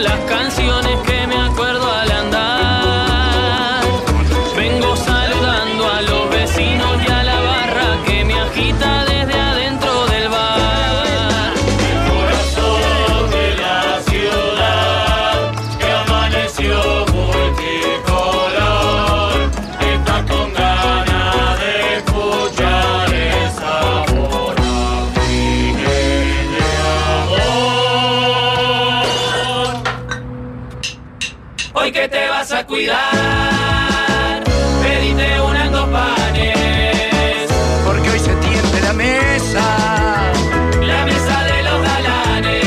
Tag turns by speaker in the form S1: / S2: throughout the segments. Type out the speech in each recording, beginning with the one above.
S1: las canciones que me acuerdo al andar. Vengo saludando a los vecinos y a la barra que me agita desde adentro del bar.
S2: Corazón de la ciudad que amaneció multicolor, está con ganas de escuchar el sabor de amor.
S1: Hoy que te vas a cuidar, pedite unas dos panes.
S3: Porque hoy se tiende la mesa.
S1: La mesa de los galanes.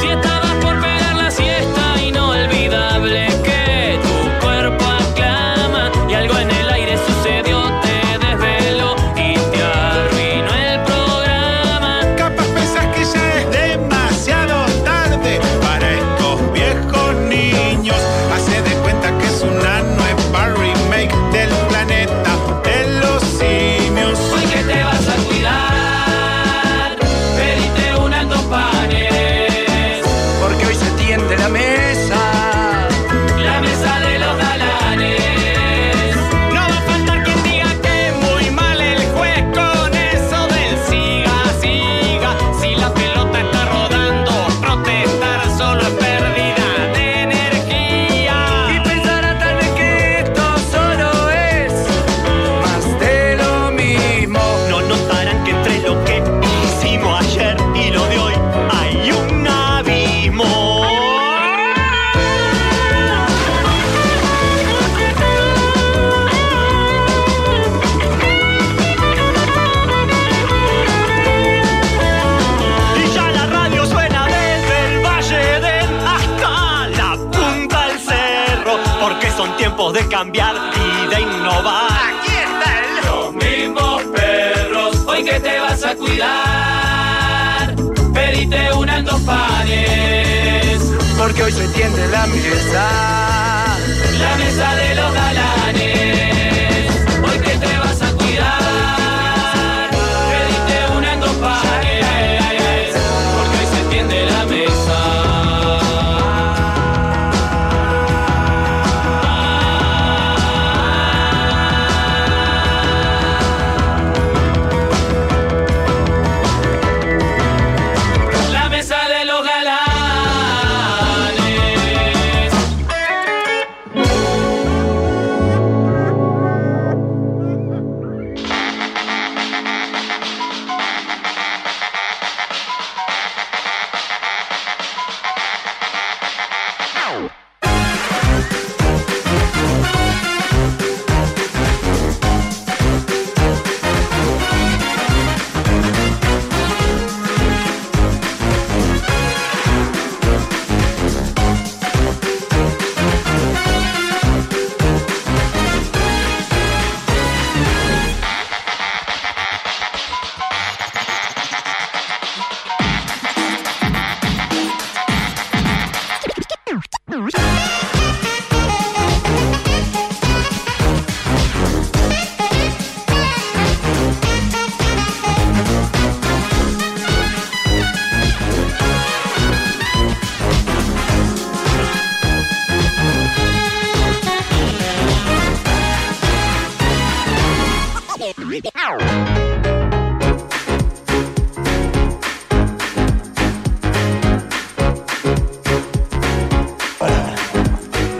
S1: Si estabas por pegar la siesta, inolvidable que tu cuerpo aclama. Y algo en el aire sucedió, te desveló y te arruinó el programa.
S4: Capaz pensás que ya es demasiado tarde para estos viejos niños. Hace de cuenta que es una nueva remake del planeta de los simios.
S1: Hoy que te vas a cuidar, pedite unas dos panes.
S3: Porque hoy se tiende la mesa.
S1: La mesa de los galanes.
S5: No va a faltar quien diga que muy mal el juez con eso del siga, siga. Si la pelota está rodando, protestar solo es pérdida
S3: Y
S5: de energía.
S3: pensará tal vez que esto solo es más de lo mismo.
S5: No notarán que entre lo que hicimos ayer y lo de hoy hay un abismo. Y ya la radio suena desde el Valle del hasta la punta del cerro, porque son tiempos de cambiar y de innovar.
S2: Los mismos perros
S1: Hoy que te vas a cuidar, pedite unas dos panes.
S3: Porque hoy se tiende la mesa.
S1: La mesa de los galanes. Hoy que te vas a cuidar. Pediste una en dos pares. Porque hoy se tiende la mesa. La mesa de los galanes.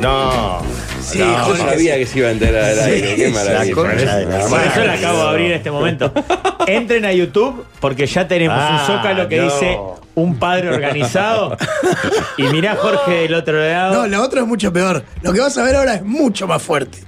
S6: No.
S7: Sí,
S6: no,
S7: Jorge.
S8: Sabía que se iba a enterar al aire. Qué maravilla.
S6: concha de la
S7: Bueno,
S6: madre.
S7: yo la acabo de abrir en este momento. Entren a YouTube porque ya tenemos
S6: Ah,
S7: un zócalo que
S6: no.
S7: dice un padre organizado. Y mirá a Jorge del otro
S9: No,
S7: lado.
S9: lo otro es mucho peor. Lo que vas a ver ahora es mucho más fuerte.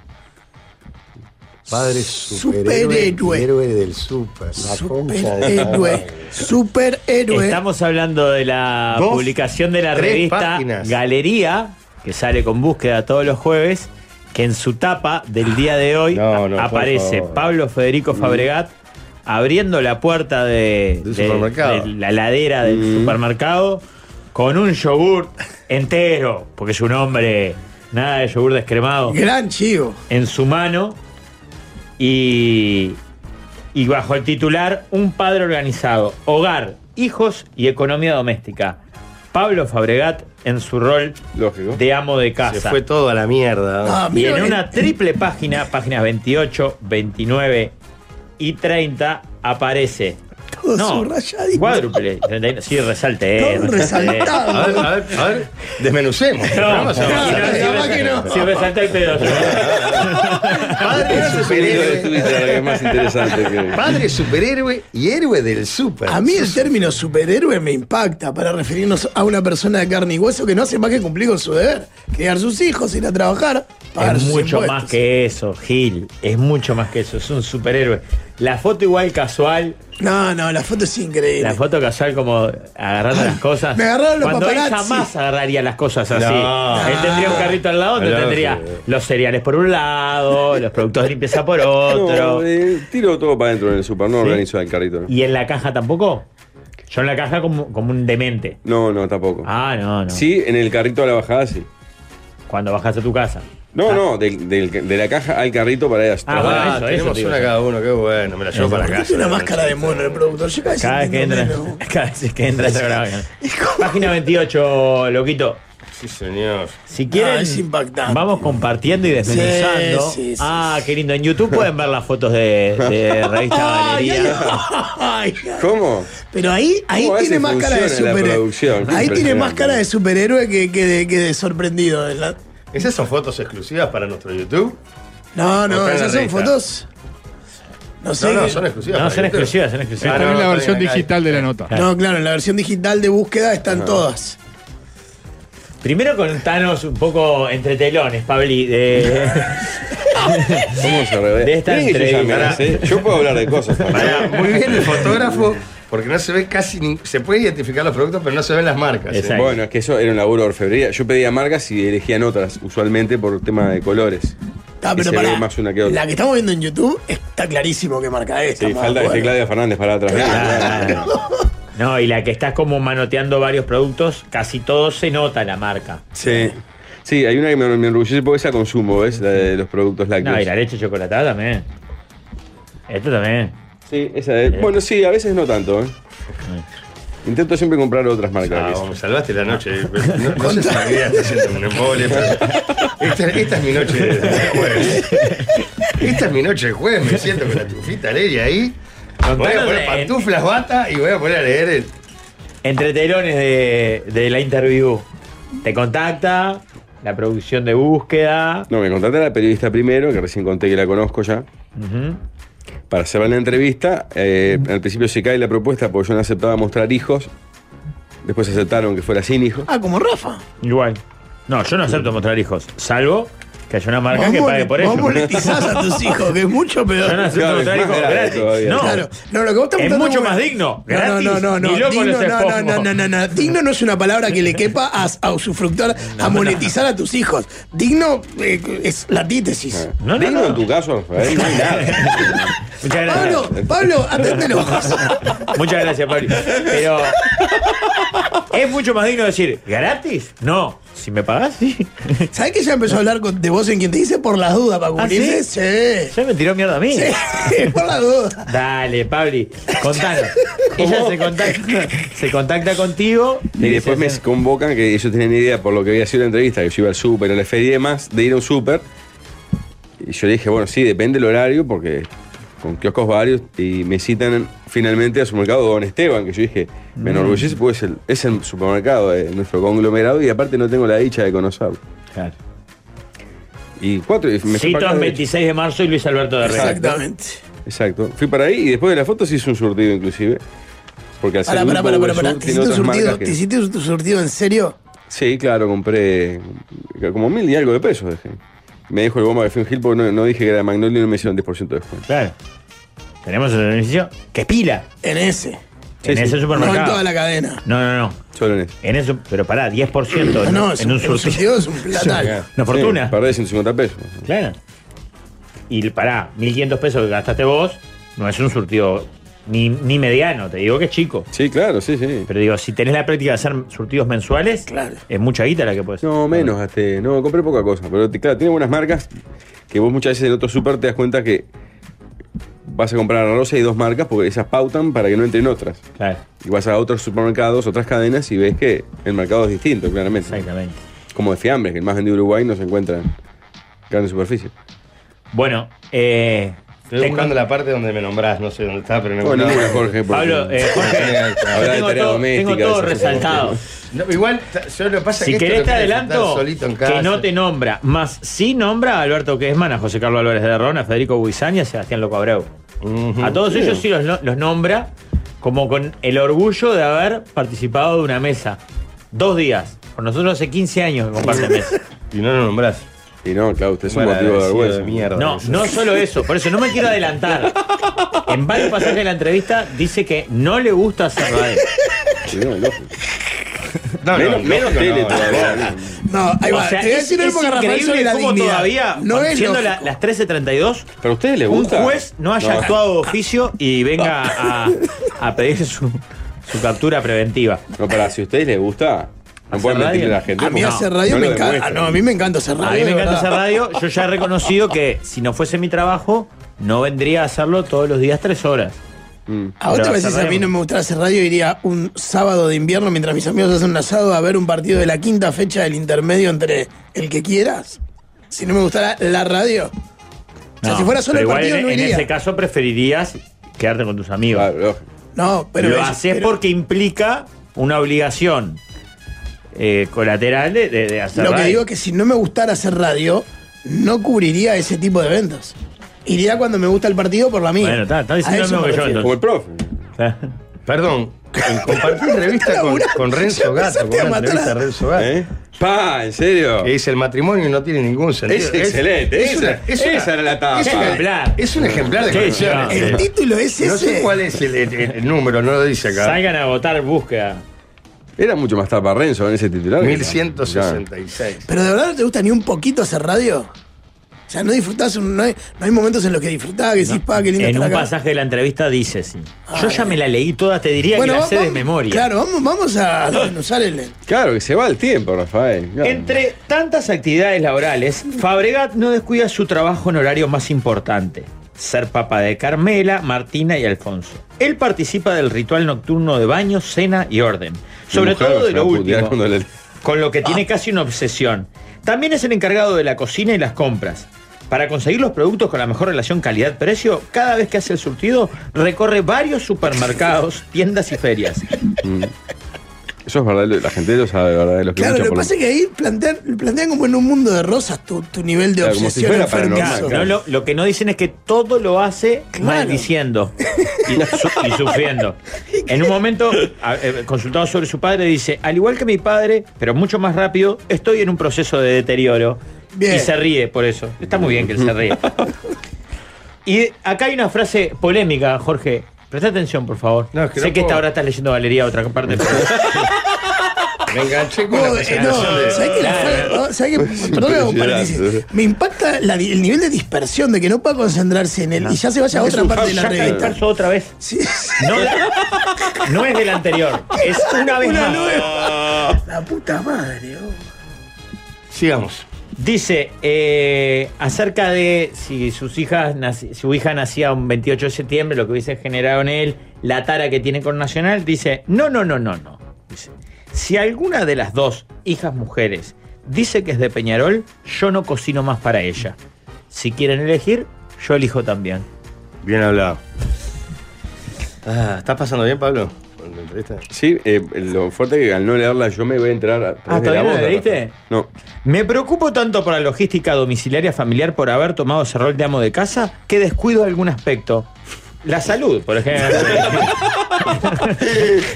S4: Padre
S9: Superhéroe.
S4: superhéroe. Héroe del super. La concha de la
S9: Superhéroe.
S4: madre.
S9: Superhéroe.
S7: Estamos hablando de la
S6: Dos,
S7: publicación de la
S6: tres
S7: revista
S6: páginas.
S7: Galería, que sale con búsqueda todos los jueves, que en su tapa del día de hoy
S6: No, no, por
S7: aparece
S6: favor. Mm.
S7: Pablo Federico Fabregat abriendo la puerta de,
S6: Del supermercado. Mm.
S7: de la ladera del supermercado con un yogur entero, porque es un hombre, nada de yogur descremado
S9: Gran chivo.
S7: en su mano y, y bajo el titular Un padre organizado, hogar, hijos y economía doméstica. Pablo Fabregat en su rol
S8: Lógico.
S7: de amo de casa.
S6: Se fue todo a la mierda.
S9: Ah,
S7: Y
S9: mira,
S7: en
S9: eh,
S7: una triple página, páginas 28, 29 y 30, aparece.
S9: Todo subrayadito.
S7: cuádruple. 39. Sí, resalte. eh,
S9: Todo
S7: resalte, eh.
S9: resaltado.
S6: A ver, a ver, a ver, desmenucemos.
S7: No,
S6: Vamos a-
S9: no, no, capaz que no.
S7: Si resalta el pedo.
S6: Padre
S8: Hilo de
S6: superhéroe,
S8: Twitter, que es más interesante que.
S6: padre superhéroe y héroe del super.
S9: A mí el término superhéroe me impacta para referirnos a una persona de carne y hueso que no hace más que cumplir con su deber, criar sus hijos, ir a trabajar, pagar
S7: Es
S9: sus
S7: mucho
S9: impuestos.
S7: más que eso, Gil. Es mucho más que eso. Es un superhéroe. La foto igual casual.
S9: No, no, la foto es increíble.
S7: La foto casual como agarrando las cosas.
S9: Me agarraron los
S7: Cuando él
S9: paparazzi.
S7: jamás agarraría las cosas así.
S6: No.
S7: Él tendría un carrito al lado, donde
S6: Claro.
S7: tendría los cereales por un lado, los productos de limpieza por
S8: No,
S7: otro.
S8: eh, tiro todo para adentro en el super, no organizo el carrito. no.
S7: ¿Y en la caja tampoco? Yo en la caja como, como un demente.
S8: No, no, tampoco.
S7: Ah, no, no.
S8: Sí, en el carrito a la bajada, sí.
S7: Cuando bajas a tu casa.
S8: No, no, del- del- de la caja al carrito para ir hasta-
S7: Ah, bueno,
S6: Ah,
S7: eso, eso,
S6: tenemos
S7: te digo.
S6: una cada uno, qué bueno, me la llevo para
S9: Tiene
S6: casa.
S9: una máscara de mono el productor. Yo cada vez
S7: Cada vez que
S9: entiendo
S7: entra,
S9: menos.
S7: cada vez que entra esa grabación.
S9: ¿Y cómo?
S7: Página 28, loquito.
S6: Sí, señor.
S7: Si quieren,
S9: Ah, es impactante.
S7: vamos compartiendo y desmenuzando.
S9: Sí, sí, sí.
S7: ah, qué lindo. En YouTube pueden ver las fotos de, de Revista
S9: Ay, ay,
S7: Valeria.
S9: ay, ay.
S8: ¿Cómo?
S9: Pero ahí, ahí
S6: Oh,
S8: ¿Cómo hace
S9: tiene más cara de
S8: funciona la producción?
S9: superhéroe.
S8: Qué
S9: Ahí tiene
S8: impresionante.
S9: más cara de superhéroe que, que de, que de sorprendido. ¿verdad?
S6: ¿Esas son fotos exclusivas para nuestro YouTube?
S9: No, no,
S6: Mostrá la
S9: esas son
S6: revista.
S9: fotos. No sé.
S6: No, no,
S9: qué-
S6: son
S7: No,
S6: exclusivas. para
S7: son
S6: YouTube.
S7: exclusivas, son exclusivas.
S6: Ah, no,
S10: También la
S6: está
S10: versión
S6: bien, acá hay.
S10: digital de la nota.
S9: No, claro, en la versión digital de búsqueda
S8: Ah.
S9: están todas.
S7: Primero contanos un poco entre telones, Pabli, de,
S8: ¿Cómo se revela?
S7: de esta
S8: Miren que yo ya me
S7: entrevista.
S8: las sé. Yo puedo hablar de cosas.
S6: Pará,
S8: Para
S6: muy bien el fotógrafo, porque no se ve casi ni. Se puede identificar los productos, pero no se ven las marcas. ¿eh?
S7: Exacto.
S8: Bueno, es que eso era un laburo de orfebrería. Yo pedía marcas y elegían otras, usualmente por tema de colores.
S9: Está,
S8: Y
S9: Ah, pero
S8: se
S9: pará,
S8: ve más una que otra.
S9: La que estamos viendo en YouTube está clarísimo que marca esta. ¿eh?
S8: Sí,
S9: más
S8: falta que esté
S9: bueno.
S8: Claudia Fernández para atrás.
S7: Claro. No, y la que estás como manoteando varios productos, casi todo se nota la marca.
S8: Sí. Sí, hay una que me, me orgullece porque esa consumo, ¿ves? La de los productos lácteos.
S7: No, y la leche chocolatada también. Esto también.
S8: Sí, esa es. Bueno, sí, a veces no tanto, ¿eh?
S7: Mm.
S8: Intento siempre comprar otras marcas.
S6: Ah,
S8: que
S6: vos me salvaste la noche. No, no sé si la vida está siendo un embole. pero- Esta, esta es mi noche de jueves. Esta es mi noche de jueves. Me siento con la tufita Leria ahí. Voy a
S7: Contanos
S6: poner
S7: de-
S6: pantuflas, bata y voy a poner a leer el.
S7: Entre telones de, de la interview. Te contacta, la producción de búsqueda.
S8: No, me contraté a la periodista primero, que recién conté que la conozco ya. Para cerrar la entrevista, eh, al principio se cae la propuesta porque yo no aceptaba mostrar hijos. Después aceptaron que fuera sin hijos.
S9: Ah, como Rafa.
S7: Igual. No, yo no acepto mostrar hijos, salvo que haya una marca
S9: Vos
S7: que
S9: mole-
S7: pague por
S9: vos
S7: ello.
S9: monetizás a tus hijos, que es
S7: Yo no
S9: mucho peor.
S7: acepto
S8: Claro,
S7: mostrar
S8: es más
S7: hijos
S8: grave
S7: gratis.
S8: todavía.
S7: No,
S9: Claro. No, lo que vos estás
S7: es
S9: contando
S7: mucho
S9: muy-
S7: más digno.
S9: No, no,
S7: Gratis.
S9: no, no, no.
S7: Ni loco
S9: Digno,
S7: los
S9: no, no,
S7: expongo.
S9: no, no, no, no. Digno no es una palabra que le quepa a, a usufructuar, a monetizar a tus hijos. Digno eh, es la antítesis.
S7: No, no,
S8: Digno
S7: no.
S8: Eh. en tu caso, Rafael, no hay nada.
S7: Muchas gracias.
S9: Pablo, Pablo, aténdelo.
S7: Muchas gracias, Pablo. Pero. Es mucho más digno decir, ¿gratis? No. Si me pagás, sí.
S8: Ah.
S9: ¿Sabés que ya empezó a hablar con- de vos en quien te dice por las dudas,
S7: ¿Ah,
S9: para cubrirse?
S7: Ya me tiró mierda a mí.
S9: Sí. Sí, por las dudas.
S7: Dale, Pabli, contanos. Ella se contacta, se contacta contigo.
S8: Y después me convocan, que ellos tienen idea por lo que había sido la entrevista, que yo iba al súper, a la feria y demás, de ir a un súper. Y yo le dije, bueno, sí, depende el horario, porque con kioscos varios, y me citan finalmente a su mercado Don Esteban, que yo dije, me enorgullece porque es el, es el supermercado de nuestro conglomerado y aparte no tengo la dicha de conocerlo.
S7: Claro.
S8: Y cuatro, y me fui
S7: Cito
S8: para
S7: en
S8: acá.
S7: 26 de marzo y Luis Alberto de Rey.
S9: Exactamente.
S8: Exacto. Fui para ahí y después de las fotos hice un surtido inclusive. Porque al ser
S9: Pará, pará,
S8: grupo
S9: pará, pará,
S8: Uvesur
S9: pará. ¿Te
S8: tiene
S9: hiciste un
S8: otras
S9: surtido?
S8: marcas que-
S9: ¿Te hiciste un tu surtido en serio?
S8: Sí, claro, compré como mil y algo de pesos. Dejé. Me dijo el bomba de Finn Hill porque no, no dije que era de Magnolia y no me hicieron 10% de descuento.
S7: Claro. Tenemos un beneficio que pila
S9: En ese.
S8: Sí,
S7: en
S8: sí.
S7: ese
S9: No en
S7: supermercado.
S9: toda la cadena.
S7: No, no, no.
S8: Solo en eso.
S7: En eso, pero pará, 10%
S9: No,
S7: en,
S9: no,
S7: en
S9: es
S7: un surtido.
S9: es un platal.
S7: Una fortuna.
S8: Sí, perdí 150 pesos.
S7: Claro. Y pará, 1.500 pesos que gastaste vos no es un surtido ni, ni mediano, te digo que es chico.
S8: Sí, claro, sí, sí.
S7: Pero digo, si tenés la práctica de hacer surtidos mensuales,
S9: Claro.
S7: es mucha guita la que puedes
S8: No, menos gasté. No, compré poca cosa. Pero t- claro, tiene buenas marcas que vos muchas veces en otro super te das cuenta que vas a comprar arroz y hay dos marcas porque esas pautan para que no entren otras.
S7: Claro.
S8: Y vas a otros supermercados, otras cadenas y ves que el mercado es distinto, claramente.
S7: Exactamente.
S8: Como de fiambres, que el más vendido de Uruguay no se encuentra en gran superficie.
S7: Bueno, eh,
S6: Estoy
S7: tengo-
S6: buscando la parte donde me nombrás, no sé dónde está, pero no
S8: Bueno,
S6: encontraba.
S8: ninguna, Oh, Jorge. porque-
S7: Pablo, eh, Jorge,
S6: Ahí está.
S8: Hablar de
S7: tengo
S8: tarea
S7: todo,
S8: doméstica,
S7: tengo todo
S8: de esas cosas.
S7: resaltado.
S6: No, igual, t- solo lo que pasa es
S7: Si
S6: que esto
S7: querés
S6: lo
S7: te
S6: tenés que estar
S7: adelanto
S6: solito en casa.
S7: que no te nombra, más sí nombra a Alberto Quesman, a José Carlos Álvarez de Arrón, a Federico Buizán y a Sebastián Loco Abreu.
S6: Ujú.
S7: A todos ellos sí los, no- los nombra como con el orgullo de haber participado de una mesa. Dos días. Con nosotros hace 15 años que comparten mesa.
S6: Y no lo nombrás.
S8: Y no, claro, usted es un
S6: Mal
S8: motivo de
S6: agradecido
S8: vergüenza.
S6: de mierda.
S7: No,
S6: eso.
S7: no solo eso, por eso no me quiero adelantar. En varios pasajes de la entrevista dice que no le gusta hacer radio.
S8: Sí, no, lógico.
S6: No, no,
S8: menos
S6: no,
S8: menos
S6: no,
S8: tele
S6: no,
S8: todavía.
S9: No, ahí va.
S7: O sea,
S9: Te voy
S7: es,
S9: a decir algo
S7: es
S9: porque Rafael
S7: increíble
S9: sobre la
S7: cómo
S9: dignidad.
S7: todavía,
S9: no es
S7: siendo la-
S9: lógico.
S7: las 13.32,
S8: Pero a ustedes les
S7: un
S8: gusta.
S7: juez no haya
S8: No.
S7: actuado de oficio y venga a, a pedir su, su captura preventiva.
S8: No, para si a ustedes les gusta, no
S7: ¿Hacer
S8: pueden mentirle a la
S7: radio?
S8: gente.
S9: A mí
S8: porque
S9: hacer
S8: no,
S9: radio
S8: no
S9: me
S8: lo
S9: encanta. Ah,
S8: demuestran.
S9: No, a mí me encanta hacer radio.
S7: A mí me
S9: de
S7: encanta
S9: verdad.
S7: hacer radio. Yo ya he reconocido que si no fuese mi trabajo, no vendría a hacerlo todos los días tres horas.
S8: Mm.
S9: A
S7: Pero
S9: vos te
S7: hacer
S9: decís, a
S7: radio-
S9: mí no me gustara hacer radio, iría un sábado de invierno mientras mis amigos hacen un asado a ver un partido de la quinta fecha del intermedio entre el que quieras. Si no me gustara la radio. O sea,
S7: No,
S9: si fuera solo
S7: pero
S9: el
S7: igual
S9: partido,
S7: en,
S9: no
S7: en
S9: iría.
S7: ese caso preferirías quedarte con tus amigos.
S8: Claro, lógico.
S9: No, pero.
S7: lo
S9: es-
S7: haces
S9: pero
S7: porque implica una obligación eh, colateral de, de- de hacer
S9: Lo que
S7: radio.
S9: digo es que si no me gustara hacer radio, no cubriría ese tipo de eventos. Iría cuando me gusta el partido por la mía.
S7: Bueno, está- está
S9: A
S7: diciendo lo
S9: eso
S7: mismo
S9: me
S7: que yo,
S9: refiero.
S8: Como el profe.
S6: Perdón, eh, compartí entrevista con, con Renzo Gato, con
S9: Empezaste a
S6: una
S9: matar
S6: entrevista
S9: a-
S6: a Renzo Gato.
S8: ¿Eh? Pa, en serio.
S6: Que dice el matrimonio no tiene ningún sentido.
S8: Es excelente, esa- esa era la tapa.
S6: Es, una-
S7: Ejemplar.
S6: es un ejemplar de
S7: Qué
S6: canciones.
S7: yo.
S9: El título es ese.
S6: No sé cuál es el, el- el número, no lo dice acá.
S7: Salgan a votar búsqueda.
S8: Era mucho más tapa Renzo en ese titular. que-
S6: 1166.
S9: Pero de verdad no te gusta ni un poquito hacer radio. O sea, no disfrutás, un- no, hay, no hay momentos en los que disfrutás, que decís, pa, qué lindo
S7: En
S9: estar
S7: un
S9: acá". Ah,
S7: pasaje de la entrevista dice sí. Yo ya me la leí toda, te diría que la
S9: vamos-
S7: sé de
S9: vamos-
S7: memoria.
S9: Claro, vamos, vamos a desmenuzar el.
S8: Claro, que se va el tiempo, Rafael. claro.
S7: Entre tantas actividades laborales, Fabregat no descuida su trabajo en horario más importante, ser papá de Carmela, Martina y Alfonso. Él participa del ritual nocturno de baño, cena y orden,
S8: Mi
S7: sobre
S8: mujer
S7: todo
S8: se
S7: de
S8: va Ah. a
S7: lo
S8: putear
S7: último,
S8: cuando le-
S7: con lo que tiene casi una obsesión. También es el encargado de la cocina y las compras. Para conseguir los productos con la mejor relación calidad-precio, cada vez que hace el surtido, recorre varios supermercados, tiendas y ferias.
S8: Mm. Eso es verdad, lo- la gente lo sabe, ¿verdad? Los que
S9: Claro,
S8: luchan
S9: lo que
S8: por-
S9: pasa es que ahí plantean, plantean como en un mundo de rosas tu, tu nivel de
S8: Claro, como si
S9: obsesión
S8: fuera
S9: enfermizo.
S8: paranormal,
S7: No, lo, lo que no dicen es que todo lo hace maldiciendo y, su- y sufriendo. En un momento, a- eh, consultado sobre su padre, dice, al igual que mi padre, pero mucho más rápido, estoy en un proceso de deterioro.
S9: Bien.
S7: Y se ríe por eso. Está muy bien que él se ríe. Y acá hay una frase polémica, Jorge. Presta atención, por favor.
S6: No, es que
S7: sé
S6: no
S7: que
S6: puedo.
S7: esta hora estás leyendo Valeria otra parte. pero-
S6: Me enganché con la
S9: No, eh, no,
S6: presentación de-
S9: ¿sabés que la fa- no, ¿sabés que- perdón, hago un paréntesis. Me impacta la di- el nivel de dispersión de que no pueda concentrarse en él y ya se vaya a otra
S8: un
S9: parte de la
S7: Ya
S9: entrevista.
S7: calentazo otra vez.
S9: Sí, sí,
S7: No, no es del anterior. Es una vez más.
S9: la puta madre. oh.
S6: Sigamos.
S7: Dice eh, acerca de si sus hijas naci- su hija nacía un 28 de septiembre, lo que hubiese generado en él, la tara que tiene con Nacional, dice, no, no, no, no, no. Dice, si alguna de las dos hijas mujeres dice que es de Peñarol, yo no cocino más para ella. Si quieren elegir, yo elijo también.
S6: Bien hablado. Ah, ¿Estás pasando bien, Pablo? con la entrevista?
S8: Sí, eh, lo fuerte que al no leerla yo me voy a entrar a través de la
S7: Ah, ¿todavía no
S8: voz,
S7: la
S8: de
S7: leíste?
S8: Rafael. No.
S7: Me preocupo tanto por la logística domiciliaria familiar por haber tomado ese rol de amo de casa que descuido algún aspecto. La salud, por ejemplo.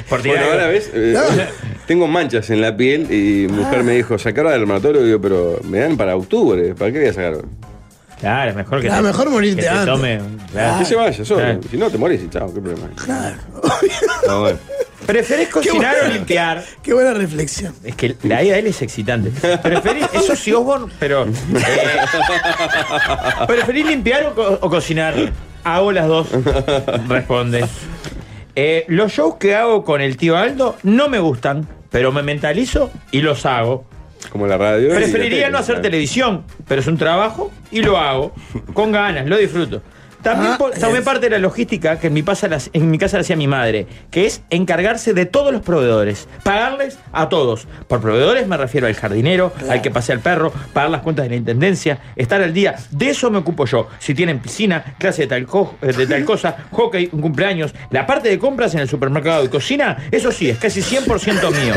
S7: por tirar
S8: Bueno, ahora
S7: algo.
S8: ves, eh, tengo manchas en la piel y mi mujer me dijo, sacarla del dermatólogo, y digo, pero me dan para octubre, ¿para qué voy a sacar?
S7: Claro, es mejor que
S9: Claro, Ah, mejor morirte
S7: que te
S9: antes. Ah.
S7: tome un- claro.
S8: Que se vaya solo,
S7: Claro.
S8: si no te morís y chao, qué problema.
S9: Claro.
S8: No, bueno.
S7: ¿Preferís cocinar o
S9: bueno.
S7: limpiar?
S9: Qué buena reflexión.
S7: Es que la idea de él es excitante. ¿Preferís, eso sí, Osborne, pero. eh, ¿Preferís limpiar o, co- o cocinar? Hago las dos. Responde. Eh, los shows que hago con el tío Aldo no me gustan, pero me mentalizo y los hago.
S8: Como la radio. y la
S7: Preferiría
S8: tele,
S7: no hacer
S8: claro.
S7: televisión, pero es un trabajo y lo hago. Con ganas, lo disfruto. También,
S9: Ah,
S7: por- también
S9: es-
S7: parte de la logística que en mi, casa la, en mi casa la hacía mi madre, que es encargarse de todos los proveedores, pagarles a todos. Por proveedores me refiero al jardinero, al que pasea el perro, pagar las cuentas de la intendencia, estar al día. De eso me ocupo yo. Si tienen piscina, clase de tal, co- eh, de tal cosa, hockey, un cumpleaños, la parte de compras en el supermercado y cocina, eso sí, es casi 100% mío.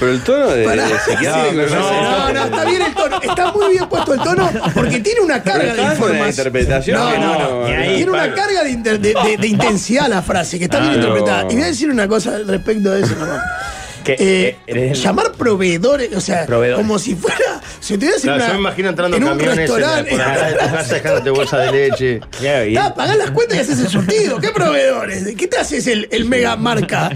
S8: Pero el tono de.
S9: Pará.
S8: de psiquiatra,
S9: Sí, No, no, está bien el tono. Está muy bien puesto el tono porque tiene una
S8: Pero
S9: carga de
S8: está con la
S9: información.
S8: interpretación
S9: No,
S8: que no,
S9: no,
S8: no,
S7: ni ahí.
S9: Tiene una
S7: Pablo.
S9: carga de, inter- de- de- de intensidad la frase, que está bien
S8: Claro.
S9: interpretada. Y voy a decir una cosa al respecto de eso nomás.
S7: Que-
S9: Eh,
S7: que eres-
S9: llamar proveedores, o sea,
S7: Proveedores.
S9: como si fuera. Si te
S6: Claro,
S9: una,
S6: yo me imagino entrando
S9: en un
S6: camiones en la-
S9: restaurante.
S6: por atrás de tu casa dejándote bolsa de leche.
S7: Qué bien.
S9: Ah, pagás las cuentas y haces el surtido. ¿Qué proveedores? ¿Qué te haces el, el mega marca?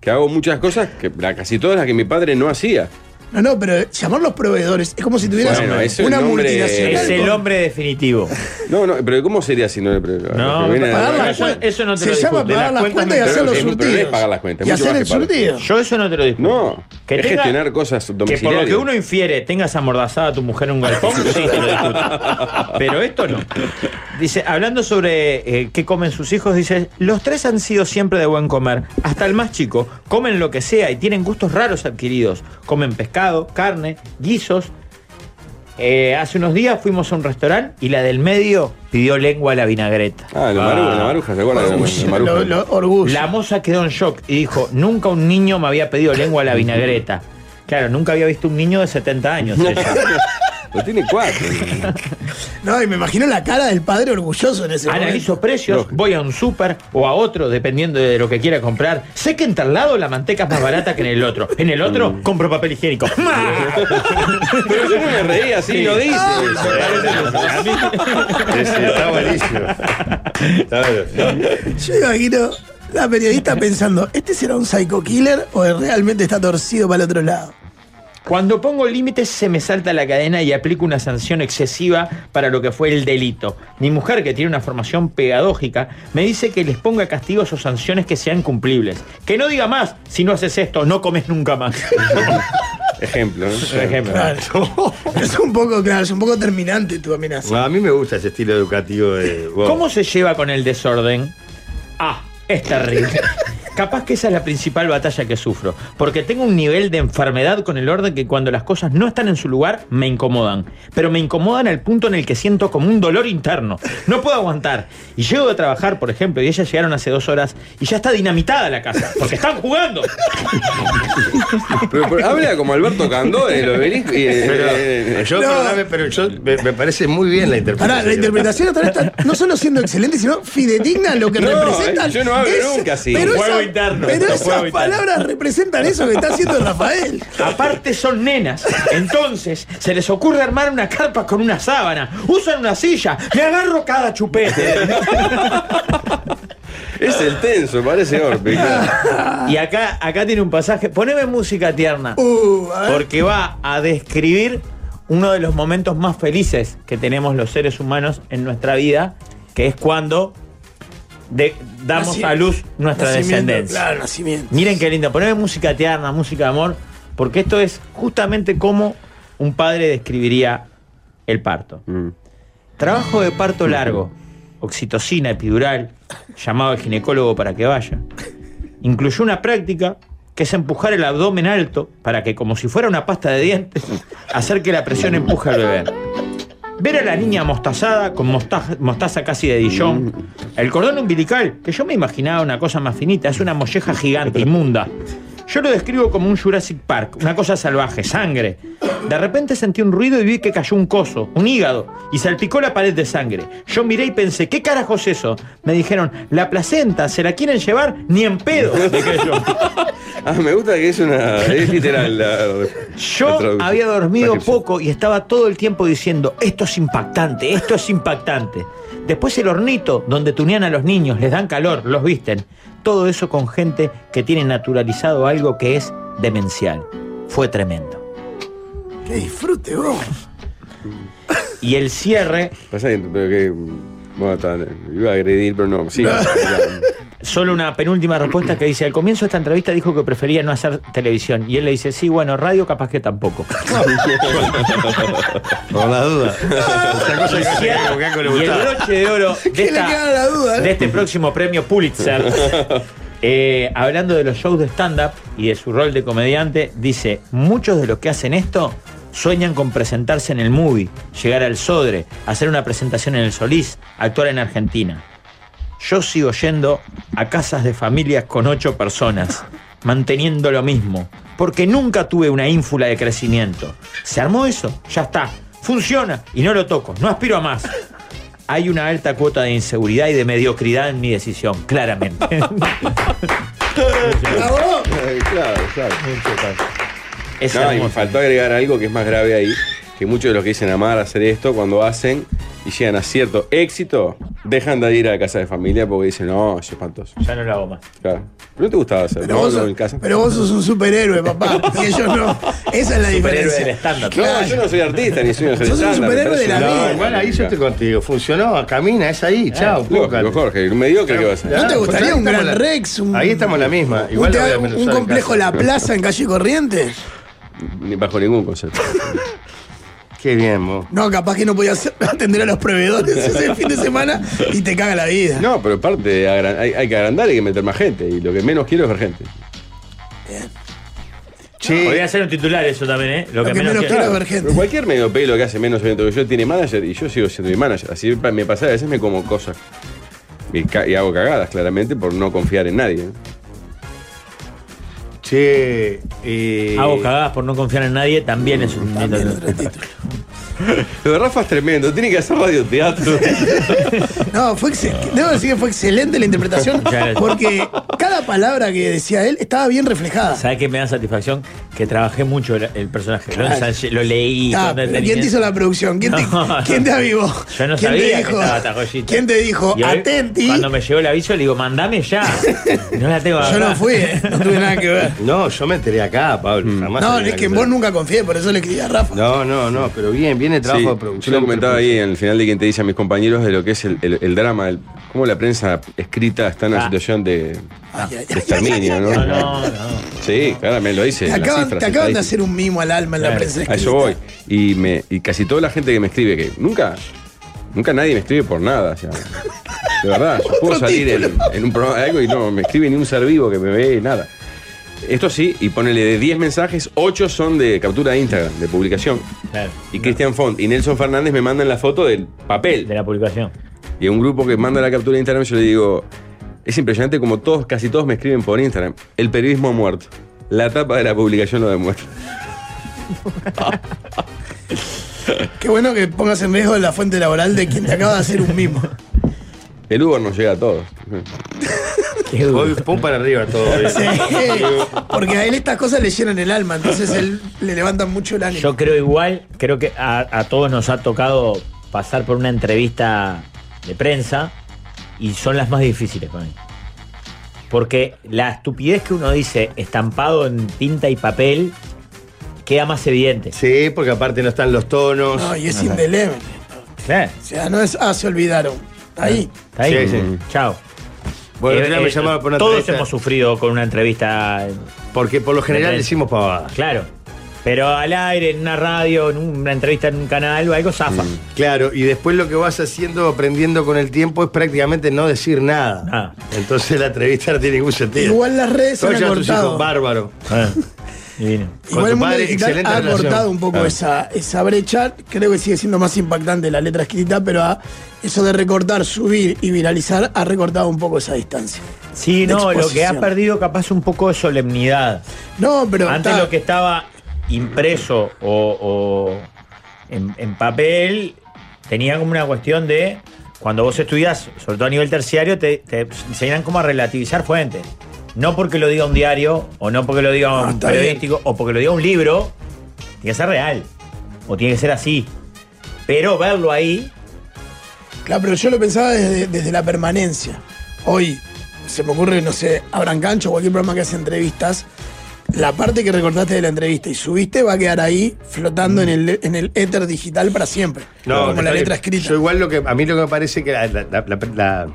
S8: Que hago muchas cosas, que la- casi todas las que mi padre no hacía.
S9: No, no, pero llamar los proveedores es como si tuvieras
S8: Bueno, ese
S9: una
S8: nombre-
S9: multinacional.
S7: Es el
S9: con-
S7: hombre definitivo.
S8: No, no, pero ¿cómo sería si no le preguntaba?
S7: No,
S9: Pagar
S7: Bueno,
S9: las
S7: eso-
S9: cuentas.
S7: eso no te
S9: Se
S7: lo
S9: llama
S7: discute.
S9: pagar
S7: Las
S9: las
S7: cuentas
S9: cuentas y
S7: no te
S9: hacer
S7: lo
S9: los
S8: discute. Pero no es
S9: surtidos.
S8: pagar las cuentas,
S9: Y
S8: mucho
S9: hacer
S8: más
S9: el
S8: que pagar.
S9: surtido.
S7: Yo eso no te lo discuto.
S8: No, es
S7: tenga-
S8: gestionar cosas
S7: Que por lo
S8: domiciliarias.
S7: que uno infiere, tengas amordazada a tu mujer en un galpón, sí, te lo discuto. Pero esto no. Dice, hablando sobre eh, qué comen sus hijos, dice, los tres han sido siempre de buen comer, hasta el más chico. Comen lo que sea y tienen gustos raros adquiridos. Comen pescado, carne, guisos. Eh, hace unos días fuimos a un restaurante y la del medio pidió lengua a la vinagreta.
S8: Ah, la maruja, la maruja, ¿se acuerdan? de la-
S9: Orgullo,
S8: la maruja?
S9: lo- lo- orgullo.
S7: La moza quedó en shock y dijo, nunca un niño me había pedido lengua a la vinagreta. Claro, nunca había visto un niño de 70 años. ella.
S8: Lo tiene cuatro.
S9: No, y me imagino la cara del padre orgulloso en ese momento.
S7: Analizo precios,
S8: Lógico.
S7: voy a un súper o a otro, dependiendo de lo que quiera comprar. Sé que en tal lado la manteca es más barata que en el otro. En el otro
S8: Mm.
S7: compro papel higiénico.
S8: Pero yo no me reía, así
S7: Sí.
S8: lo dice.
S1: Ah,
S6: Sí, sí, está buenísimo. Está bueno.
S9: Yo imagino la periodista pensando, ¿este será un psycho killer o realmente está torcido para el otro lado?
S7: Cuando pongo límites se me salta la cadena y aplico una sanción excesiva para lo que fue el delito. Mi mujer, que tiene una formación pedagógica, me dice que les ponga castigos o sanciones que sean cumplibles. Que no diga más, si no haces esto, no comes nunca más.
S8: Ejemplo, ¿no?
S7: Por ejemplo.
S9: Claro. es un poco, claro, es un poco terminante tu amenaza.
S6: A mí me gusta ese estilo educativo de. wow.
S7: ¿Cómo se lleva con el desorden? Ah, es terrible. Capaz que esa es la principal batalla que sufro, porque tengo un nivel de enfermedad con el orden que cuando las cosas no están en su lugar me incomodan, pero me incomodan al punto en el que siento como un dolor interno. No puedo aguantar. Y llego a trabajar, por ejemplo, y ellas llegaron hace dos horas y ya está dinamitada la casa, porque están jugando.
S8: Pero, pero habla como Alberto Candó en el obelisco. Y, eh,
S6: Pero,
S8: eh,
S6: yo,
S9: No.
S6: perdóname, pero yo, me, me parece muy bien la interpretación.
S9: Ahora, la interpretación hasta ahora está no solo siendo excelente, sino fidedigna a lo que
S8: No,
S9: representan.
S8: yo no hablo nunca así.
S9: Pero,
S7: Juego
S9: esa-
S7: interno,
S9: pero
S7: juego
S9: esas
S7: interno.
S9: palabras representan eso que está haciendo Rafael.
S7: Aparte son nenas. Entonces, se les ocurre armar una carpa con una sábana. Usan una silla. Me agarro cada chupete.
S8: Es el tenso, parece Orpi. claro.
S7: Y acá, acá tiene un pasaje. Poneme música tierna.
S9: Uh, a ver.
S7: Porque va a describir uno de los momentos más felices que tenemos los seres humanos en nuestra vida, que es cuando de- damos
S9: Naci-
S7: a luz nuestra
S9: nacimiento,
S7: descendencia.
S9: Claro, nacimiento.
S7: Miren qué linda, poneme música tierna, música de amor, porque esto es justamente cómo un padre describiría el parto. Trabajo de parto largo, oxitocina epidural, llamado al ginecólogo para que vaya. Incluyó una práctica que es empujar el abdomen alto para que, como si fuera una pasta de dientes, hacer que la presión empuje al bebé. Ver a la niña mostazada, con mostaza, mostaza casi de Dijon. El cordón umbilical, que yo me imaginaba una cosa más finita, es una molleja gigante, inmunda. Yo lo describo como un Jurassic Park, una cosa salvaje, sangre. De repente sentí un ruido y vi que cayó un coso, un hígado, y salpicó la pared de sangre. Yo miré y pensé, ¿qué carajo es eso? Me dijeron, la placenta, ¿se la quieren llevar? Ni en pedo. dije yo.
S8: Ah, me gusta que es una. Es literal. la- la
S7: Yo
S8: traducción.
S7: había dormido
S8: Descripción.
S7: poco y estaba todo el tiempo diciendo, esto es impactante, esto es impactante. Después el hornito, donde tunean a los niños, les dan calor, los visten. Todo eso con gente que tiene naturalizado algo que es demencial. Fue tremendo.
S9: Que disfrute vos.
S7: Y el cierre,
S8: Pasa que- pero que. Bueno, está, iba a agredir, pero no. Sí.
S7: Solo una penúltima respuesta que dice, al comienzo de esta entrevista dijo que prefería no hacer televisión. Y él le dice, sí, bueno, radio capaz que tampoco.
S10: Por la duda.
S6: Esta cosa que hace que Bocanco le
S7: Y el
S6: gustaba.
S7: broche de oro de,
S9: Que le
S7: esta-
S9: queda la duda. ¿eh?
S7: de este próximo premio Pulitzer, eh, hablando de los shows de stand-up y de su rol de comediante, dice, muchos de los que hacen esto sueñan con presentarse en el movie, llegar al Sodre, hacer una presentación en el Solís, actuar en Argentina. Yo sigo yendo a casas de familias con ocho personas, manteniendo lo mismo, porque nunca tuve una ínfula de crecimiento. Se armó eso, ya está, funciona y no lo toco, no aspiro a más. Hay una alta cuota de inseguridad y de mediocridad en mi decisión, claramente.
S9: ¡Bravo!
S8: Eh, Claro, claro.
S7: es
S8: No, y me
S7: hermoso.
S8: faltó agregar algo que es más grave ahí, que muchos de los que dicen amar hacer esto, cuando hacen y llegan a cierto éxito, dejan de ir a la casa de familia porque dicen, no, es espantoso.
S7: Ya no lo hago más.
S8: Claro. Pero no te gustaba hacer,
S9: Pero
S8: ¿no?
S9: vos,
S8: No, en casa.
S9: pero vos sos un superhéroe, papá. Y ellos no. Esa es la
S7: Superhéroe del
S9: diferencia.
S7: estándar.
S8: No, yo no soy artista ni soy un
S9: Sos un superhéroe de la
S6: No,
S9: vida.
S6: igual ahí yo estoy contigo. Funcionó, camina, es ahí, chao, púcate.
S8: Lógico, Ah, Jorge, un mediocre que vas a
S9: ¿No
S8: hacer.
S7: ¿Ah?
S9: te gustaría un
S6: Ahí estamos
S9: gran
S6: la-
S9: Rex? Un,
S6: Ahí estamos en la misma.
S9: un
S6: Igual la voy a
S9: teatro- un,
S6: amenazar en
S9: complejo
S6: casa.
S9: La Plaza en calle Corriente.
S8: Ni bajo ningún concepto.
S6: Qué bien, vos.
S9: No, capaz que no podías atender a los proveedores ese fin de semana y te caga la vida.
S8: No, pero parte hay, hay que agrandar y hay que meter más gente. Y lo que menos quiero es ver gente.
S7: Podría ser un titular eso también, ¿eh? Lo que, menos, quiero-
S9: quiero es ver gente.
S8: Pero cualquier medio pelo que hace menos evento que yo tiene manager y yo sigo siendo mi manager. Así pa- me pasa, a veces me como cosas. Y, ca- y hago cagadas, claramente, por no confiar en nadie. ¿eh?
S6: Che, eh,
S7: Hago cagadas por no confiar en nadie, también es un
S9: También
S7: titular.
S9: otro título.
S8: Lo de Rafa es tremendo, tiene que hacer radioteatro.
S9: No, fue exce- debo decir que fue excelente la interpretación
S7: gracias.
S9: porque cada palabra que decía él estaba bien reflejada.
S7: ¿Sabes qué me da satisfacción? Que trabajé mucho el, el personaje. Lo, ensayé, lo leí.
S9: Ah,
S7: con
S9: pero
S7: detenimiento.
S9: ¿Quién te hizo la producción? ¿Quién te,
S7: No, no.
S9: ¿quién te avivó?
S7: Yo no
S9: ¿Quién
S7: sabía
S9: te
S7: que
S9: dijo,
S7: estaba Tagollita.
S9: ¿Quién te dijo,
S7: Y hoy,
S9: atenti?
S7: Cuando me llegó el aviso, le digo, mandame ya. No la tengo acá.
S9: Yo no fui, eh, no tuve nada que ver.
S6: No, yo me enteré acá, Pablo. jamás
S9: No,
S6: sabía
S9: es que en
S6: te-
S9: vos nunca confié, por eso le escribí a Rafa.
S6: No, no, no, pero bien, viene trabajo
S8: Sí,
S6: de
S8: Yo
S6: producción.
S8: lo comentaba ahí en el final de quien te dice a mis compañeros de lo que es el, el- el drama, el- cómo la prensa escrita está en una
S7: Ah.
S8: situación de,
S9: Ay, ay,
S8: de exterminio, ¿no?
S6: Ah,
S7: No, no, no.
S8: Sí, claramente lo dice.
S9: Te
S8: las
S9: acaban,
S8: cifras,
S9: te acaban de
S8: estadísticas.
S9: hacer un mimo al alma en la
S7: Claro,
S9: prensa.
S8: A eso
S9: escrita.
S8: voy. Y, me, y casi toda la gente que me escribe, que nunca, nunca nadie me escribe por nada. o sea, de verdad, yo puedo
S9: Otro
S8: salir en,
S9: título.
S8: en un programa de algo y no me escribe ni un ser vivo que me ve, nada. Esto sí, y ponele de 10 mensajes, 8 son de captura de Instagram, de publicación.
S7: Claro,
S8: Y Cristian Font y Nelson Fernández me mandan la foto del papel.
S7: de la publicación.
S8: Y a un grupo que manda la captura de Instagram, yo le digo, es impresionante como todos, casi todos me escriben por Instagram. El periodismo ha muerto. La tapa de la publicación lo demuestra.
S9: Qué bueno que pongas en riesgo la fuente laboral de quien te acaba de hacer un mimo.
S8: El Uber nos llega a todos.
S7: Qué duro.
S6: Hoy pum para arriba todo. bien.
S9: Sí, porque a él estas cosas le llenan el alma, entonces él le levantan mucho el ánimo.
S7: Yo creo igual, creo que a, a todos nos ha tocado pasar por una entrevista de prensa y son las más difíciles para mí. Porque la estupidez que uno dice estampado en tinta y papel queda más evidente.
S6: Sí, porque aparte no están los tonos.
S9: No, y es indeleble.
S7: Claro.
S9: O sea, no es, ah, se olvidaron. Ahí.
S7: Está ahí.
S6: Sí, sí.
S7: Chao.
S6: Bueno,
S7: Eh,
S6: otro día
S7: eh,
S6: me llamaron por una
S7: todos
S6: entrevista,
S7: hemos sufrido con una entrevista,
S6: Porque por lo general
S7: Me-
S6: decimos pavadas.
S7: claro. Pero al aire, en una radio, en una entrevista en un canal o algo, zafa.
S6: Mm. Claro, y después lo que vas haciendo, aprendiendo con el tiempo, es prácticamente no decir nada.
S7: Nada.
S6: Entonces la entrevista no tiene ningún sentido.
S9: Igual las redes se
S6: Todos
S9: han
S6: ya tus hijos
S9: cortado.
S6: bárbaro.
S7: Ah, divino.
S6: Con
S9: Igual
S6: tu
S9: el mundo
S6: padre,
S9: digital
S6: excelente
S9: ha
S6: relación. Ah.
S9: cortado un poco
S6: Claro.
S9: esa, esa brecha. Creo que sigue siendo más impactante la letra escrita, pero ha- eso de recortar, subir y viralizar ha recortado un poco esa distancia.
S7: Sí,
S9: de
S7: no, lo que ha
S9: exposición.
S7: perdido capaz un poco de solemnidad.
S9: No, pero
S7: Antes
S9: está-
S7: lo que estaba impreso o, o en, en papel tenía como una cuestión de, cuando vos estudias, sobre todo a nivel terciario, te, te enseñan cómo a relativizar fuentes. No porque lo diga un diario, o no porque lo diga
S9: Ah,
S7: un
S9: está bien.
S7: periodístico, o porque lo diga un libro, tiene que ser real, o tiene que ser así. Pero verlo ahí,
S9: Claro, pero yo lo pensaba desde, desde la permanencia. Hoy se me ocurre, no sé, Abran Cancho o cualquier programa que hace entrevistas. La parte que recortaste de la entrevista y subiste va a quedar ahí flotando en, el, en el éter digital para siempre. como la
S6: está
S9: letra
S6: bien.
S9: escrita.
S6: Yo igual lo que a mí lo que me parece que la, la- la- la-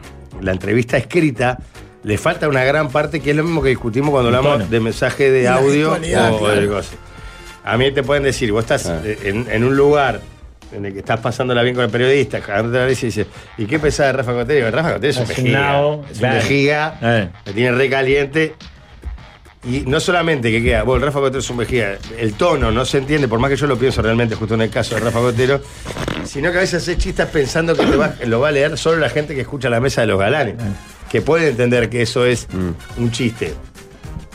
S6: la entrevista escrita le falta una gran parte que es lo mismo que discutimos cuando hablamos de mensaje de
S9: La
S6: audio o
S9: virtualidad,
S6: o
S9: claro.
S6: de cosas. A mí te pueden decir, vos estás eh, en, en un lugar en el que estás pasándola bien con el periodista, cagándote la risa y dices, ¿y qué pensás de Rafa Cotero? Y digo, Rafa Cotero es un
S7: Es un
S6: vejiga.
S7: nabo,
S6: Es un
S7: claro.
S6: vejiga,
S7: Eh.
S6: me tiene re caliente. Y no solamente que queda, bueno, Rafa Cotero es un vejiga, el tono no se entiende, por más que yo lo pienso realmente justo en el caso de Rafa Cotero, sino que a veces haces chistes pensando que te va- lo va a leer solo la gente que escucha la mesa de los galanes, que puede entender que eso es un chiste.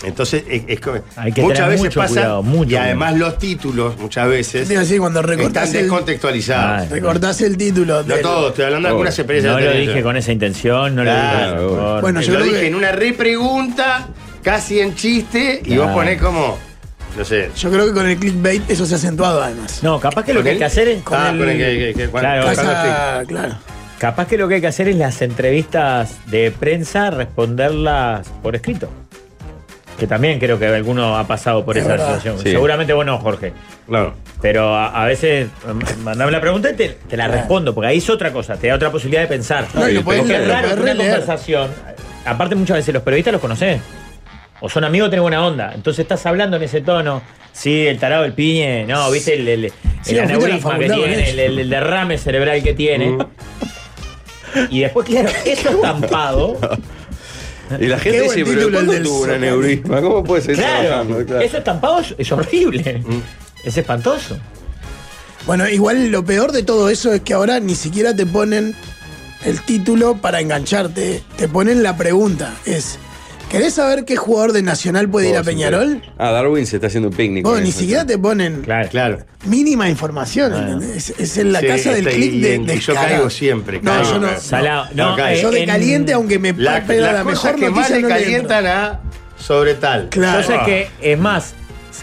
S6: Entonces, es, es como-
S7: Hay que
S6: muchas
S7: tener
S6: veces
S7: mucho
S6: pasa,
S7: cuidado, mucho
S6: y además los títulos, muchas
S9: Te iba a
S6: veces,
S9: decir, cuando
S6: están
S9: recortás el,
S6: descontextualizados.
S7: Ay.
S9: recortás el
S6: No
S9: título. del-
S6: todos, estoy hablando de algunas
S8: Obvio.
S6: experiencias.
S7: no
S6: que he
S7: lo
S6: tenido.
S7: dije con esa intención, no
S6: Claro,
S7: lo dije. por favor.
S9: Bueno,
S6: Eh,
S9: yo
S6: lo
S9: creo
S6: dije
S9: que-
S6: en una repregunta, casi en chiste, y vos
S7: Claro.
S6: ponés como, no sé,
S9: Yo creo que con el clickbait eso se ha acentuado además.
S7: no, capaz que lo
S6: ¿Con
S7: que hay
S6: él?
S7: que hacer es
S6: Ah, con el que- que- que- cuando-
S7: Claro,
S6: cuando estoy-
S9: Pasa- claro.
S7: capaz que lo que hay que hacer es las entrevistas de prensa responderlas por escrito. Que también creo que alguno ha pasado por
S9: Es
S7: esa
S9: verdad.
S7: situación.
S8: Sí.
S7: Seguramente vos no, Jorge.
S6: Claro.
S7: Pero a, a veces mm, mandame la pregunta y te, te la respondo, porque ahí es otra cosa, te da otra posibilidad de pensar.
S9: No, y lo podés
S7: Porque es
S9: leer, lo
S7: raro que
S9: podés
S7: una
S9: releer.
S7: conversación. Aparte, muchas veces los periodistas los conocés. O son amigos o tenés buena onda. Entonces estás hablando en ese tono. Sí, el tarado del piñe, no, viste el, el, el
S9: Sí, vos fuiste a la Mm.
S7: aneurisma que
S9: facultad con
S7: tiene,
S9: ellos.
S7: el, el- el derrame cerebral que tiene. Y después, claro, eso estampado.
S8: Y la gente
S9: Qué buen
S8: dice, pero
S9: título el
S8: ¿cuándo
S9: del
S8: tuvo un
S9: Zócalo".
S8: aneurisma? ¿Cómo puede ser
S7: claro,
S8: trabajando? Claro. Mm.
S7: eso estampado es, es horrible. Es espantoso.
S9: Bueno, igual lo peor de todo eso es que ahora ni siquiera te ponen el título para engancharte. Te ponen la pregunta. Es, ¿querés saber qué jugador de Nacional puede ir a Peñarol?
S8: Ah, Darwin se está haciendo un picnic.
S9: Vos
S8: con
S9: ni
S8: eso.
S9: siquiera te ponen
S7: Claro.
S6: Claro.
S9: mínima información. ¿entendés? Es, es en la
S6: Sí,
S9: casa del
S6: este,
S9: clic
S6: y
S9: de,
S6: en-
S9: de
S6: yo
S9: escala.
S6: caigo siempre,
S9: No,
S6: caigo.
S9: yo no.
S7: Salado. No,
S6: Acá,
S7: eh,
S9: Yo de
S7: en-
S9: caliente, aunque me
S6: La,
S9: pega la,
S6: las cosas
S9: mejor
S6: que más
S9: noticia
S6: le
S9: no le entro.
S6: calientan a sobre tal.
S9: Claro.
S7: Yo sé que, es más,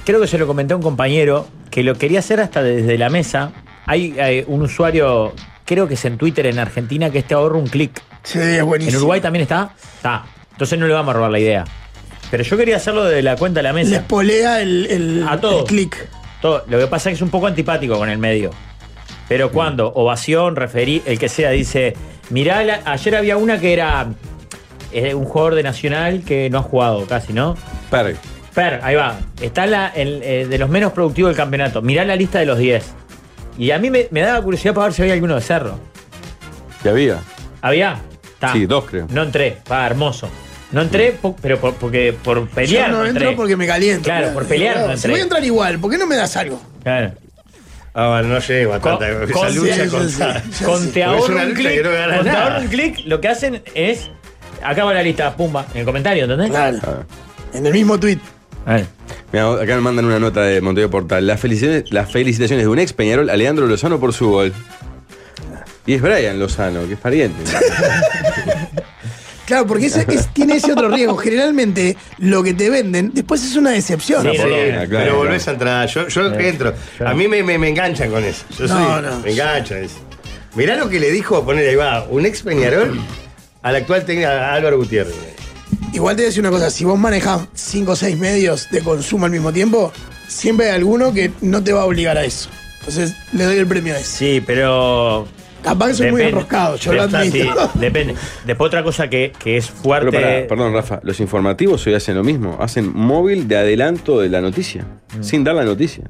S7: creo que se lo comenté a un compañero que lo quería hacer hasta desde la mesa. Hay, hay un usuario, creo que es en Twitter en Argentina, que este ahorra un clic.
S9: Sí, es buenísimo.
S7: ¿En Uruguay también está? Está. Entonces no le vamos a robar la idea. Pero yo quería hacerlo desde la cuenta de la
S9: Les
S7: mesa.
S9: polea el, el,
S7: A todos.
S9: el clic.
S7: Todo. Lo que pasa es que es un poco antipático con el medio. Pero cuando ovación, referí, el que sea, dice, mirá, la- ayer había una que era eh, un jugador de Nacional que no ha jugado casi, ¿no?
S8: Perry.
S7: Per, ahí va. Está la, el, eh, de los menos productivos del campeonato. Mirá la lista de los 10. Y a mí me, me daba curiosidad para ver si había alguno de cerro.
S8: ¿Ya había?
S7: ¿Había? Ta.
S8: Sí, dos creo.
S7: No entré. Pa, hermoso. No entré, po- pero por, porque por pelear.
S9: yo no entro porque me caliento.
S7: Claro, por pelear no
S9: Si
S7: entré.
S9: voy a entrar igual, ¿por qué no me das algo?
S7: Claro.
S6: Ah, bueno, no llego a
S7: Con-
S6: tanta esa
S7: con-
S6: lucha
S9: sí,
S6: con-
S9: sí, sí.
S7: Con
S9: sé.
S7: te
S6: Porque es
S7: ahorro
S6: una
S7: un
S6: lucha
S7: clic.
S6: que no gana
S7: Con te
S6: nada.
S7: ahorro un clic, lo que hacen es. Acá va la lista, pumba, en el comentario, ¿entendés?
S9: Claro.
S8: Ah.
S9: En el mismo tweet. Ah.
S7: Claro.
S8: Mirá, acá me mandan una nota de Montevideo Portal. Las felicitaciones, las felicitaciones de un ex Peñarol a Leandro Lozano por su gol. Y es Brian Lozano, que es pariente.
S9: Claro, porque ese- es- tiene ese otro riesgo. Generalmente, lo que te venden después es una decepción.
S7: Sí,
S6: Sí,
S7: por lo menos,
S8: claro,
S6: pero
S8: claro.
S6: volvés a entrar. Yo, yo entro. A mí me, me, me enganchan con eso. Yo
S9: No,
S6: soy-
S9: no.
S6: Me enganchan. es- Mirá lo que le dijo, poner ahí va, un ex Peñarol al actual técnico a Álvaro Gutiérrez.
S9: Igual te voy a decir una cosa: si vos manejás 5 o 6 medios de consumo al mismo tiempo, siempre hay alguno que no te va a obligar a eso. Entonces, le doy el premio a ese.
S7: Sí, pero.
S9: Capaz que soy muy
S7: depende.
S9: enroscado, yo lo
S7: Está, sí,
S9: admito.
S7: depende. Después otra cosa que, que es fuerte.
S8: Pero pará, perdón, Rafa, los informativos hoy hacen lo mismo. Hacen móvil de adelanto de la noticia,
S9: Mm.
S8: sin dar la noticia.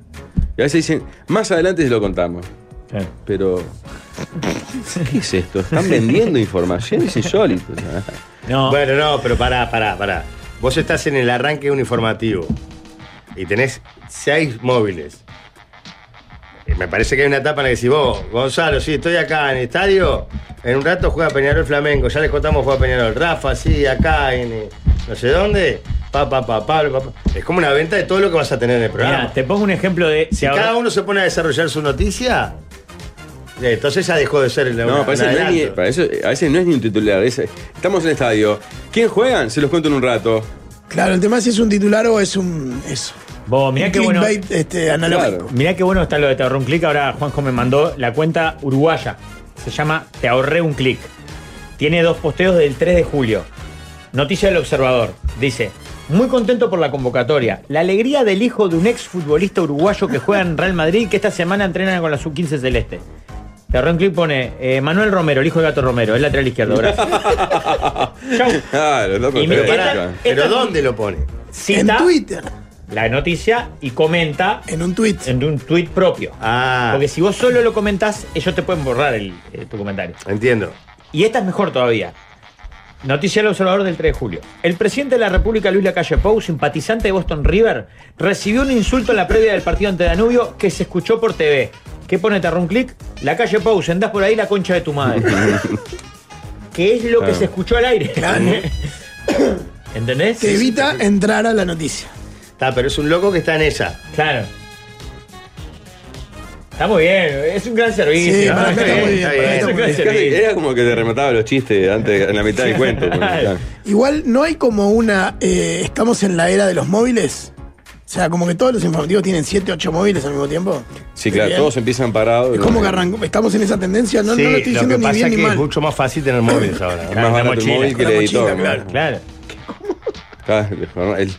S8: Y a veces dicen, más adelante se lo contamos.
S7: Claro.
S8: Pero. ¿Qué es esto? Están vendiendo información, es insólito. ¿no?
S7: No.
S6: Bueno, no, pero pará, pará, pará. Vos estás en el arranque de un informativo y tenés seis móviles. Y me parece que hay una etapa en la que decís vos, Gonzalo, sí, estoy acá en el estadio, en un rato juega Peñarol Flamengo, ya les contamos juega Peñarol. Rafa, sí, acá en eh, no sé dónde, pa, pa, pa, pa, pa, pa. Es como una venta de todo lo que vas a tener en el programa.
S7: Mira, te pongo un ejemplo de.
S6: si
S7: de ahora-
S6: cada uno se pone a desarrollar su noticia, eh, entonces ya dejó de ser el
S8: No, para eso no es ni- para eso, a veces no es ni un titular. es- estamos en el estadio. ¿Quién juegan? Se los cuento en un rato.
S9: Claro, el tema es si es un titular o es un. Eso.
S7: Vos, mirá
S9: un
S7: qué bueno.
S9: clickbait, este, analógico.
S8: Claro.
S7: Mirá qué bueno está lo de Te ahorré un clic. Ahora Juanjo me mandó la cuenta uruguaya. Se llama Te ahorré un clic. Tiene dos posteos del 3 de julio. Noticia del Observador. Dice, muy contento por la convocatoria. La alegría del hijo de un ex futbolista uruguayo que juega en Real Madrid que esta semana entrena con la Sub-15 Celeste. Terrón Clip pone eh, Manuel Romero, el hijo de Gato Romero, el lateral izquierdo. Gracias.
S8: Claro, loco,
S7: Y me-
S8: pero
S7: esta-
S8: pará.
S6: ¿Pero dónde lo pone?
S7: Cita
S9: En Twitter,
S7: la noticia y comenta
S9: en un tweet.
S7: en un tuit propio.
S6: Ah,
S7: Porque si vos solo lo comentás, ellos te pueden borrar el, eh, tu comentario.
S6: entiendo.
S7: Y esta es mejor todavía. Noticia del Observador del 3 de julio. El presidente de la República, Luis Lacalle Pou, simpatizante de Boston River, recibió un insulto en la previa del partido ante Danubio que se escuchó por TV. ¿Qué pone Terrón Click? Lacalle Pou, andás por ahí la concha de tu madre. que es lo que
S8: Claro.
S7: se escuchó al aire.
S9: Claro.
S7: ¿Entendés?
S9: Te evita entrar a la noticia.
S6: Está, pero es un loco que está en esa.
S7: Claro. Está muy bien, Eh, es un gran servicio.
S9: Sí,
S7: ¿no?
S9: para mí está muy bien,
S6: está
S9: para mí
S6: bien.
S9: está muy bien.
S7: Gracias.
S8: Es casi- Era como que te remataba los chistes antes, en la mitad del cuento. bueno, claro.
S9: Igual no hay como una. eh, estamos en la era de los móviles. O sea, como que todos los informativos tienen 7, 8 móviles al mismo tiempo.
S8: Sí, claro,
S9: Bien.
S8: todos empiezan parados.
S9: Es como que arrancó. Estamos en esa tendencia. No, no
S6: sí,
S9: lo estoy
S6: lo
S9: diciendo
S6: que
S9: ni
S6: pasa
S9: bien
S6: es
S9: ni
S6: que es
S9: mal.
S6: mucho más fácil tener móviles ahora. ¿no?
S8: Es más
S7: la
S8: barato el
S7: mochila,
S8: móvil que
S9: la
S8: el
S9: mochila,
S8: editor. ¿no?
S9: claro.
S7: Claro.
S8: Claro, el,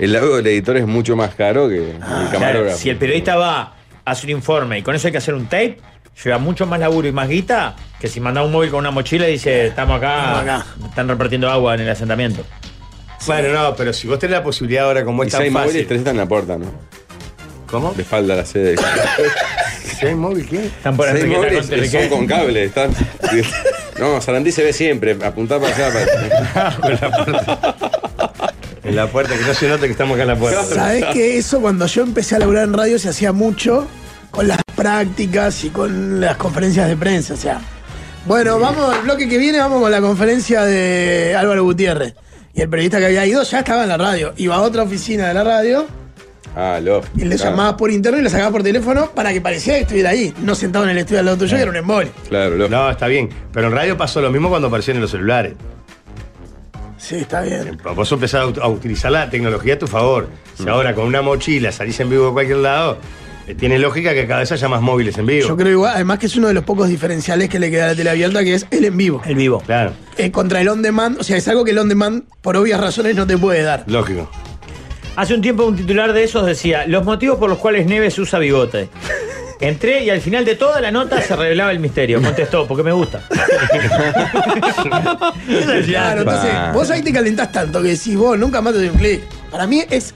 S8: el laburo del editor es mucho más caro que el Ah. camarógrafo.
S7: Ah, Claro, si el periodista va, hace un informe y con eso hay que hacer un tape, lleva mucho más laburo y más guita que si manda un móvil con una mochila y dice, estamos acá,
S9: Estamos
S7: están repartiendo agua en el asentamiento.
S6: Bueno, no, pero si vos tenés la posibilidad ahora como
S8: Y
S6: es
S8: si hay
S6: tan
S8: móviles,
S6: fácil.
S8: tres están en la puerta, ¿no?
S6: ¿Cómo?
S8: De espalda a la sede.
S6: ¿Si hay móvil qué?
S7: Están por
S8: Si hay
S7: Enrique
S8: móviles,
S7: Taconte,
S8: son
S7: Enrique.
S8: con cable. Están... No, Sarandí se ve siempre. Apuntar para allá. para-
S6: En la puerta, que no se note que estamos acá en la puerta.
S9: Sabes que eso cuando yo empecé a laburar en radio se hacía mucho con las prácticas y con las conferencias de prensa. O sea, bueno, vamos al bloque que viene, vamos con la conferencia de Álvaro Gutiérrez. Y el periodista que había ido ya estaba en la radio. Iba a otra oficina de la radio
S8: Ah, lógico.
S9: y le
S8: claro.
S9: llamabas por interno y le sacabas por teléfono para que pareciera que estuviera ahí, no sentado en el estudio al lado tuyo, que era un embole.
S8: Claro, lógico.
S6: No, está bien. Pero en radio pasó lo mismo cuando aparecieron los celulares.
S9: Sí, está bien.
S6: Vos empezás a ut- a utilizar la tecnología a tu favor. Si
S9: Mm.
S6: ahora con una mochila salís en vivo de cualquier lado, eh, tiene lógica que cada vez haya más móviles en vivo.
S9: Yo creo igual, además que es uno de los pocos diferenciales que le queda a la tele abierta, que es el en vivo.
S7: El vivo.
S6: Claro,
S9: Eh, contra el on demand, o sea, es algo que el on demand, por obvias razones, no te puede dar.
S6: lógico.
S7: Hace un tiempo un titular de esos decía, los motivos por los cuales Neves usa bigote. Entré y al final de toda la nota se revelaba el misterio. Contestó, porque me gusta.
S9: Claro,
S7: Ah.
S8: Pa.
S9: entonces vos ahí te calentás tanto que decís vos nunca más te doy un clic. Para mí es.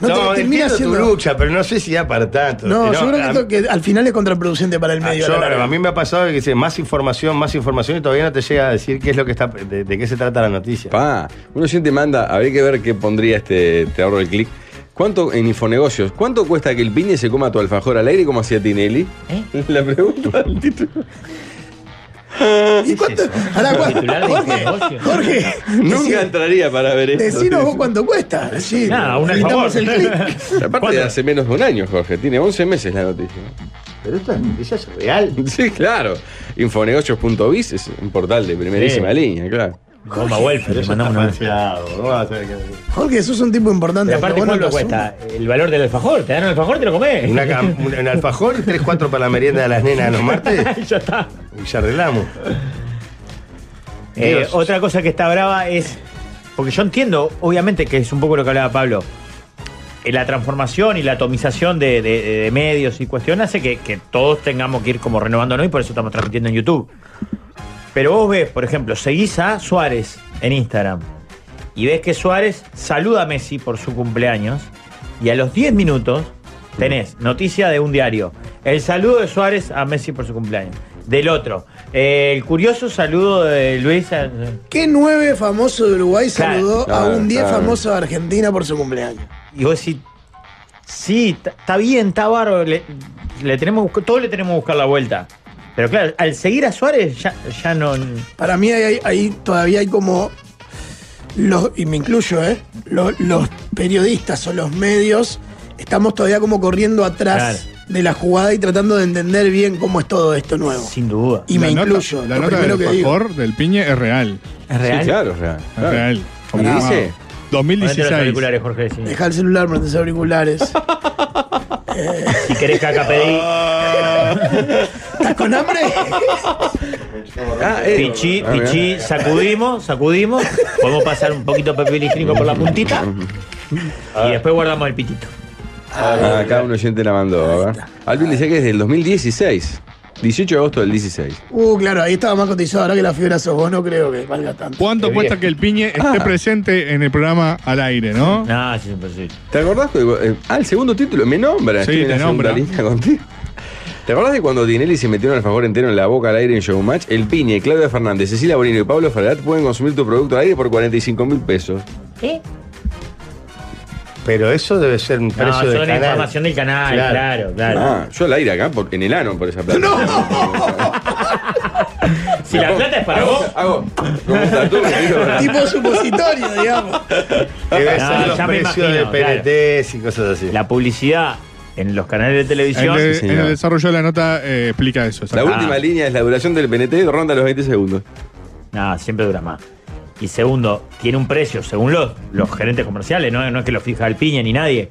S9: No, te termina
S6: entiendo
S9: siendo.
S6: tu lucha, pero no sé si da para tanto.
S9: No,
S6: Si
S9: yo creo que,
S6: a-
S9: esto que al final es contraproducente para el
S6: a-
S9: medio.
S6: Ah, yo-
S9: a la larga.
S6: a mí me ha pasado que dice más información, más información y todavía no te llega a decir qué es lo que está, de, de qué se trata la noticia.
S8: Pa, uno siempre manda, habría que ver qué pondría este, te ahorro el clic. ¿Cuánto en Infonegocios? ¿Cuánto cuesta que el piñe se coma tu alfajor al aire como hacía Tinelli?
S6: ¿Eh?
S8: La pregunta del título.
S9: ¿Y cuánto? Pará,
S7: ¿Un
S9: cua-
S7: titular de
S9: Jorge,
S7: negocio?
S9: Jorge,
S8: Nunca entraría para ver esto.
S9: decinos vos cuánto cuesta. Sí,
S7: Nada, Ah, un
S9: necesitamos
S7: favor.
S9: el clic.
S8: Aparte de
S7: ¿Cuánto?
S8: hace menos de un año, Jorge. Tiene 11 meses la noticia.
S6: Pero esta noticia es real.
S8: Sí, claro. Infonegocios.biz es un portal de primerísima
S7: Sí.
S8: línea, claro.
S7: Goma Welfer,
S6: Pero
S7: le
S6: eso está
S7: mandamos una-
S6: falseado, no vas a ver que-
S9: Jorge, sos un tipo importante.
S7: Pero aparte,
S9: vos no
S7: ¿cuánto
S9: lo
S7: cuesta? El valor del alfajor. Te dan el alfajor, te lo comés.
S6: Una cam- un, un alfajor y tres, cuatro para la merienda de las nenas los martes
S7: ya está.
S6: y ya arreglamos.
S7: Eh,
S6: Dios.
S7: otra cosa que está brava es. Porque yo entiendo, obviamente, que es un poco lo que hablaba Pablo. eh, La transformación y la atomización de, de- de- de medios y cuestión hace que, que todos tengamos que ir como renovándonos y por eso estamos transmitiendo en YouTube. Pero vos ves, por ejemplo, seguís a Suárez en Instagram y ves que Suárez saluda a Messi por su cumpleaños y a los 10 minutos tenés noticia de un diario. El saludo de Suárez a Messi por su cumpleaños. Del otro. eh, el curioso saludo de Luis. eh, a-
S9: ¿Qué nueve famoso de Uruguay
S7: Claro,
S9: saludó a
S8: claro,
S9: un 10
S8: claro.
S9: famoso de Argentina por su cumpleaños?
S7: Y vos decís, sí, ta- está bien, está bárbaro. Le, le tenemos, que buscar- todos le tenemos que buscar la vuelta. Pero claro, al seguir a Suárez ya, ya no...
S9: Para mí ahí, hay- ahí todavía hay como, los, y me incluyo, ¿eh? Lo- Los, periodistas o los medios estamos todavía como corriendo atrás de la jugada y tratando de entender bien cómo es todo esto nuevo.
S7: Sin duda.
S9: Y me
S10: La nota-
S9: incluyo,
S10: La
S9: lo
S10: nota
S9: primero
S10: del
S9: que digo.
S10: favor del piñe es real.
S7: ¿Es real?
S8: Sí, claro, es real.
S10: Es real.
S8: ¿Y
S10: Confirmado.
S8: dice?
S7: Ponete los
S10: 2016.
S7: auriculares, Jorge. sí.
S9: Deja el celular, ponete los auriculares.
S7: Si querés caca pedí.
S9: Ah, ¿Estás con hambre?
S8: Ah, eh.
S7: Pichi,
S8: Ah, mirá.
S7: pichi, sacudimos, sacudimos. Podemos pasar un poquito de papel higiénico por la puntita. Y después guardamos el pitito.
S8: Ah, acá un oyente la mandó. a ver. Alvin dice que es del 2016. 18 de agosto del 16.
S9: Uh, claro, ahí estaba más cotizado. Ahora que la fibra sos vos, no creo que valga tanto.
S10: ¿Cuánto
S6: Qué
S10: cuesta
S6: bien.
S10: que el piñe esté presente en el programa al aire, no?
S7: No, es imposible.
S8: ¿Te acordás? que- eh, Ah, el segundo título. Me nombra.
S10: Sí,
S8: estoy en
S10: te
S8: la segunda
S10: nombra.
S8: línea contigo. ¿Te acordás de cuando Dinelli se metió un alfajor entero en la boca al aire en Showmatch? El Piñe, Claudia Fernández, Cecilia Bonino y Pablo Ferrat pueden consumir tu producto al aire por 45 mil pesos.
S6: Pero eso debe ser un
S7: No,
S6: precio
S7: son
S6: de canal.
S7: información del canal,
S6: Claro.
S7: claro, claro.
S8: Ah, yo al aire acá, por- en el ano, por esa plata.
S7: Si la plata es para vos.
S8: Hago como un tatu, me digo, para-
S9: Tipo supositorio, digamos.
S6: Debe
S7: No,
S6: ser los
S7: Ah, ya me
S6: precios
S7: imagino,
S6: de PNTs y cosas así.
S7: La publicidad en los canales de
S10: En,
S7: televisión. Ah.
S10: el-
S8: sí,
S10: en
S8: señor.
S10: el desarrollo de la nota eh, explica eso.
S8: La
S10: exacto.
S8: última línea es la duración del PNT, ronda los 20 segundos.
S7: No, siempre dura más. Y segundo, tiene un precio, según los, los gerentes comerciales, ¿no? no es que lo fija el piña ni nadie.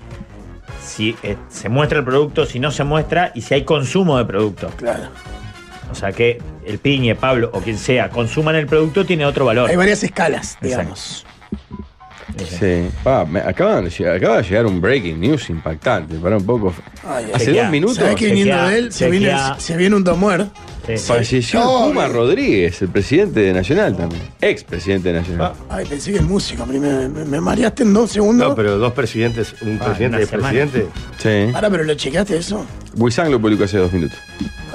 S7: Si eh, se muestra el producto, si no se muestra y si hay consumo de producto.
S9: Claro.
S7: O sea que el piñe, Pablo o quien sea consuman el producto tiene otro valor.
S9: Hay varias escalas, digamos.
S8: Sí. Pa, me- acaban de llegar- acaba de llegar un breaking news impactante. Para un poco.
S9: Ay, ay.
S8: Hace
S7: Chequea.
S8: dos minutos
S9: ¿Sabés que
S7: Chequea,
S9: viniendo de él se viene,
S7: chequea.
S9: se viene un domuer?
S7: Sí.
S8: falleció
S9: No,
S8: Puma
S9: eh.
S8: Rodríguez, el presidente de Nacional también. Ex presidente de Nacional.
S9: Ay, pensé que es músico. Me, me, me mareaste en dos segundos.
S6: No, pero dos presidentes, un
S7: Ah,
S6: presidente
S7: una
S6: y
S7: semana.
S6: presidente.
S8: Sí.
S9: Ahora, pero lo chequeaste eso.
S8: Wissan lo publicó hace dos minutos.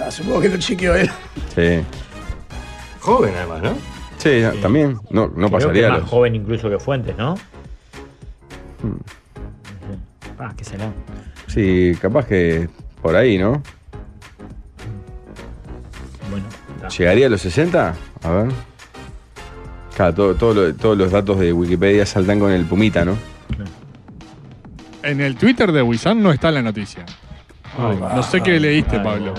S9: Ah, supongo que lo chequeó él.
S8: Sí.
S6: Joven además, ¿Ah, ¿no?
S8: Sí, también. No, no
S7: Creo que
S8: pasaría.
S7: es más
S8: los-
S7: joven incluso que Fuentes, ¿no? Ah, qué salado.
S8: Sí, capaz que por ahí, ¿no?
S7: Bueno, está.
S8: ¿Llegaría a los 60? A ver. Claro, todo- todo lo- todos los datos de Wikipedia saltan con el Pumita, ¿no?
S10: Ah, En el Twitter de Wisan no está la noticia.
S7: Oh,
S10: no sé qué leíste, Pablo.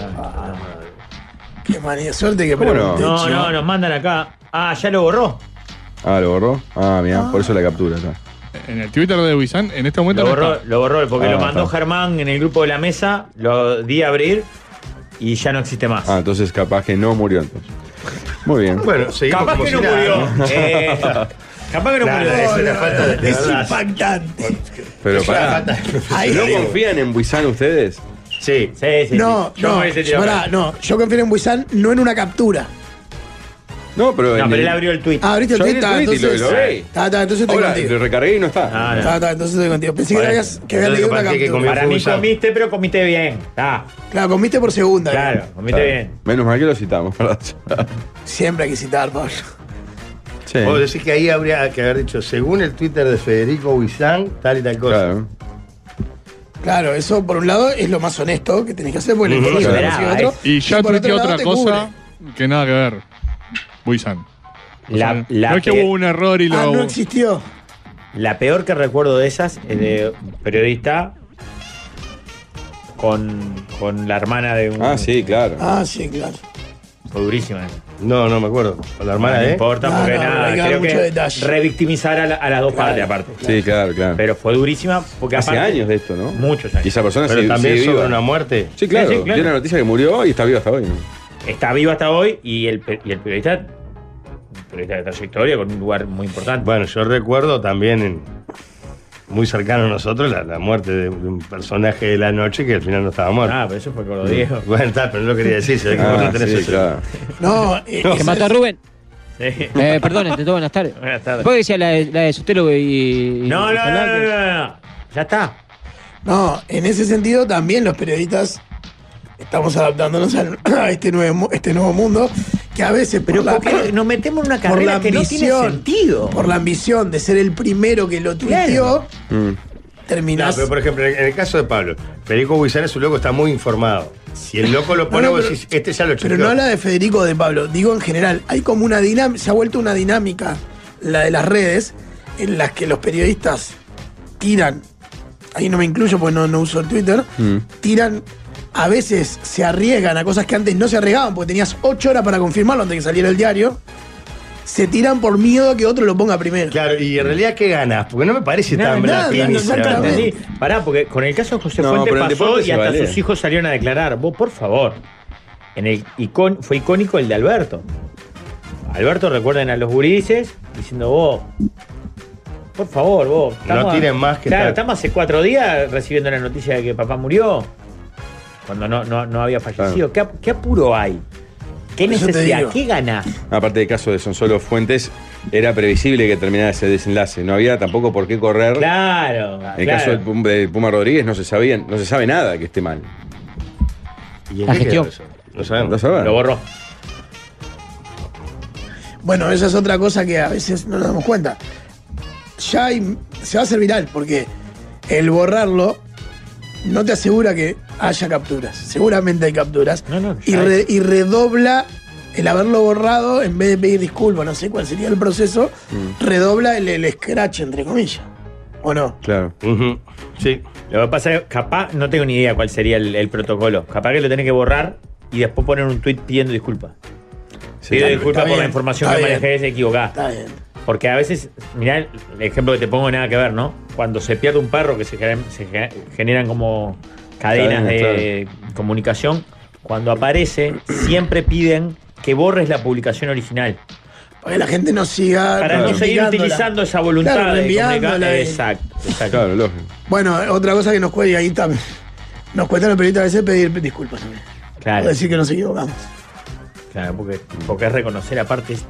S9: Qué manía. Suerte que
S8: ¿Cómo
S9: pregunté,
S8: no?
S7: No,
S9: chico.
S7: no, nos mandan acá. Ah, ya lo borró.
S8: Ah, ¿lo borró? Ah, mira, por eso la captura. está.
S10: En el Twitter de Wisan, en este momento
S7: Lo
S10: no
S7: borró,
S10: está.
S7: lo borró porque
S8: Ah,
S7: lo mandó
S8: está.
S7: Germán en el grupo de la mesa, lo di a abrir y ya no existe más.
S8: Ah, entonces capaz que no murió entonces. Muy bien.
S6: Bueno, seguimos
S7: capaz
S6: como
S7: que
S6: si
S7: no
S6: nada,
S7: murió. Eh, capaz que no
S6: Nada,
S7: murió.
S6: es una falta de, de
S9: Es
S6: verdad.
S9: impactante. Eh,
S8: Pero pará.
S9: Ahí
S8: ¿No confían en Buizán ustedes?
S7: Sí,
S6: Sí.
S7: sí, sí.
S9: No,
S7: Yo
S9: no,
S7: me hubiese tirado
S9: pará,
S7: acá.
S9: no. Yo confío en Buizán, no en una captura.
S8: No, pero.
S7: No,
S8: en
S7: pero él
S8: el-
S7: abrió el tweet.
S9: Ah, abriste el
S8: Yo
S9: tweet,
S8: abrí
S9: ta,
S8: el tweet y lo-
S9: entonces.
S8: lo abrí.
S9: Ta, ta, entonces estoy
S8: Ahora,
S9: contigo.
S8: lo recargué y no está.
S7: Ah, no.
S9: Ta, ta, entonces estoy contigo. Pensé que,
S7: Bueno.
S9: habías, que habías
S6: Entonces,
S9: leído una
S6: capaz que hay que
S9: captura.
S6: comer.
S7: Para mí
S6: Fusa.
S7: comiste, pero comiste bien. Ah,
S9: Claro, comiste por segunda.
S7: claro,
S9: digamos.
S7: comiste
S8: Está.
S7: bien.
S8: Menos mal que lo citamos, ¿verdad?
S9: Siempre hay que citar, Pablo.
S8: Sí.
S6: Vos decís que ahí habría que haber dicho, según el Twitter de Federico Huizán, tal y tal cosa.
S8: Claro.
S9: Claro, eso por un lado es lo más honesto que tenés que hacer, porque la
S6: Ujú,
S9: información
S7: claro.
S9: consigue otro.
S10: Y ya
S9: por otro
S10: tuiteó
S9: lado
S10: otra
S9: te
S10: cosa que nada que ver. Wisan. O sea,
S7: La, la
S10: no es que
S7: pe-
S10: hubo un error y
S9: cubre.
S10: lo.
S9: Ah, no existió.
S7: La peor que recuerdo de esas es de un periodista con, con la hermana de un.
S8: Ah, sí, claro.
S9: Ah, sí, claro.
S7: Fue durísima.
S6: No, no me acuerdo. Con la hermana,
S7: no
S6: ¿eh?
S7: importa,
S9: No,
S7: porque
S9: no,
S7: nada,
S9: hay que dar
S7: creo
S9: mucho
S7: que
S9: detalle.
S7: revictimizar a, la- a las dos partes aparte.
S8: Sí, claro, claro.
S7: Pero fue durísima porque
S8: Hace
S7: aparte-
S8: años de esto, ¿no?
S7: Muchos años.
S8: Y esa persona
S6: Pero
S8: sigue-
S6: también
S8: sigue
S6: sobre
S8: viva.
S6: una muerte.
S8: Sí, claro.
S7: Sí, sí, claro.
S8: Dio la noticia que murió y está vivo hasta hoy. ¿no?
S7: Está vivo hasta hoy y el, pe- y el periodista, un periodista de trayectoria con un lugar muy importante.
S6: Bueno, yo recuerdo también en- muy cercano a nosotros la, la muerte de un personaje de la noche que al final no estaba muerto.
S7: ah, pero eso fue con los viejos.
S6: Bueno, está, pero no lo quería decir, se ve que vos
S8: Ah,
S6: no tenés
S8: sí,
S6: eso.
S8: claro.
S9: No, eh,
S6: No,
S9: esa
S11: Que mató a
S9: es-
S11: Rubén.
S7: Sí.
S11: Eh, perdón, intentó buenas tardes.
S7: Buenas tardes.
S11: Después decía la de, la de Sotelo y. y-
S7: No, no,
S11: y-
S7: no, no, no, no. Ya está.
S9: No, en ese sentido también los periodistas estamos adaptándonos al- a este nuevo, mu- este nuevo mundo que a veces por
S7: Pero
S9: la-
S7: porque nos metemos en una
S9: por la
S7: carrera que no tiene
S9: ambición,
S7: sentido.
S9: por la ambición de ser el primero que lo
S7: Claro.
S9: tuiteó,
S8: Mm.
S6: No,
S9: terminás.
S6: pero por ejemplo, en el caso de Pablo, Federico Huizán es un loco, está muy informado. Si el loco lo pone,
S9: No, no,
S6: vos
S9: pero-
S6: decís, este ya lo chequeó.
S9: Pero no habla de Federico o de Pablo, digo en general, hay como una dinámica, se ha vuelto una dinámica, la de las redes, en las que los periodistas tiran, ahí no me incluyo porque no, no uso el Twitter,
S8: Mm.
S9: tiran, a veces se arriesgan a cosas que antes no se arriesgaban, porque tenías ocho horas para confirmarlo antes de que saliera el diario, se tiran por miedo a que otro lo ponga primero.
S6: Claro, y en realidad, ¿qué ganas? Porque no me parece
S7: Nada,
S6: tan
S7: nada,
S6: la
S7: no,
S6: premisa.
S7: nunca
S9: exactamente.
S7: entendí. Pará, porque con el caso de José
S8: No,
S7: Fuentes
S8: pero en eh.
S7: pasó
S8: deporte
S7: y
S8: se
S7: hasta
S8: vale.
S7: sus hijos salieron a declarar. Vos, por favor. En el icon, fue icónico el de Alberto. Alberto, recuerden a los gurises diciendo vos. Por favor, vos. estamos-
S6: tienen más que
S7: Claro,
S6: estar-
S7: estamos hace cuatro días recibiendo la noticia de que papá murió. Cuando no, no, no había fallecido. ¿Qué, ap- qué apuro hay? ¿Qué
S8: Por eso te
S7: necesidad?
S8: digo.
S7: ¿Qué ganas?
S8: Aparte del caso de Sonsolo Fuentes, era previsible que terminara ese desenlace. No había tampoco por qué correr.
S7: Claro.
S8: En el caso
S7: claro.
S8: del Pum- de Puma Rodríguez no se sabía, no se sabe nada que esté mal.
S6: ¿Y
S9: en La qué gestión. quedó
S6: Lo sabemos.
S8: Lo sabemos.
S7: Lo borró.
S9: Bueno, esa es otra cosa que a veces no nos damos cuenta. Ya hay- se va a hacer viral porque el borrarlo no te asegura que haya capturas. Seguramente hay capturas. y,
S7: ya hay.
S9: re- y redobla el haberlo borrado en vez de pedir disculpas. No sé cuál sería el proceso.
S7: Mm.
S9: Redobla el, el scratch, entre comillas. ¿O no?
S8: Claro.
S6: Sí.
S7: Lo que pasa es que capaz, no tengo ni idea cuál sería el, el protocolo. Capaz que lo tenés que borrar y después poner un tweet pidiendo disculpas. Pido
S6: está- está
S7: disculpas por la
S6: bien,
S7: información
S6: está
S7: que
S6: bien.
S7: manejé equivocada. Porque a veces, mirá el ejemplo que te pongo nada que ver, ¿no? Cuando se pierde un perro que se generan, se ge- generan como cadenas
S8: Cadenas,
S7: de comunicación, cuando aparece siempre piden que borres la publicación original.
S9: Para que la gente no siga.
S7: Para no seguir
S9: replicándola.
S7: utilizando esa voluntad
S9: Ah, Claro,
S7: de
S9: reenviándola
S7: comunicar.
S9: y-
S7: Exacto, exacto.
S8: Claro, lógico.
S9: Bueno, otra cosa que nos cuesta, y ahí también. Nos cuesta los periodistas a veces pedir disculpas también.
S7: Claro.
S9: O decir que nos equivocamos.
S7: Claro, porque, porque es reconocer aparte es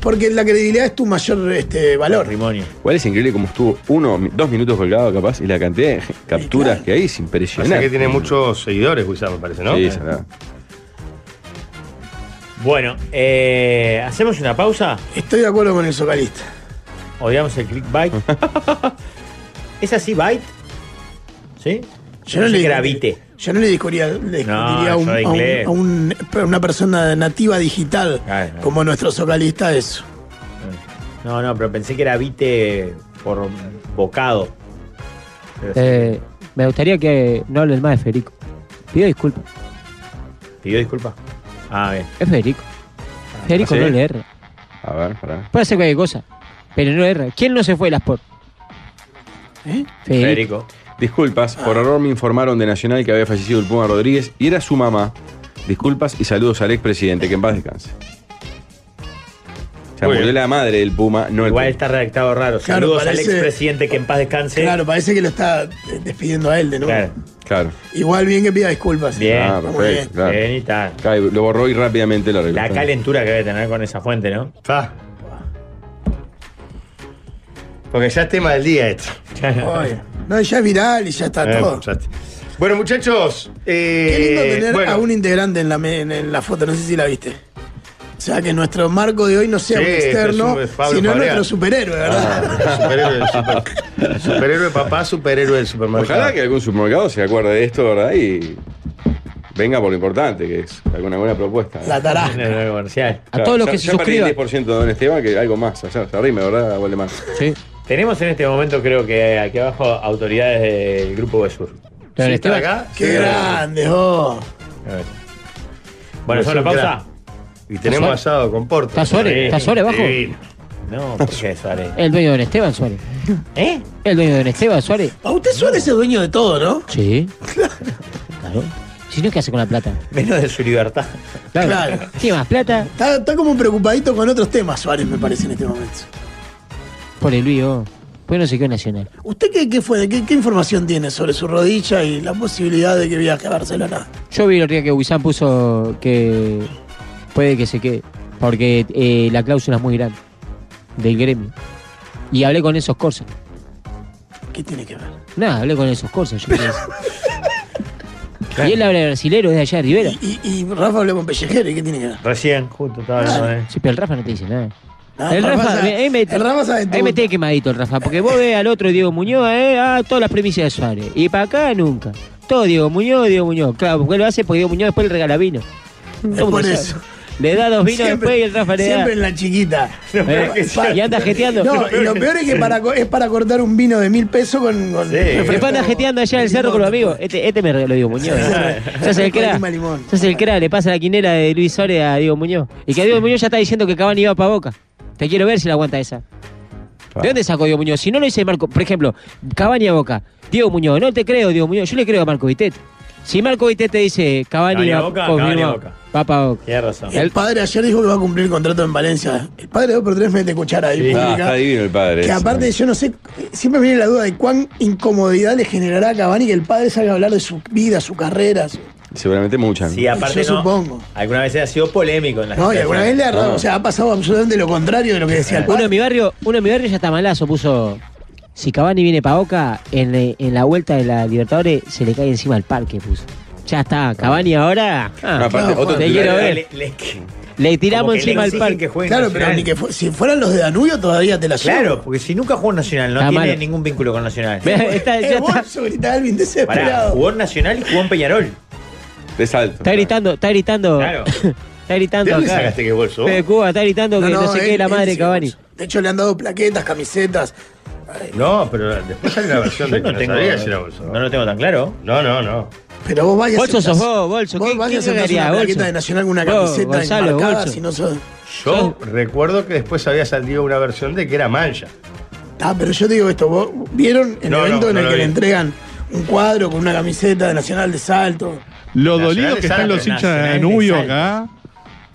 S9: Porque la credibilidad es tu mayor este, valor.
S7: patrimonio.
S8: Igual es increíble cómo estuvo uno, dos minutos colgado capaz y la cantidad de ge- capturas que hay es impresionante.
S6: Pasa que tiene muchos seguidores, Guisán, me parece, ¿no?
S8: Sí, es verdad.
S7: Bueno, eh, ¿hacemos una pausa?
S9: Estoy de acuerdo con el socalista.
S7: Odiamos el clickbait. ¿Es así, bite? ¿Sí?
S9: Yo no
S7: sé
S9: le-
S7: que era bite.
S9: Yo no le discutiría, le discutiría a,
S7: yo
S9: un-
S7: de
S9: a un-
S7: inglés.
S9: a un- a una persona nativa digital como nuestro socalista eso.
S7: No, no, pero pensé que era vite por bocado. Pero sí,
S11: Eh, me gustaría que no hablen más de Federico. Pido disculpas.
S7: Pidió disculpas. Ah, bien. Ah,
S11: Es Federico. Federico
S7: ¿sí?
S11: no le erra.
S8: A ver, pará.
S11: Puede hacer cualquier cosa, pero no le erra. ¿Quién no se fue de las por? ¿Eh? Federico.
S8: Disculpas, por error me informaron de Nacional que había fallecido el Puma Rodríguez y era su mamá. Disculpas y saludos al expresidente, que en paz descanse. O sea,
S7: Muy
S8: murió la madre del Puma, no el
S7: Igual
S8: Puma.
S7: está redactado raro.
S9: Claro,
S7: Saludos al
S9: parece-
S7: expresidente que en paz descanse.
S9: Claro, parece que lo está eh, despidiendo a él de nuevo.
S8: Claro. Claro.
S9: Igual bien que pida disculpas.
S7: Bien.
S8: Ah,
S9: Muy
S8: perfecto. Claro.
S7: Bien y tal.
S8: Claro, y Lo borró y rápidamente lo arregló.
S7: La calentura que debe tener con esa fuente, ¿no?
S6: Porque ya es tema del día esto.
S9: Oye, No, ya es viral y ya está
S6: Eh,
S9: todo.
S6: ya está. Bueno, muchachos. eh,
S9: Qué lindo tener
S6: bueno,
S9: a un integrante en la, me- en- en la foto, no sé si la viste. O sea, que nuestro marco de hoy no sea
S6: Sí,
S9: un externo,
S6: este es un- Pablo
S9: sino
S6: Fabrián.
S9: nuestro superhéroe,
S6: Ah,
S9: ¿verdad?
S6: superhéroe, del super- superhéroe papá, superhéroe del supermercado.
S8: Ojalá que algún supermercado se acuerde de esto, ¿verdad? Y venga por lo importante, que es alguna buena propuesta.
S9: La tarasca.
S7: comercial.
S8: Claro, ya- ya perdí el 10% de don Esteban, que algo más. Allá se arrime, ¿verdad, Voldemar?
S11: Sí.
S7: Tenemos en este momento, creo que aquí abajo, autoridades del Grupo Besur.
S11: este
S7: ¿Están
S9: ¿Sí, está
S7: acá?
S9: acá? Qué grande, oh.
S7: Bueno,
S6: Besur,
S7: ¿hacemos la pausa?
S6: Y tenemos
S11: ¿Está
S6: asado con Porto.
S11: ¿Está Suárez? ¿Está Suárez abajo?
S6: Divino.
S7: No, ¿por qué Suárez?
S11: El dueño de Don Esteban Suárez.
S7: ¿Eh?
S11: El dueño de Don Esteban Suárez.
S9: A Ah, usted suele ser dueño de todo, ¿no?
S11: Sí. Claro. Si no, ¿qué hace con la plata?
S7: Menos de su libertad.
S11: Claro.
S9: Claro.
S11: Tiene más plata
S9: Está, está como preocupadito con otros temas, Suárez, me parece, en este momento.
S11: por el Luis O. ¿Por qué no se quedó en Nacional?
S9: ¿Usted qué, qué fue? ¿Qué, qué información tiene sobre su rodilla y la posibilidad de que viaje a Barcelona?
S11: Yo vi el otro día que Wissan puso que puede que se quede, porque eh, la cláusula es muy grande del gremio. Y hablé con esos corsas.
S9: ¿Qué tiene que ver?
S11: Nada, hablé con esos corsas. yo pienso. Y él habla brasilero, es de allá de Rivera.
S9: Y, y Rafa habló con Pellejero, ¿y qué tiene que ver?
S7: Recién, justo estaba hablando de-
S11: Ah, Sí, pero el Rafa no te dice nada.
S9: No,
S11: el
S9: Rafa
S11: Rafa,
S9: sabe-
S11: eh, ahí me,
S9: el Rafa sabe
S11: ahí
S9: todo.
S11: me tiene quemadito el Rafa, porque vos ves al otro Diego Muñoz, eh, ah, todas las premisas de Suárez. Y para acá nunca. Todo Diego Muñoz, Diego Muñoz. Claro, porque lo hace porque Diego Muñoz después le regala vino.
S9: Es
S11: ¿Cómo
S9: por
S11: que
S9: eso.
S11: sabe? Le da dos vinos
S9: Siempre-
S11: después y el Rafa le da.
S9: Siempre en la chiquita. Eh,
S11: No, pero que sí. Y anda jeteando.
S9: No, y lo peor es que para, co- es para cortar un vino de mil pesos con. con
S11: Me panda jeteando allá en el cerro con los amigos. Este, este me regaló Diego Muñoz. Se hace el cra.
S9: Lima, limón.
S11: Se hace el cra, le pasa la quinera de Luis Suárez a Diego Muñoz. Y que Diego Muñoz ya está diciendo que Cavani iba para Boca. Te quiero ver si la aguanta esa. ¿De dónde sacó Diego Muñoz? Si no lo dice Marco, por ejemplo, Cavani a Boca. Diego Muñoz, no te creo, Diego Muñoz. Yo le creo a Marco Vitet. Si Marco Vite te dice Cavani
S9: Cavani a
S11: va
S9: Boca,
S11: confirma-
S9: Cavani a Boca.
S11: va pa' Boca.
S9: El padre ayer dijo que va a cumplir el contrato en Valencia. El padre 2 por 3 mete cuchara ahí. pública.
S8: Ah, está divino el padre.
S9: Que
S8: ese. ¿eh?
S9: aparte, yo no sé, siempre me viene la duda de cuán incomodidad le generará a Cavani que el padre salga a hablar de su vida, su carrera. su-
S8: Seguramente muchas.
S7: Sí, aparte
S9: Yo
S7: no,
S9: supongo.
S7: Alguna vez ha sido polémico en la
S9: No, y alguna vez le ha o sea, ha pasado absolutamente lo contrario de lo que decía el
S11: Uno
S9: padre.
S11: en mi barrio, uno en mi barrio ya está malazo, puso. Si Cavani viene para Boca, en, eh, en la vuelta de la Libertadores se le cae encima al parque, puso. Ya está, Cavani ahora. ah,
S8: No, aparte,
S11: te
S8: otro
S11: quiero
S8: titular-
S11: ver.
S7: Ah, Le- le-
S11: Le
S7: Como
S11: tiramos
S7: que
S11: encima
S7: le
S11: al
S7: exigen
S11: parque.
S7: que juegue
S9: Claro, pero
S7: Nacional.
S9: ni que fu- si fueran los de Danubio todavía te la llevo.
S7: Claro, porque si nunca jugó en Nacional, no
S11: Ah,
S9: Está
S7: tiene
S9: mal.
S7: ningún vínculo con Nacional.
S9: El bolso gritaba Alvin
S7: Pará,
S9: desesperado.
S7: jugó en Nacional y jugó en Peñarol.
S8: De salto.
S11: Está gritando, está gritando.
S7: Claro.
S11: Está gritando
S6: ¿De dónde
S11: acá.
S6: sacaste que bolso?
S11: Fede Cuba está gritando que no, sé
S9: él-
S11: qué de la
S9: él
S11: madre
S9: sí,
S11: Cavani.
S9: De hecho, le han dado plaquetas, camisetas.
S6: No, pero después hay una versión
S7: Yo
S6: de que
S7: no
S6: no
S7: tengo-
S6: sabía si era bolso.
S7: No lo tengo tan claro.
S6: No, no, no.
S9: Pero vos vayas
S11: Bolso sos vos, Bolso.
S9: Vos
S11: ¿Qué-
S9: vas y
S11: qué
S9: aceptás
S11: cagaría,
S9: una
S11: Bolso?
S9: plaqueta de Nacional con una
S11: Vos,
S9: camiseta
S11: Gonzalo,
S9: enmarcada,
S11: Bolso.
S9: si no sos...
S6: Yo recuerdo que después había salido una versión de que era mancha.
S9: Ah, pero yo te digo esto, ¿vos ¿vieron el
S6: No, no,
S9: evento en
S6: no
S9: el
S6: lo
S9: que
S6: vi.
S9: le entregan un cuadro con una camiseta de Nacional de Salto?
S10: Lo
S6: Nacional
S10: dolido
S6: de
S10: que están
S6: Salto,
S10: los hinchas de
S7: Nacional de
S10: Danubio
S7: Salto.
S10: acá.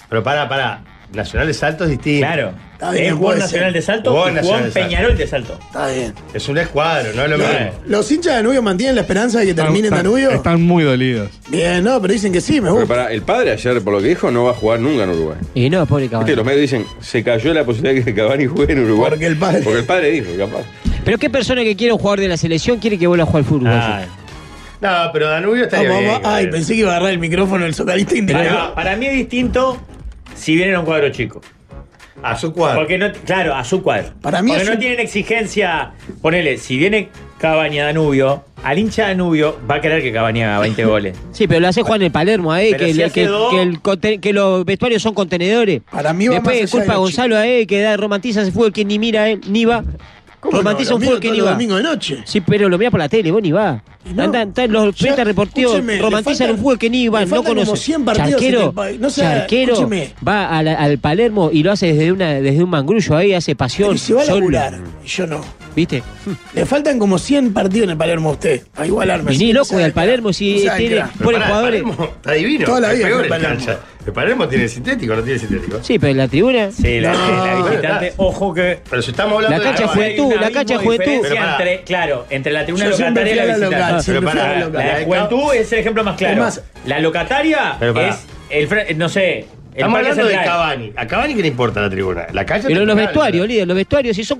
S6: Pero para, para. Nacional de Salto es distinto.
S7: Claro.
S9: Está bien,
S7: Él jugó
S9: puede
S7: en Nacional
S9: ser.
S7: de Salto
S6: Jugó en
S7: y jugó
S6: Nacional
S7: en
S6: de Salto.
S7: Peñarol de Salto.
S9: Está bien.
S6: Es un escuadro, no es lo mismo.
S9: ¿Los hinchas de Danubio mantienen la esperanza de que
S10: Están-
S9: termine en
S10: están-
S9: Danubio?
S10: Están muy dolidos.
S9: Bien, no, pero dicen que sí, me
S8: Pero
S9: gusta.
S8: para, el padre ayer, por lo que dijo, no va a jugar nunca en Uruguay.
S11: Y no, pobre
S8: Viste,
S11: Cavani.
S8: Los medios dicen, se cayó la posibilidad de que Cavani juegue en Uruguay.
S9: Porque el padre-
S8: Porque el padre dijo, capaz.
S11: Pero qué persona que quiere un jugador de la selección quiere que vuelva a jugar al fútbol.
S7: Ah,
S6: No, pero Danubio está
S9: Vamos,
S6: bien.
S9: vamos. Ay,
S6: Gabriel.
S9: pensé que iba a agarrar el micrófono el socalista
S7: para,
S9: indignado.
S7: para mí es distinto si vienen a un cuadro chico.
S6: A su cuadro.
S7: Porque no, claro, a su cuadro.
S9: Para mí
S7: Porque
S9: es
S7: no
S9: un-
S7: tienen exigencia. Ponele, si viene Cabaña Danubio, al hincha Danubio va a querer que Cabaña haga 20 goles.
S11: Sí, pero lo hace Juan el Palermo ahí,
S7: Pero
S11: que,
S7: si
S11: le-
S7: hace
S11: que-
S7: dos-
S11: que el conte- que los vestuarios son contenedores.
S9: Para mí va más
S11: Después
S9: allá
S11: culpa
S9: de
S11: a
S9: los
S11: Gonzalo ahí, que da, romantiza ese fútbol que ni mira él, ni va. Romantiza
S9: Romantiza
S11: un fútbol que ni va.
S9: domingo de noche.
S11: Sí, pero lo mira por la tele, vos ni va.
S9: No.
S11: Andan, están los
S9: Ya,
S11: periodistas deportivos
S9: escúcheme, le
S11: romantizan
S9: faltan-
S11: un fútbol que ni
S9: le
S11: van, no
S9: faltan como
S11: conocen.
S9: 100 partidos en
S11: Charquero,
S9: el país. No sea,
S11: Charquero
S9: escúcheme.
S11: va a la- al Palermo y lo hace desde una desde un mangrullo ahí, hace pasión.
S9: Y se va a
S11: solo,
S9: laburar. y Yo no.
S11: ¿Viste?
S9: Le faltan como 100 partidos en el Palermo a usted. A igualarme.
S11: Y
S9: Así
S11: ni
S9: que
S11: loco
S9: no sea-
S11: del Palermo si
S9: no sea
S11: tiene-
S9: crack.
S6: Pero
S11: pone
S6: pará,
S11: jugadores.
S6: Palermo está divino.
S9: Toda la
S6: Es
S9: vida
S6: peor
S9: fue
S6: en
S9: Palermo.
S6: cancha. El Palermo tiene sintético, no tiene sintético.
S11: Sí, pero en la tribuna.
S7: Sí, la,
S9: No.
S7: la visitante. Ojo que.
S6: Pero si estamos hablando
S11: La
S6: de
S11: cancha
S6: Cavani,
S9: Uh,
S11: fue- Juventud,
S7: Hay un
S11: la cancha
S7: abismo de
S11: Juventud.
S7: diferencia
S6: Pero pará.
S7: entre- claro, entre la tribuna
S9: Yo siempre
S7: locataria y
S9: fui
S7: la
S9: a la
S7: visitante.
S9: local. Siempre
S6: Pero
S9: fui a
S6: pará,
S9: la
S7: La,
S9: local.
S6: de
S7: juventud es el ejemplo más claro.
S9: Además-
S7: la locataria
S6: Pero pará.
S7: es el fre- no sé, el parque
S6: Estamos hablando de
S7: central.
S6: Cavani. ¿A Cavani qué le importa la tribuna? La cancha
S11: Pero los
S6: central,
S11: vestuarios, líder, los vestuarios, si son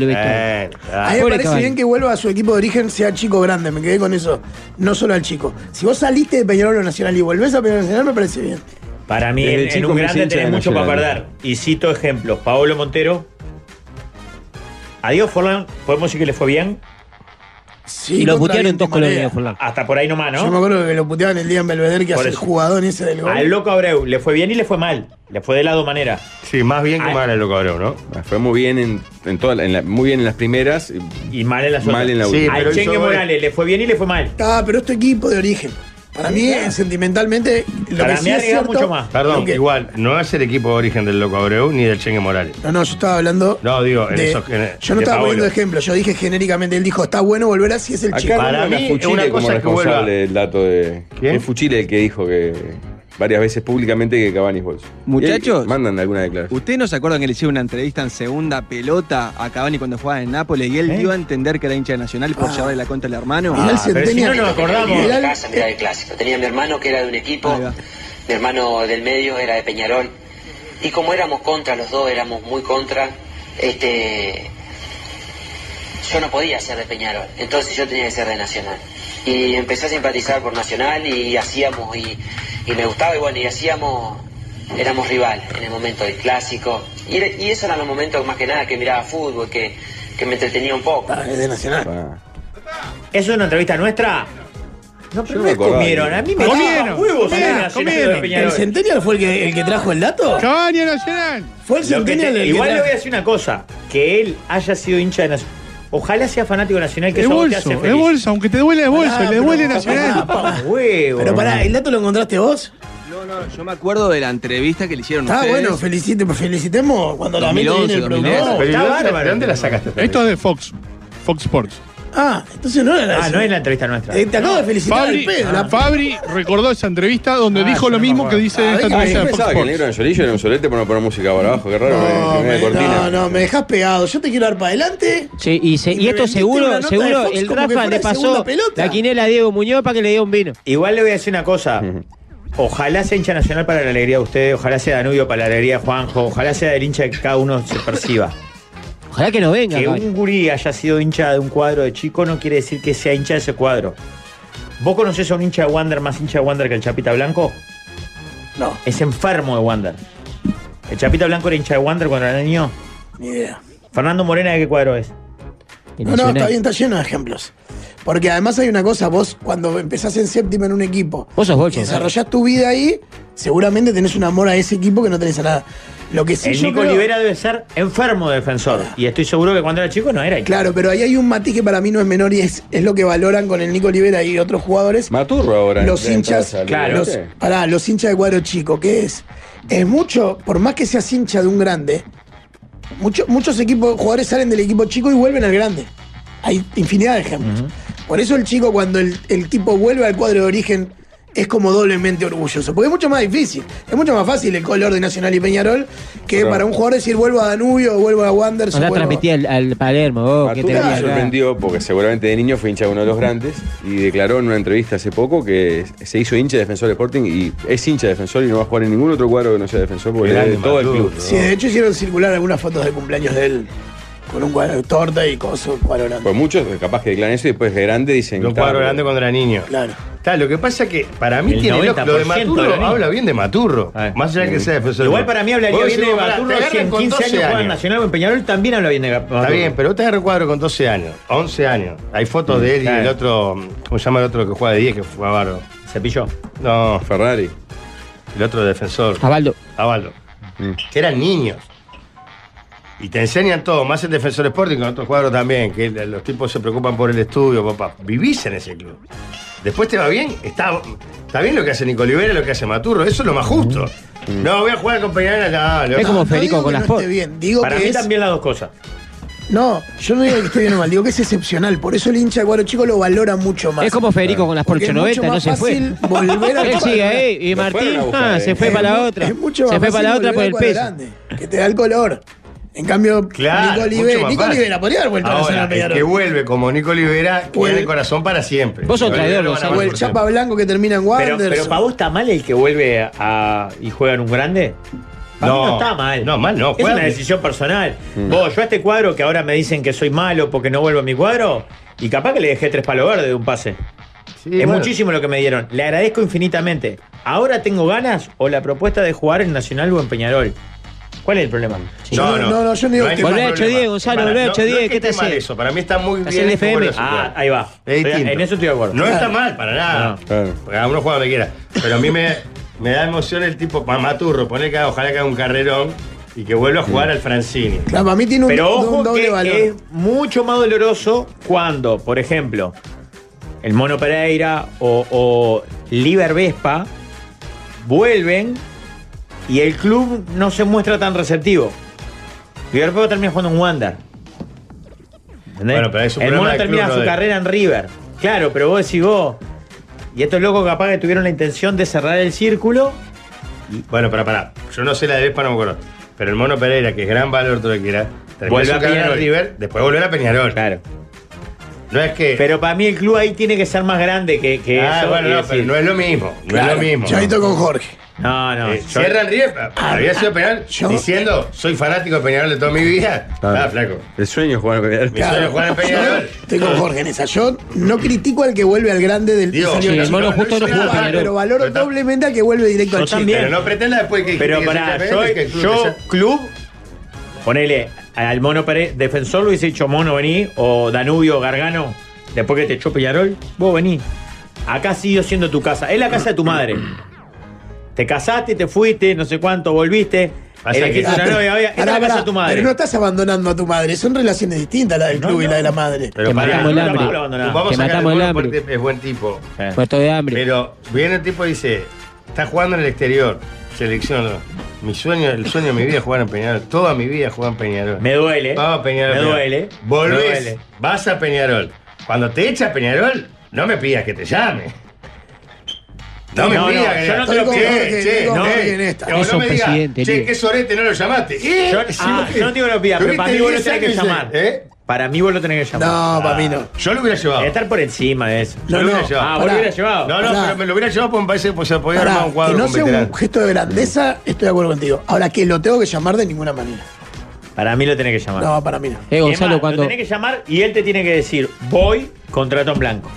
S7: Eh.
S11: los vestuarios.
S6: Bueno,
S9: A
S6: claro.
S9: mí me
S11: Pobre
S9: parece
S11: Cavani.
S9: bien que vuelva a su equipo de origen, sea chico o grande, me quedé con eso. No solo al chico. Si vos saliste de Peñarol o Nacional y volvés a Peñarol Nacional, me parece bien.
S7: Para mí,
S8: Desde
S7: en,
S8: el
S7: en
S8: chico
S7: un
S8: me hice
S7: grande
S8: hincha
S7: tenés
S8: de
S7: mucho para
S8: Nacional.
S7: perder. Y cito ejemplos. Paolo Montero. Adiós, Forlán. Podemos decir que le fue bien.
S9: Sí,
S11: Y lo
S9: contra
S11: putearon en
S9: Inter
S11: todos colores,
S9: Marea.
S11: Forlán.
S7: Hasta por ahí nomás,
S9: Yo me
S7: Ah, ¿no?
S9: acuerdo que lo puteaban el día en Belvedere que
S7: Por
S9: hace el
S7: eso.
S9: jugadón ese del gol.
S7: Al loco Abreu le fue bien y le fue mal. Le fue de lado manera.
S6: Sí, más bien que
S7: Ay.
S6: mal el loco Abreu, ¿no?
S8: Ah, Fue muy bien en, en toda la- en la- muy bien en las primeras y
S7: Y mal en la
S8: mal en la
S6: Sí,
S8: última.
S6: pero
S7: Al
S6: hizo
S7: Chengue
S6: gol.
S7: Morales le fue bien y le fue mal.
S9: Ah, pero este equipo de origen. Para mí, eh, sentimentalmente, lo
S7: Para
S9: que sí
S7: mí
S9: es
S7: agrega
S9: cierto,
S7: mucho más.
S6: Perdón,
S9: lo que-
S6: igual, no es el equipo de origen del loco Abreu ni del Chengue Morales.
S9: No, no, yo estaba hablando.
S6: No, digo, en
S9: de-
S6: esos- en-
S9: yo no
S6: de Paolo.
S9: estaba poniendo ejemplo, yo dije genéricamente, él dijo, está bueno volver así es el chico.
S8: Acá
S6: Para
S8: para
S6: mí,
S8: mí es
S6: una
S8: una
S6: cosa
S8: cosa
S6: que
S8: responsable
S6: vuelva-
S8: del dato de
S6: ¿Quién?
S8: es Fuchile el que dijo que varias veces públicamente que Cavani es bolso.
S12: Muchachos.
S8: Y él- Mandan alguna declaración.
S12: ¿Ustedes no se acuerdan que le hicieron una entrevista en segunda pelota a Cavani cuando jugaba en Nápoles y él
S8: ¿Eh?
S12: dio a entender que era hincha de Nacional por
S9: Ah.
S12: llevarle la contra al hermano?
S8: Ah,
S9: Mirá el
S7: Ah, pero si
S9: Centennial.
S7: no nos acordamos.
S9: Mirá el-
S13: casa, mirá de clásico. Tenía a mi hermano que era de un equipo,
S12: Ahí va.
S13: mi hermano del medio era de Peñarol. Y como éramos contra los dos, éramos muy contra, este yo no podía ser de Peñarol, entonces yo tenía que ser de Nacional. Y empecé a simpatizar por Nacional y hacíamos, y, y me gustaba, y bueno, y hacíamos, éramos rival en el momento del clásico. Y, era- y esos eran los momentos más que nada que miraba fútbol, que, que me entretenía un poco.
S9: Ah, es de Nacional.
S8: Ah.
S7: ¿Eso es una entrevista nuestra?
S8: Yo
S7: No, pero
S8: no
S7: me
S8: me acordaba.
S7: comieron. A mí me
S10: Comieron,
S7: daban huevos.
S10: comieron,
S7: a mí me
S10: comieron.
S9: ¿El Centennial fue el que, el que trajo el dato?
S10: Cavani a Nacional.
S9: Fue el
S7: Lo que
S9: Centennial
S7: te-
S9: el que
S7: igual le
S9: trajo.
S7: voy a decir una cosa: que él haya sido hincha de Nacional. Ojalá sea fanático de nacional, que
S10: Es
S7: eso a vos te hace
S10: bolso, es
S7: feliz.
S10: bolso. Aunque te duele, es bolso.
S9: Pará,
S10: Le duele
S9: Ah, pero-
S10: Nacional.
S9: pará, pará.
S7: Huevo.
S9: Pero pará, ¿el dato lo encontraste vos?
S12: No, no, yo me acuerdo de la entrevista que le hicieron
S9: Ah,
S12: ustedes.
S9: bueno, felicite, felicitemos cuando la mete viene el
S12: 2011,
S9: productor.
S7: Está
S6: Pero ¿y de dónde-
S7: bárbaro.
S6: ¿De dónde la sacaste?
S10: Esto es de Fox. Fox Sports.
S9: Ah, entonces no era la
S7: Ah, no es la entrevista nuestra.
S9: Eh, te acabo de felicitar
S10: Fabri,
S9: al pedo, la-
S10: Fabri recordó esa entrevista donde
S9: Ah,
S10: dijo
S9: yo
S10: lo
S9: no me
S10: mismo que
S9: acuerdo.
S10: dice esta
S9: Ah, ¿ves?
S10: entrevista
S8: Yo
S10: de
S8: pensaba que el
S10: Fox
S8: negro anzolillo era un solete por no poner música para abajo, qué raro, eh,
S9: No,
S8: me, me,
S9: me-
S8: cortina.
S9: no, no, me dejas pegado. Yo te quiero dar para adelante.
S11: Sí, y, se- y
S9: me
S11: esto
S9: vendiste una
S11: seguro,
S9: nota de
S11: seguro,
S9: Fox
S11: el
S9: como que
S11: Rafa
S9: fuera
S11: le
S9: de segunda
S11: pasó
S9: pelota.
S11: la quinela a Diego Muñoz para que le dé un vino.
S7: Igual le voy a decir una cosa. Ojalá sea hincha nacional para la alegría de ustedes, ojalá sea Danubio para la alegría de Juanjo, ojalá sea del hincha que cada uno se perciba.
S11: Ojalá que no venga.
S7: Que
S11: cabrón.
S7: un gurí haya sido hincha de un cuadro de chico no quiere decir que sea hincha de ese cuadro. ¿Vos conocés a un hincha de Wander más hincha de Wander que el Chapita Blanco?
S9: No.
S7: Es enfermo de Wander. ¿El Chapita Blanco era hincha de Wander cuando era niño?
S9: Ni idea.
S7: Fernando Morena, ¿de qué cuadro es?
S9: No, no, está bien, está lleno de ejemplos. Porque además hay una cosa, vos cuando empezás en séptimo en un equipo,
S11: Vos sos
S9: y
S11: bolso.
S9: desarrollás tu vida ahí, seguramente tenés un amor a ese equipo que no tenés a nada. Lo que sí
S7: el
S9: yo
S7: Nico
S9: creo-
S7: Olivera debe ser enfermo de defensor. Y estoy seguro que cuando era chico no era hincha.
S9: Claro, pero ahí hay un matiz que para mí no es menor y es, es lo que valoran con el Nico Olivera y otros jugadores.
S8: Maturro ahora.
S9: Los
S8: ya
S9: hinchas,
S8: entrás al-
S9: los,
S8: ¿viste?
S9: pará, los hinchas de cuadro chico, ¿qué es? Es mucho, por más que seas hincha de un grande, mucho- muchos equipos, jugadores salen del equipo chico y vuelven al grande. Hay infinidad de ejemplos. Por eso el chico, cuando el, el tipo vuelve al cuadro de origen, es como doblemente orgulloso. Porque es mucho más difícil, es mucho más fácil el color de Nacional y Peñarol que
S8: Claro.
S9: para un jugador decir vuelvo a Danubio o vuelvo a Wanderers. o
S11: Andá a
S9: vuelvo a-
S11: transmitir al, al Palermo, vos, que
S8: Maturro
S11: te
S8: me
S11: venía acá.
S8: sorprendió porque seguramente de niño fue hincha de uno de los grandes y declaró en una entrevista hace poco que se hizo hincha de Defensor Sporting y es hincha de Defensor y no va a jugar en ningún otro cuadro que no sea Defensor porque
S6: Qué
S8: le debe
S6: grande,
S8: todo el
S6: Maturro.
S8: club.
S9: Sí, de hecho hicieron circular algunas fotos de cumpleaños de él con un cuadro de torta y cosas, cuadro grande.
S8: Pues muchos capaz que declaran eso y después de grande dicen...
S6: Los cuadros grandes cuando era niño.
S9: Claro.
S6: Está, lo que pasa que para mí
S7: El
S6: tiene lo, lo
S7: 90%
S6: de Maturro
S7: de lo mismo.
S6: habla bien de Maturro. Más allá de que sea defensor.
S7: Ah, Igual para mí hablaría
S6: Vos
S7: bien de
S6: decís, pará,
S7: Baturro
S6: te
S7: si en
S6: agarran con
S7: 15 años
S6: 12
S7: juega en Nacional o en Peñarol, también habla bien de Baturro.
S6: Está bien, pero vos te agarras cuadro con 12 años, 11 años. Hay fotos de él y
S7: Mm, claro.
S6: el otro, ¿cómo se llama el otro que juega de 10 que fue Barro?
S7: Cepillo.
S6: No,
S8: Ferrari.
S6: el otro defensor,
S11: Abaldo.
S6: Avaldo. Que eran niños. Y te enseñan todo, más en Defensor Sporting con otros cuadros también, que los tipos se preocupan por el estudio, papá. Vivís en ese club. Después te va bien, está, está bien lo que hace Nico Olivera y lo que hace Maturro, eso es lo más justo. No, voy a jugar con Peñarol, no, le-
S11: Mm. Es como
S9: No
S11: Federico
S9: digo
S11: con
S9: que
S11: las
S9: no
S11: fotos.
S9: esté bien, digo
S7: Para
S9: que
S7: mí
S9: es-
S7: también las dos cosas.
S9: No, yo no digo que esté bien o mal, digo que es excepcional. Por eso el hincha de Guaro Chico lo valora mucho más.
S11: Es como Federico con las
S9: Porque es mucho
S11: Porcho 90, no
S9: más
S11: se fue.
S9: fácil volver al
S11: Él
S9: cuadro
S11: sigue ahí.
S9: grande.
S11: Y
S8: Lo fueron
S11: Martín
S8: a buscar,
S11: ah,
S8: eh.
S11: se fue
S9: Es
S11: para la
S9: mu-
S11: otra.
S9: Es mucho más
S11: Se fue para la
S9: fácil
S11: otra por
S9: volver al
S11: el
S9: cuadro
S11: peso.
S9: grande, que te da el color. En cambio,
S6: Claro,
S9: Nico
S6: mucho
S9: Olivera,
S6: más
S9: Nico
S6: fácil.
S9: Olivera podría haber vuelto a
S6: Ahora,
S9: Nacional
S6: el que
S9: Peñarol.
S6: vuelve como Nico Olivera,
S9: O
S6: queda en
S9: el-
S6: el corazón para siempre.
S11: Vos sos
S6: Nico
S11: traidor,
S6: Olivera lo van a
S11: Gonzalo.
S9: O
S6: amar
S9: el
S6: por
S9: Chapa Blanco que termina en
S7: Pero,
S9: Wanderers.
S7: pero para vos está mal el que vuelve a, y juega en un grande. Para mí no
S6: No,
S7: está mal.
S6: no, mal no,
S7: Es
S6: juega
S7: una
S6: bien. Mm.
S7: decisión personal. Vos, yo a este cuadro que ahora me dicen que soy malo porque no vuelvo a mi cuadro, y capaz que le dejé tres palos verdes de un pase.
S6: siempre. Sí,
S7: es
S6: bueno.
S7: muchísimo lo que me dieron. Le agradezco infinitamente. Ahora tengo ganas o la propuesta de jugar en Nacional o en Peñarol. ¿Cuál es el problema?
S9: No, no, no, yo no digo
S6: hay
S9: que-
S6: ningún
S11: Volvé a
S6: problema.
S11: 8-10, Gonzalo,
S6: Para,
S11: volvé a
S6: no-
S11: 8-10,
S6: no es que
S11: ¿qué te
S6: esté mal
S11: hace?
S6: eso, para mí está muy bien.
S11: Hace el
S6: cómo
S11: FM.
S6: lo hace
S7: Ah,
S6: jugar.
S7: ahí va.
S6: Es
S7: Estoy-
S6: distinto.
S7: en eso estoy de acuerdo. Ah.
S6: No está mal, para nada.
S7: No.
S8: Claro.
S6: Porque cada uno juega donde quiera. Pero a mí me, me da emoción el tipo Maturro, poner que ojalá que haga un carrerón y que vuelva a jugar al Francini.
S9: Claro, para mí tiene un,
S7: Pero
S9: un
S7: ojo
S9: doble
S7: que
S9: valor.
S7: es mucho más doloroso cuando, por ejemplo, el Mono Pereira o, o Liber Vespa vuelven y el club no se muestra tan receptivo. Liber Vespa termina jugando en Wander. ¿Entendés?
S6: Bueno, pero es un
S7: el
S6: problema
S7: Mono
S6: del club,
S7: termina
S6: no
S7: su
S6: de él.
S7: carrera en River. Claro, pero vos decís vos. Y estos locos capaz que tuvieron la intención de cerrar el círculo.
S6: Bueno, para pará. Yo no sé la de Vespa, no me acuerdo. Pero el Mono Pereira, que es gran valor, todo lo que quiera, termina
S7: Vuelve
S6: su
S7: a
S6: carrera en
S7: Peñarol.
S6: River, después volver a Peñarol.
S7: Claro.
S6: No es que.
S7: Pero para mí el club ahí tiene que ser más grande que, que
S6: ah,
S7: eso.
S6: bueno,
S7: y
S6: no,
S7: decir-
S6: pero no es lo mismo. No es
S9: Claro,
S6: lo mismo.
S9: Chavito con Jorge.
S7: No, no.
S6: Eh,
S7: yo-
S6: Cierran River, pa- había sido Peñarol
S9: yo-
S6: diciendo soy fanático de Peñarol de toda mi vida.
S8: Claro.
S6: Ah, flaco.
S8: El sueño es jugar con Peñarol.
S6: Mi sueño es jugar en Peñarol.
S9: Estoy con Jorge en esa. Yo no critico al que vuelve al grande del
S6: Digo,
S9: salió
S11: sí,
S9: campeón.
S11: bueno, justo no
S9: Pero
S11: jugó
S9: va-
S11: Peñarol.
S9: Pero valoro
S6: Pero tam-
S9: doblemente al que vuelve directo
S7: Yo
S9: al Chile.
S7: también.
S6: Pero no pretenda después que
S7: Pero
S6: que-
S7: pará,
S6: que-
S7: yo,
S6: que el club
S7: yo,
S6: que sea-
S7: club, ponele al mono Pérez, defensor lo hubiese dicho mono vení, o Danubio Gargano, después que te echó Peñarol, vos vení. Acá siguió siendo tu casa, es la casa de tu madre. Te casaste, te fuiste, no sé cuánto, volviste.
S6: Pasa que-
S7: elegiste
S9: Ah,
S7: una
S9: pero-
S7: novia, obvia, esta es
S9: pará,
S7: la casa
S9: pará,
S7: de tu madre.
S9: Pero no estás abandonando a tu madre. Son relaciones distintas la del
S7: No,
S9: club y
S7: no.
S9: la de la madre.
S6: Pero
S11: Te
S6: pará,
S11: matamos el
S6: no la
S11: hambre.
S6: vamos a abandonar.
S11: Te
S6: Vamos a sacar el
S11: matamos el
S6: mono
S11: hambre.
S6: porque es buen tipo.
S7: Eh.
S11: Muerto de hambre.
S6: Pero viene el tipo y dice, está jugando en el exterior, selección. Mi sueño, el sueño de mi vida es jugar en Peñarol. Toda mi vida jugar en Peñarol.
S7: Me duele.
S6: Vamos a Peñarol.
S7: Me
S6: Peñarol.
S7: duele.
S6: Volvés.
S7: Me duele.
S6: Vas a Peñarol. Cuando te echa Peñarol, no me pidas que te llame. No me
S7: No, no,
S6: pidas que
S7: yo no te lo
S6: Che,
S7: pido. Estoy
S6: che,
S7: con
S6: no,
S7: Jorge
S6: eh,
S7: en esta.
S6: o no
S7: Eso,
S6: me digas,
S7: presidente,
S6: Che,
S7: libre.
S6: qué sorete, no lo llamaste. Eh,
S7: Yo,
S6: sí,
S7: ah,
S6: porque-
S7: yo no te digo lo pida, pero
S6: tuviste
S7: para mí vos lo
S6: 10
S7: tenés que
S6: años,
S7: llamar.
S6: ¿eh?
S7: Para mí vos lo tenés que llamar.
S6: No, para mí no. Yo lo hubiera llevado.
S7: Estar por encima de eso.
S6: Yo lo hubiera llevado.
S7: Ah, vos lo hubieras llevado.
S6: No, no,
S9: Pará.
S6: pero me lo hubiera llevado porque me parece que se podía
S9: Pará,
S6: armar un cuadro
S9: que no
S6: con
S9: sea un
S6: veteranos.
S9: gesto de grandeza, estoy de acuerdo contigo. Ahora, que lo tengo que llamar de ninguna manera.
S7: Para mí lo tenés que llamar.
S9: No, para mí no.
S7: Y es más, Lo tenés que llamar y él te tiene que decir, voy, contrato en blanco.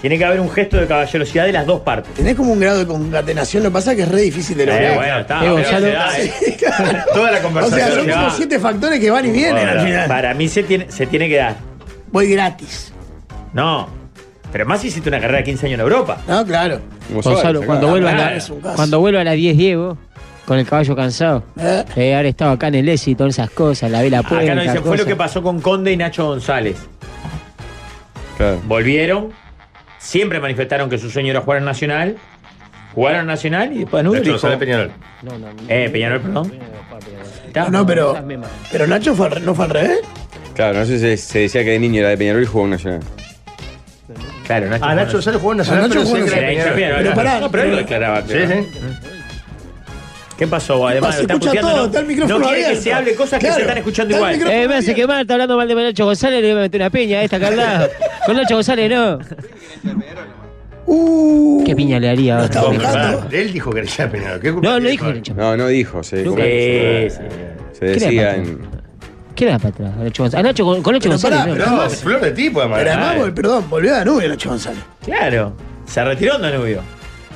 S7: Tiene que haber un gesto de caballerosidad de las dos partes.
S9: Tenés como un grado de concatenación, lo que pasa es que es re difícil de
S7: Eh,
S9: lograr.
S7: bueno, está, pero se da, eh.
S6: Toda la
S9: O sea, son
S7: se
S9: como
S7: da.
S9: siete factores que van y vienen
S7: Bueno,
S9: al final.
S7: Para mí se tiene, se tiene que dar.
S9: Voy gratis.
S7: No. Pero más hiciste una carrera de 15 años en Europa. Ah,
S9: No, claro.
S11: Gonzalo, cuando vuelva, a la- cuando vuelva a las 10, Diego, con el caballo cansado,
S9: eh.
S11: haber estado acá en el éxito, en esas cosas, la vela puesta.
S7: Acá nos dicen, fue lo
S11: cosas.
S7: que pasó con Conde y Nacho González. Volvieron, siempre manifestaron que su sueño era jugar en Nacional, jugaron en Nacional y después Danubio dijo-
S6: Nacho González Peñarol.
S7: Eh, Peñarol, perdón.
S9: No, no, pero. Pero Nacho fue al re- no fue al revés.
S8: Claro, no sé si se decía que de niño era de Peñarol y jugó en Nacional.
S7: Claro,
S6: Ah, Nacho González jugó en
S9: Ah,
S6: Nacional,
S9: Nacho
S6: pero
S9: jugó en
S6: sé que
S9: Nacional.
S6: era de Peñarol.
S9: Pero pará,
S7: No, pero él lo declaraba.
S6: Sí, sí.
S7: ¿Qué pasó? Además,
S11: pasa?
S7: está
S11: Escucha
S7: puteando,
S11: todo,
S7: no-
S11: está el micrófono
S7: No quiere
S11: abierto.
S7: que se hable cosas que
S11: Claro,
S7: se están escuchando
S11: está el
S7: igual.
S11: Eh, me hace quemar, está hablando mal de Nacho González, le voy a meter una peña a esta acá al lado. Con Nacho González no. ¿Qué piña le haría? ahora?
S6: Con verdad, Él dijo que era Peñarol. ¿Qué culpa
S11: No, no
S6: tiene?
S11: dijo que era
S8: No, no dijo. Se,
S11: Nunca.
S8: se- se
S11: ¿Qué le
S8: decía
S11: pasa?
S8: en.
S11: ¿Qué le da para atrás? A Nacho González. A Nacho, con, con Nacho
S9: Pero
S11: González
S9: pará,
S11: no.
S9: pero además-
S6: Flor de tipo, además.
S9: Pero además, vol- perdón, volvió a Danubio Nacho González.
S7: Claro, se retiró en Danubio.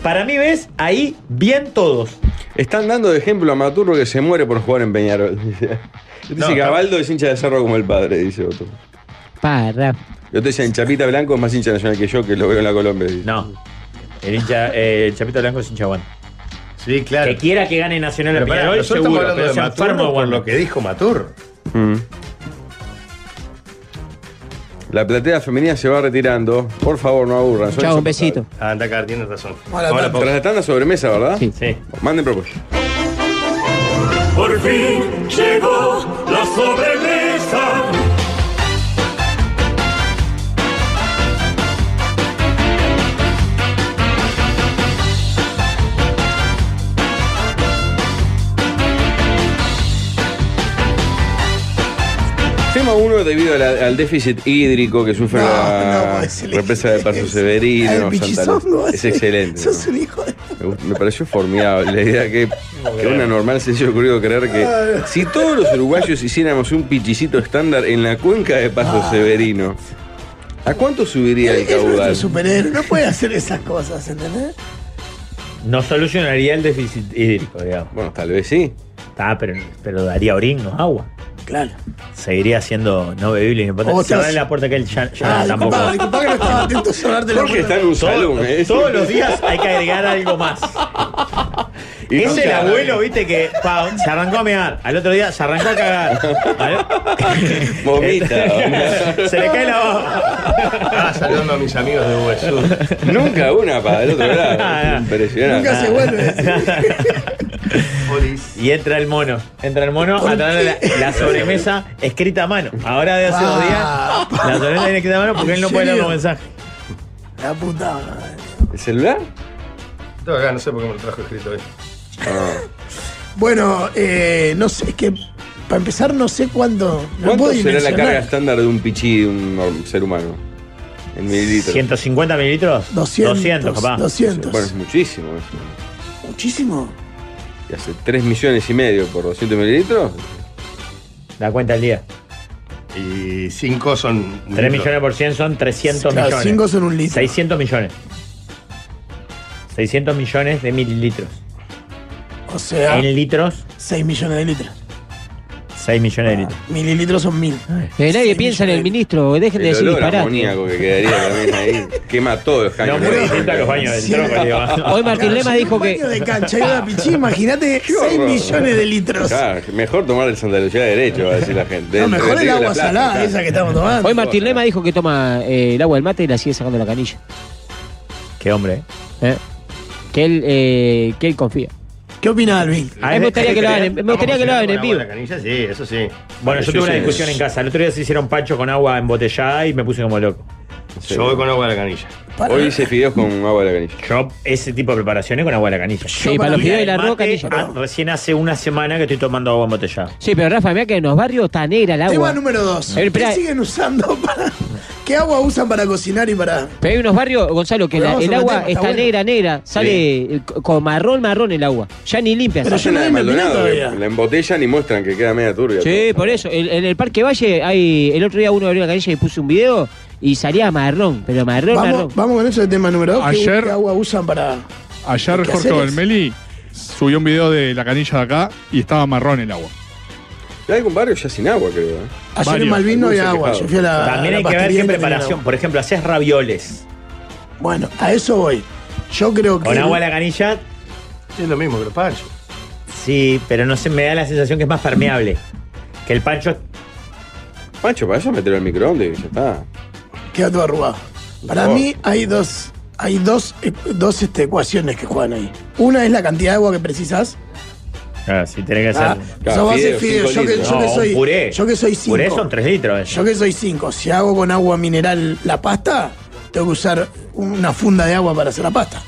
S7: Para mí, ves, ahí bien todos.
S8: Están dando de ejemplo a Maturro que se muere por jugar en Peñarol. dice
S6: No,
S8: que Abaldo es hincha de cerro como el padre, dice otro.
S11: Pará.
S8: Yo te decía, en Chapita Blanco es más hincha nacional que yo, que lo veo en la Colombia.
S7: No. El hincha, eh, el Chapito Blanco es hincha Juan.
S6: Sí, claro.
S7: Que quiera que gane Nacional a
S6: Pero pará,
S7: Peñarol,
S6: nosotros
S7: seguro,
S6: estamos hablando
S7: pero
S6: de
S7: se enferma
S6: Maturro por
S7: Juan.
S6: lo que dijo Maturro.
S8: Mm. La platea femenina se va retirando. Por favor, no aburran. Son
S6: Chao, un
S8: insoportables.
S7: Ah,
S6: Anda, Car, tienes razón.
S8: Ahora,
S6: Hola, Pau.
S8: Tras la tanda sobremesa, ¿verdad? Sí. Manden propuesta.
S2: Por fin llegó la sobremesa.
S8: Tema uno debido a la- al déficit hídrico que sufre la represa de Paso Severino.
S9: El
S8: Santa
S9: pichizongo,
S8: Lu- Es
S9: ese.
S8: excelente.
S9: Sos un hijo
S8: Me, gust- me pareció formidable la idea que, que una normal se hubiera ocurrido creer que si todos los uruguayos hiciéramos un pichicito estándar en la cuenca de Paso Severino, ¿a cuánto subiría el
S9: Ah. Es nuestro
S8: caudal?
S9: superhéroe, no puede hacer esas cosas, ¿entendés?
S7: No solucionaría el déficit hídrico, digamos.
S8: Bueno, tal vez sí.
S7: Ah, pero, pero daría orín, no agua.
S9: Claro.
S7: Seguiría siendo no bebible ni
S9: O
S7: importante.
S9: vos
S7: Se abre
S9: estás-
S7: la puerta que él ya, ya
S9: Ah,
S7: tampoco.
S9: disculpa, disculpa que no estaba atento a sonarte la
S8: Porque
S9: puerta.
S8: está en un salón. ¿eh?
S7: Todos los días hay que agregar algo más.
S8: Y
S7: es
S8: nunca
S7: el
S8: gana.
S7: abuelo, viste, que pa, se arrancó a mear. Al otro día se arrancó a cagar.
S8: Vomita.
S7: se le cae la boca.
S6: Ah, saludando a mis amigos de Huesú.
S8: Nunca una para el otro
S9: Ah.
S8: lado. Impresionante.
S7: Nunca se
S9: vuelve.
S7: y entra el mono. Entra el mono a traer la, la sobremesa escrita a mano. Ahora de hace dos días, la sobremesa viene escrita a mano porque él no
S9: Ah, ¿En
S7: puede leer los
S9: serio?
S7: mensajes.
S9: La puta madre.
S8: ¿El celular?
S6: Todo acá, no sé por qué me lo trajo escrito hoy.
S9: Bueno, eh, no sé, es que para empezar no sé cuándo. No
S8: ¿Cuánto
S9: puedo
S8: será la
S9: dimensionar.
S8: carga estándar de un pichí de un norm- ser humano? En mililitros.
S7: 150 mililitros.
S8: 200,
S7: 200, papá.
S9: 200.
S8: Bueno, es muchísimo eso.
S9: Muchísimo.
S8: Y hace 3 millones y medio por 200 mililitros.
S7: La cuenta al día.
S6: Y 5 son.
S7: 3 millones por 100 son 300
S9: Claro,
S7: millones.
S9: cinco son un litro.
S7: 600 millones. 600 millones de mililitros.
S9: O sea,
S7: en litros,
S9: 6 millones de litros. Ah.
S7: 6 millones de litros.
S9: Mililitros son mil.
S11: Eh, nadie piensa en el ministro, dejen de
S8: El
S11: decir
S8: olor
S11: disparate.
S8: amoníaco que quedaría también ahí. Quema todos los caños.
S7: No, muy distinta a los baños del tronco, digo.
S11: Hoy Martín Lema dijo que.
S9: Baño de cancha y una pichí, imagínate,
S8: Qué
S9: 6
S8: horror.
S9: millones de litros.
S8: Claro, mejor tomar el Santa Lucía derecho, va a decir la gente.
S9: No,
S8: Del
S9: mejor el
S8: Retiro de la
S9: agua
S8: Plata,
S9: salada,
S8: claro.
S9: esa que estamos tomando.
S11: Hoy Martín Lema dijo que toma eh, el agua del mate y la sigue sacando la canilla.
S7: Qué hombre.
S11: ¿eh? Que él, eh, que él confía.
S9: ¿Qué opina Alvin?
S11: A mí me gustaría que lo hagan, me gustaría que lo hagan en vivo.
S6: La canilla, sí, eso sí.
S7: Bueno, yo
S6: Sí,
S7: tuve una
S6: sí.
S7: discusión en casa. El otro día se hicieron pancho con agua embotellada y me puse como loco.
S6: Yo voy con agua de la canilla.
S7: Para-
S8: Hoy hice fideos con agua de la canilla.
S7: Yo, ese tipo de preparaciones con agua de la canilla.
S11: Sí, para los fideos de la
S7: Mate,
S11: arroz, canilla.
S7: ah, Recién hace una semana que estoy tomando agua embotellada.
S11: Sí, pero Rafa, mira que en los barrios está negra el agua.
S7: Tema número dos.
S11: Eh,
S9: ¿Qué
S11: espera,
S9: siguen usando para.? ¿Qué agua usan para cocinar y para.?
S11: pero hay unos barrios, Gonzalo, que la-
S9: Vamos
S11: el
S9: sobre el
S11: agua
S9: tema,
S11: está,
S9: está bueno.
S11: negra, negra. Sale eh, co- con marrón, marrón el agua. Ya ni limpia.
S8: Pero
S11: sale.
S8: la de Maldonado, que la embotellan y muestran que queda media turbia.
S11: Sí, por eso. El- en el Parque Valle, hay, el otro día uno abrió la canilla y puso un video y salía marrón, pero marrón, marrón.
S9: Vamos, vamos con eso del tema número dos. ¿Qué-
S10: Ayer-
S9: ¿Qué agua usan para.?
S10: Ayer
S9: ¿Qué
S10: Jorge
S9: hacer es?
S10: Belmeli subió un video de la canilla de acá y estaba marrón el agua.
S8: Hay algún barrio ya sin agua, creo. ¿eh?
S10: Varios.
S7: También hay que ver qué preparación. Por ejemplo, haces ravioles.
S9: Bueno, a eso voy. Yo creo que.
S7: Con agua a la canilla.
S6: Es lo mismo que los panchos.
S7: Sí, pero no sé, me da la sensación que es más permeable. Que el pancho.
S8: Pancho, para eso meterlo al microondas y ya está.
S9: Queda todo arrugado. Para
S8: Oh.
S9: mí hay dos. Hay dos, e- dos este, ecuaciones que juegan ahí. Una es la cantidad de agua que precisas.
S7: Ah, sí, tenés que
S9: Ah,
S7: hacer.
S9: yo voy a hacer fideos, yo que, yo que
S7: No, un
S9: soy.
S7: puré.
S9: Yo que soy cinco.
S7: Puré son 3 litros. eh. eso.
S9: Yo que soy cinco. Si hago con agua mineral la pasta, tengo que usar una funda de agua para hacer la pasta.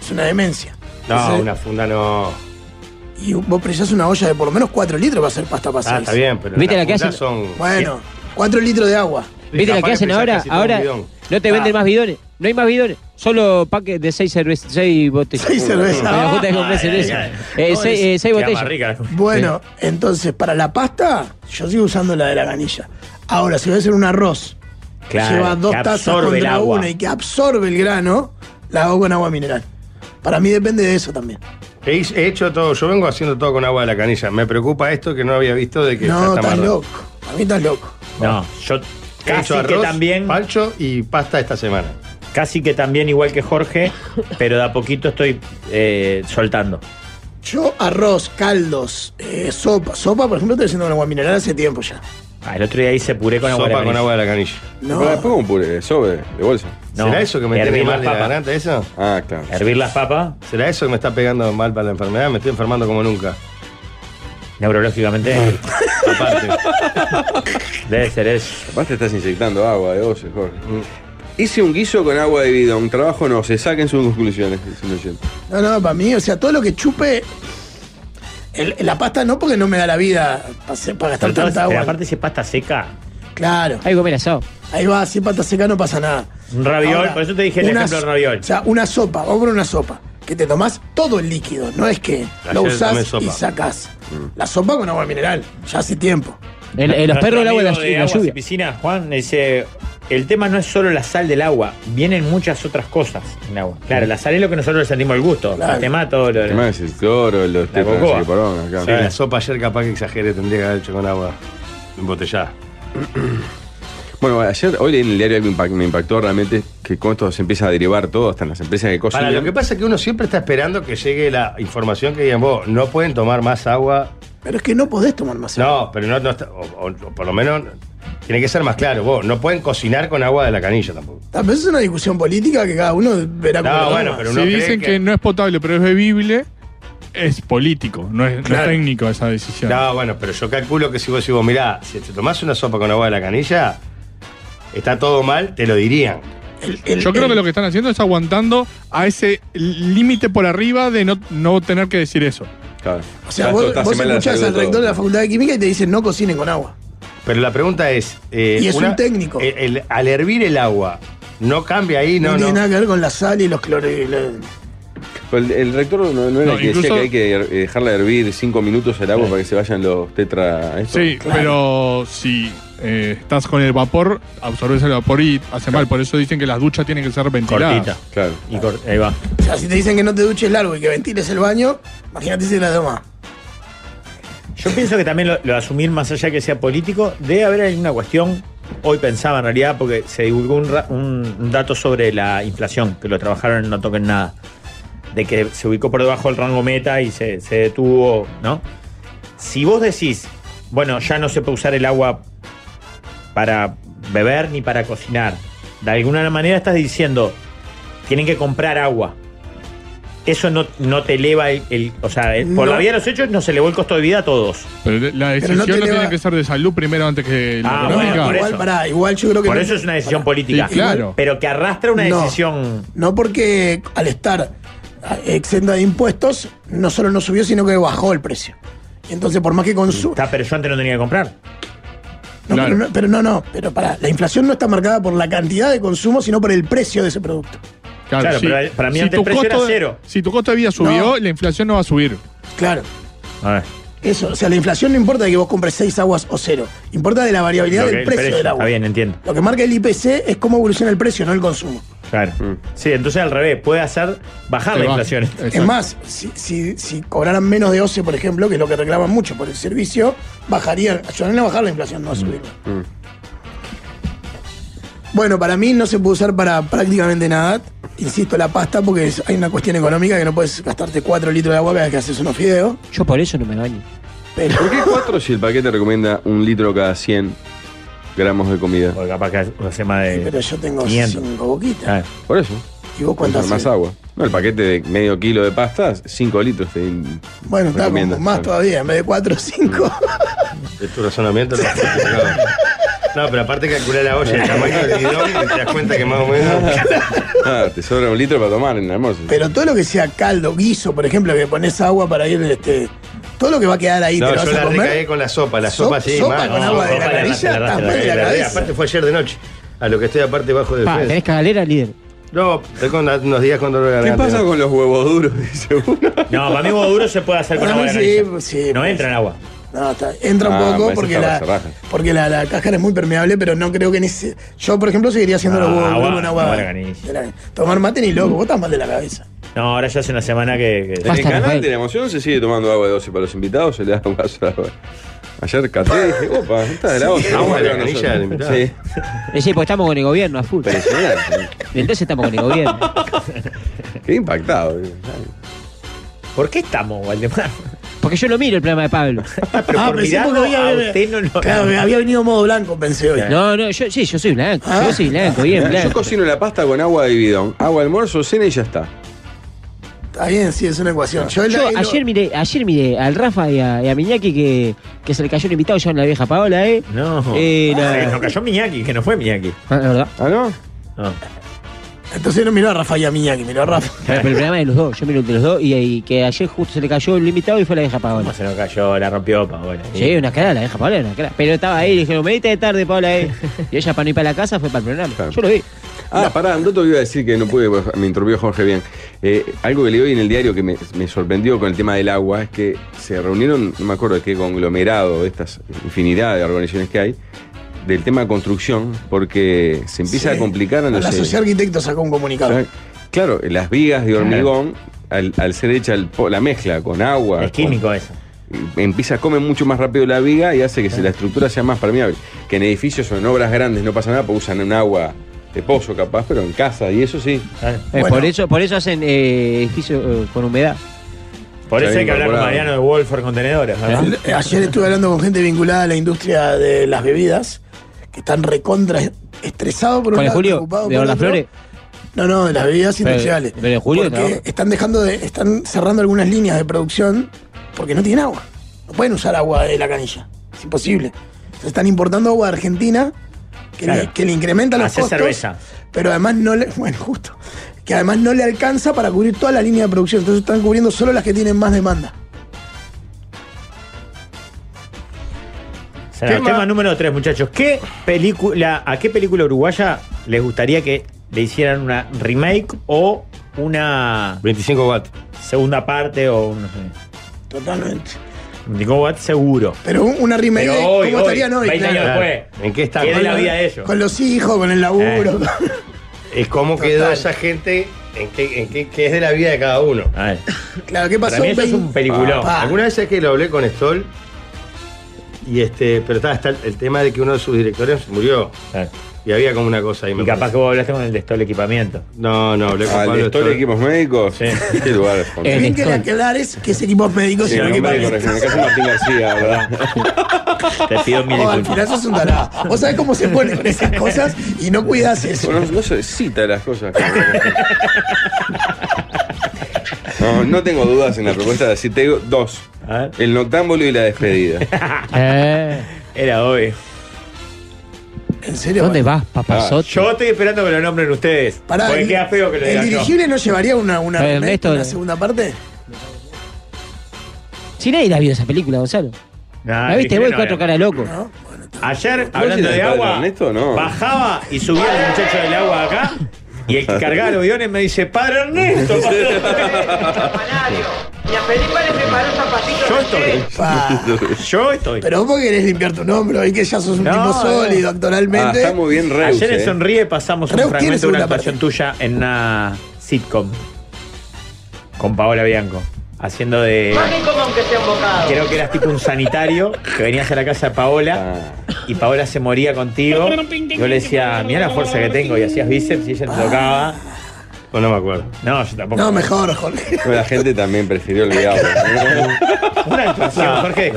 S9: Es una demencia.
S6: Mm. No,
S9: Sí.
S6: una funda no.
S9: Y vos precisás una olla de por lo menos 4 litros para hacer pasta para
S6: Ah,
S9: seis.
S6: está bien, pero
S11: ¿Viste la que
S6: fundas
S11: hacen?
S6: son.
S9: Bueno, 4 litros de agua.
S11: ¿Viste la
S6: capaz
S11: que
S6: que
S11: hacen
S6: pesás
S11: ahora?
S6: casi todo un
S11: Ahora
S6: bidón.
S11: no te venden más bidones. No hay más bidones. Solo paques de 6 cervezas, 6 botellas. 6
S9: cervezas.
S11: Me gusta que
S9: Ay, ay,
S11: compré cerveza.
S9: ay.
S11: Eh,
S9: No,
S11: seis,
S9: es-
S11: eh, seis
S9: queda
S11: botellas.
S9: más rica. Bueno, entonces para la pasta, yo sigo usando la de la canilla. Ahora, si voy a hacer un arroz que
S7: Claro,
S9: lleva dos
S7: que
S9: tazas
S7: absorbe el
S9: contra
S7: agua.
S9: una y que absorbe el grano, la hago con agua mineral. Para mí depende de eso también.
S6: He hice- he hecho todo, yo vengo haciendo todo con agua de la canilla. Me preocupa esto que no había visto de que
S9: No,
S6: ya está
S9: estás
S6: marrón.
S9: loco. A mí estás loco.
S7: No, yo
S6: He
S7: casi
S6: hecho
S7: que
S6: arroz,
S7: también.
S6: Pancho y pasta esta semana.
S7: Casi que también igual que Jorge, pero de a poquito estoy eh, soltando.
S9: Yo arroz, caldos, eh, sopa. Sopa, por ejemplo, estoy haciendo con agua mineral hace tiempo ya.
S7: Ah, el otro día hice puré con agua de la
S8: Sopa con
S7: canilla.
S8: agua
S6: de la canilla.
S9: No.
S8: Pero después un puré, sobre, de bolsa.
S7: No.
S6: ¿Será eso que me
S7: Hervir
S6: tiene
S7: las
S6: mal de la
S7: papas.
S6: garganta, eso?
S8: Ah, claro.
S7: Hervir las papas.
S6: ¿Será eso que me está pegando mal para la enfermedad? Me estoy enfermando como nunca.
S7: Neurológicamente.
S6: Aparte.
S7: Debe ser eso. Mm.
S8: Capaz te estás inyectando agua de bolsa, Jorge. Hice un guiso con agua de bidón. Trabajo no, se saquen sus conclusiones. dice un oyente.
S9: No, no, para mí, o sea, todo lo que chupe. el- la pasta no porque no me da la vida para, hacer- para gastar
S7: Pero
S9: tanta agua.
S7: aparte si es pasta seca,
S9: Claro.
S11: Hay que comer asado.
S9: Ahí va, sin pata seca no pasa nada.
S7: un raviol,
S9: Ahora,
S7: por eso te dije el
S9: una
S7: ejemplo del
S9: so-
S7: raviol.
S9: O sea, una sopa, vamos por una sopa. Que te tomás todo el líquido, no es que lo
S7: Ayer tomé
S9: usás
S7: sopa.
S9: y sacás.
S8: Mm,
S9: La sopa con agua mineral, ya hace tiempo.
S7: Nuestro amigo de Aguas y piscina, Juan, dice, el tema no es solo la sal del agua, vienen muchas otras cosas en el agua. Claro, la sal es lo que nosotros le sentimos el gusto.
S8: Claro.
S7: El tema todo lo...
S8: El tema es el cloro, los tetas,
S7: cocoa.
S8: el porón, acá.
S6: Sí, la sopa ayer capaz que exagere, tendría que haber hecho con agua embotellada.
S8: Bueno, ayer, hoy leí en el diario algo impact- me impactó realmente que con esto se empieza a derivar todo, hasta en las empresas que cocinan.
S6: Para, lo que pasa es que uno siempre está esperando que llegue la información que digan vos, no pueden tomar más agua.
S9: Pero es que no podés tomar más
S6: agua. No, pero no, no está- o, o- o por lo menos tiene que ser más claro. Vos, no pueden cocinar con agua de la canilla tampoco.
S9: Ah, pero eso es una discusión política que cada uno verá cómo lo toma.
S10: si dicen que... no es potable, pero es bebible, es político, no es, no es
S6: Claro.
S10: técnico esa decisión.
S6: No, bueno, pero yo calculo que si vos decís, vos, mirá, si te tomás una sopa con agua de la canilla, está todo mal, te lo dirían.
S10: Yo creo que lo que están haciendo es aguantando a ese límite por arriba de no, no tener que decir eso.
S9: O sea, vos, vos escuchás al rector de la Facultad de Química y te dicen no cocinen con agua.
S6: Pero la pregunta es. eh,
S9: Y es un técnico.
S6: el- el- al hervir el agua, no cambia ahí,
S9: No,
S6: no, no.
S9: tiene nada que ver con la sal y los clorhidratos.
S8: Pero Pues el, el rector no, no era
S10: No,
S8: el que
S10: incluso-
S8: decía que hay que her- dejarla hervir cinco minutos el agua para que se vayan los tetra. esto?
S10: Sí, pero si eh, estás con el vapor, absorbes el vapor y hace mal. Por eso dicen que las duchas tienen que ser ventiladas.
S8: Claro.
S7: Y cor- ahí va.
S9: O sea, si te dicen que no te duches largo y que ventiles el baño, imagínate si la tomas.
S7: Yo pienso que también lo, lo de asumir más allá que sea político, debe haber alguna cuestión, hoy pensaba en realidad, porque se divulgó un, ra- un dato sobre la inflación, que lo trabajaron en No Toquen Nada, de que se ubicó por debajo del rango meta y se, se detuvo, ¿no? Si vos decís, bueno, ya no se puede usar el agua para beber ni para cocinar, de alguna manera estás diciendo, tienen que comprar agua. eso no, no te eleva el, el- O sea, eh, por
S10: No.
S7: la vía de los hechos nos elevó el costo de vida a todos.
S10: Pero la decisión no, tiene que ser de salud primero antes que la
S7: Ah,
S10: económica.
S7: bueno, por eso.
S9: igual yo creo que
S7: Por
S9: no-
S7: eso es una decisión
S9: Pará.
S7: política.
S9: Sí, claro.
S7: Pero que arrastra una
S9: No.
S7: decisión.
S9: No porque al estar exenta de impuestos, no solo no subió, sino que bajó el precio. Y entonces, por más que consuma.
S7: Está, pero yo antes no tenía que comprar.
S9: No,
S7: Claro.
S9: pero, no, pero no, no, pero para, la inflación no está marcada por la cantidad de consumo, sino por el precio de ese producto.
S10: Claro,
S7: Claro,
S10: sí.
S7: pero para mí
S10: Si
S7: antes
S10: tu
S7: el precio era
S10: costo de-
S7: cero.
S10: Si tu costo de vida subió,
S9: No.
S10: la inflación no va a subir.
S9: Claro.
S7: A ver.
S9: Eso, o sea, la inflación no importa de que vos compres seis aguas o cero, importa de la variabilidad
S7: Lo que-
S9: del
S7: el
S9: precio,
S7: precio,
S9: del agua.
S7: Está bien, entiendo.
S9: Lo que marca el IPC es cómo evoluciona el precio, no el consumo.
S7: Claro. Mm. Sí, entonces al revés, puede hacer bajar la inflación.
S9: Es más, si, si, si cobraran menos de 11, por ejemplo, que es lo que reclaman mucho por el servicio, bajarían, ayudarían a bajar la inflación, no a subirla.
S2: Mm.
S8: mm.
S9: Bueno, para mí no se puede usar para prácticamente nada. Insisto, la pasta, porque es- hay una cuestión económica que no puedes gastarte 4 litros de agua cada vez que haces unos fideos.
S11: Yo por eso no me baño.
S8: ¿Por qué cuatro si el paquete recomienda un litro cada 100 gramos de comida?
S7: Porque capaz que hace más de. Ah.
S9: Pero yo tengo
S8: 500.
S9: 5 boquitas.
S8: Por eso.
S9: ¿Y vos cuánto
S8: Más
S9: haces?
S8: agua. No, el paquete de medio kilo de pastas, 5 litros. Te
S9: Bueno, está
S8: recomienda.
S9: con más todavía, en vez de 4 o 5.
S6: Es tu razonamiento. lo- No, pero aparte calculé la olla, el tamaño del bidón y te das cuenta que más o menos.
S8: Ah, te sobra un litro para tomar en el almuerzo.
S9: Pero todo lo que sea caldo, guiso, por ejemplo, que pones agua para ir este. Todo lo que va a quedar ahí,
S6: No,
S9: te lo
S6: yo
S9: vas a
S6: la recagué
S9: comer.
S6: con la sopa, la
S9: So-
S6: sopa sí,
S9: sopa
S6: más.
S9: con
S6: No,
S9: agua de
S6: sopa,
S9: la
S6: erraste,
S9: canilla,
S6: erraste,
S9: estás mal de
S6: erraste,
S9: la
S6: erraste.
S9: cabeza.
S6: Aparte fue ayer de noche, a lo que estoy aparte bajo de
S11: Pa,
S6: defensa.
S11: ¿Tenés cagalera, líder?
S6: No, estoy con la- unos días con dolor de
S8: ¿Qué
S6: garganta.
S8: pasa con los huevos duros? Dice uno.
S7: No, para mí huevo duro se puede hacer con
S9: Para
S7: agua de
S9: mí Ah, sí, pues.
S7: granizado. No entra en agua.
S9: No, está- entra un
S7: Ah,
S9: poco
S7: parece
S9: porque
S7: que
S9: la,
S7: se raja.
S9: porque la, la cáscara es muy permeable, pero no creo que en ese. Yo, por ejemplo, seguiría haciendo
S7: Ah,
S9: los huevos
S7: agua,
S9: duros con agua.
S7: agua de
S9: de la- tomar mate ni loco, vos estás mal de la cabeza.
S7: No, ahora ya hace una semana que. que-
S8: En el canal de la emoción se sigue tomando agua de 12 para los invitados, se le da un vaso de agua. Ayer caté y dije, opa, esta de la
S11: Sí.
S8: otra.
S11: Agua de la
S8: Nosotros.
S11: canilla del invitado.
S8: Sí.
S11: Es decir, pues estamos con el gobierno a full. Entonces estamos con el gobierno.
S8: Qué impactado. eh.
S7: ¿Por qué estamos, Valdemar?
S11: Porque yo lo miro el programa de Pablo.
S7: Ah,
S9: Ah,
S7: Pero por mirarlo, a usted no lo-
S9: Claro, me había venido modo blanco, pensé hoy. Ah.
S11: No, no, yo Ah, sí, yo soy blanco. Yo soy blanco, bien
S8: Yo
S11: blanco.
S8: cocino la pasta con agua de bidón, agua de almuerzo, cena y ya está.
S9: Está bien, sí, es una ecuación. Yo, la-
S11: Yo
S9: lo-
S11: ayer miré, ayer miré al Rafa y a, y a Miñaki que, que se le cayó el invitado ya en la vieja Paola, ¿eh?
S7: No.
S11: Eh, la-
S7: Ah, Nos cayó Miyaki, que no fue Miyaki.
S11: Ah, la verdad.
S8: ¿Ah, no?
S9: Entonces no miró a Rafa y a Miñaki, miró a Rafa.
S11: Pero, pero el programa de los dos, yo miro el de los dos y, y que ayer justo se le cayó el invitado y fue la vieja Paola.
S7: Se nos cayó, la rompió Paola.
S11: Sí, una cara, la vieja Paola era una cara. Pero estaba ahí, le dijeron, medite de tarde, Paola, ¿eh? Y ella para no ir para la casa fue para el programa. Yo lo vi.
S8: Ah, pará, Andoto iba a decir que no pude, pues, me interrumpió Jorge bien. Eh, algo que leí hoy en el diario que me, me sorprendió con el tema del agua es que se reunieron, no me acuerdo de qué conglomerado, de estas infinidad de organizaciones que hay, del tema construcción, porque se empieza
S9: Sí.
S8: a complicar en
S9: La
S8: los
S9: Sociedad Arquitectos sacó un comunicado.
S8: Claro, Claro, las vigas de hormigón, al, al ser hecha el po- la mezcla con agua.
S7: Es químico eso.
S8: Empieza a comer mucho más rápido la viga y hace que se- la estructura sea más permeable. Que en edificios o en obras grandes no pasa nada, porque usan un agua de pozo capaz, pero en casa, y eso sí.
S7: Ah,
S11: Eh, por, eso, por eso hacen eh, edificio eh, con humedad.
S7: Por eso
S8: Está
S7: hay que hablar con
S8: incorporado.
S7: Mariano de Wolford Contenedores, ¿verdad?
S9: Eh, Ayer estuve hablando con gente vinculada a la industria de las bebidas, que están recontra estresados por un
S11: ¿Con el
S9: lado,
S11: Julio?
S9: preocupados
S11: ¿De
S9: por
S11: las
S9: otro.
S11: flores?
S9: No, no, de las bebidas
S11: Pero-
S9: industriales.
S11: pero de Julio,
S9: porque
S11: no.
S9: están dejando de, están cerrando algunas líneas de producción porque no tienen agua. No pueden usar agua de la canilla. Es imposible. Entonces están importando agua de Argentina que,
S7: Claro.
S9: le, que le incrementa los
S7: Hacer
S9: costos.
S7: cerveza.
S9: Pero además no le. Bueno, justo. Que además no le alcanza para cubrir toda la línea de producción. Entonces están cubriendo solo las que tienen más demanda.
S7: Será el tema número 3, muchachos. ¿Qué película, ¿A qué película uruguaya les gustaría que le hicieran una remake o una.
S6: 25 watt.
S7: Segunda parte o. No sé,
S9: Totalmente.
S7: 25 watt seguro.
S9: Pero un- una remake
S7: Pero
S9: de
S7: hoy,
S9: cómo
S7: hoy,
S9: estarían hoy.
S7: 20 años
S9: claro.
S7: después. ¿En qué Eh. están? ¿Qué es la
S9: Con
S7: vida
S9: los-
S7: de ellos?
S9: Con los hijos, con el laburo.
S6: Eh. Es cómo quedó esa gente, en qué, en qué, qué es de la vida de cada uno.
S9: Claro, ¿qué pasó?
S6: Para mí eso es
S9: Vein-
S6: un peliculón.
S9: Pa.
S6: Alguna vez es que lo hablé con Stoll, y este, pero estaba está el- el tema de que uno de sus directores murió. Y había como una cosa ahí.
S7: Y capaz que vos hablaste con el de Stoll Equipamiento.
S6: No, no, hablé con
S8: Al
S6: Pablo
S8: Ah, de Stoll
S6: Stoll.
S8: Equipos Médicos, qué lugar.
S9: Lo bien que era quedar es que es equipos médicos
S8: Sí,
S9: y
S8: no,
S9: no equipos-
S8: hombre, correcto, en el caso de Martín García, ¿verdad?
S7: Te pido
S9: Oh, al final sos un tarado. Vos sabés cómo se pone con esas cosas y no cuidas eso.
S8: Bueno, no se cita las cosas. No, no tengo dudas en la propuesta. Si te digo dos: el noctámbulo y la despedida.
S11: Eh.
S7: Era obvio.
S9: ¿En serio?
S11: ¿Dónde vas,
S7: papazote? yo estoy esperando que lo nombren ustedes.
S9: Pará,
S7: porque
S9: el-
S7: queda feo que lo
S9: ¿El
S7: digan yo.
S9: dirigible no llevaría una, una,
S11: Eh,
S9: remake,
S11: Ernesto,
S9: una
S11: eh.
S9: segunda parte?
S11: Si nadie la vio esa película, Gonzalo.
S7: Nah,
S11: la viste
S7: dirigible
S11: vos,
S7: Ah, no
S11: cuatro
S7: era.
S11: caras loco.
S7: Ayer,
S11: ¿Vos
S7: hablando
S11: hiciste
S7: de
S11: el padre
S7: agua,
S11: Ernesto, no?
S7: bajaba y subía el muchacho del agua acá. Y el que cargaba los guiones me dice, Padre Ernesto, Padre
S9: Yo
S7: estoy. Yo estoy.
S9: Pero vos porque querés limpiar tu nombre, hoy que ya sos un
S7: No,
S9: tipo
S7: no.
S9: sólido actoralmente.
S7: Ah, Ayer
S9: eh.
S7: en Sonríe pasamos un
S9: Reus tiene
S7: fragmento de una
S9: segunda parte.
S7: actuación tuya en una sitcom. Con Paola Bianco. Haciendo de.
S5: aunque sea un bocado.
S7: Creo Eh, que eras tipo un sanitario, que venías a la casa de Paola y Paola se moría contigo. Yo le decía, mira la fuerza que tengo y hacías bíceps y ella te tocaba.
S6: Pues no me acuerdo.
S7: No, yo tampoco.
S9: No, mejor, Jorge.
S8: Pero la gente también prefirió olvidarlo.
S7: Una
S6: No, no pasa que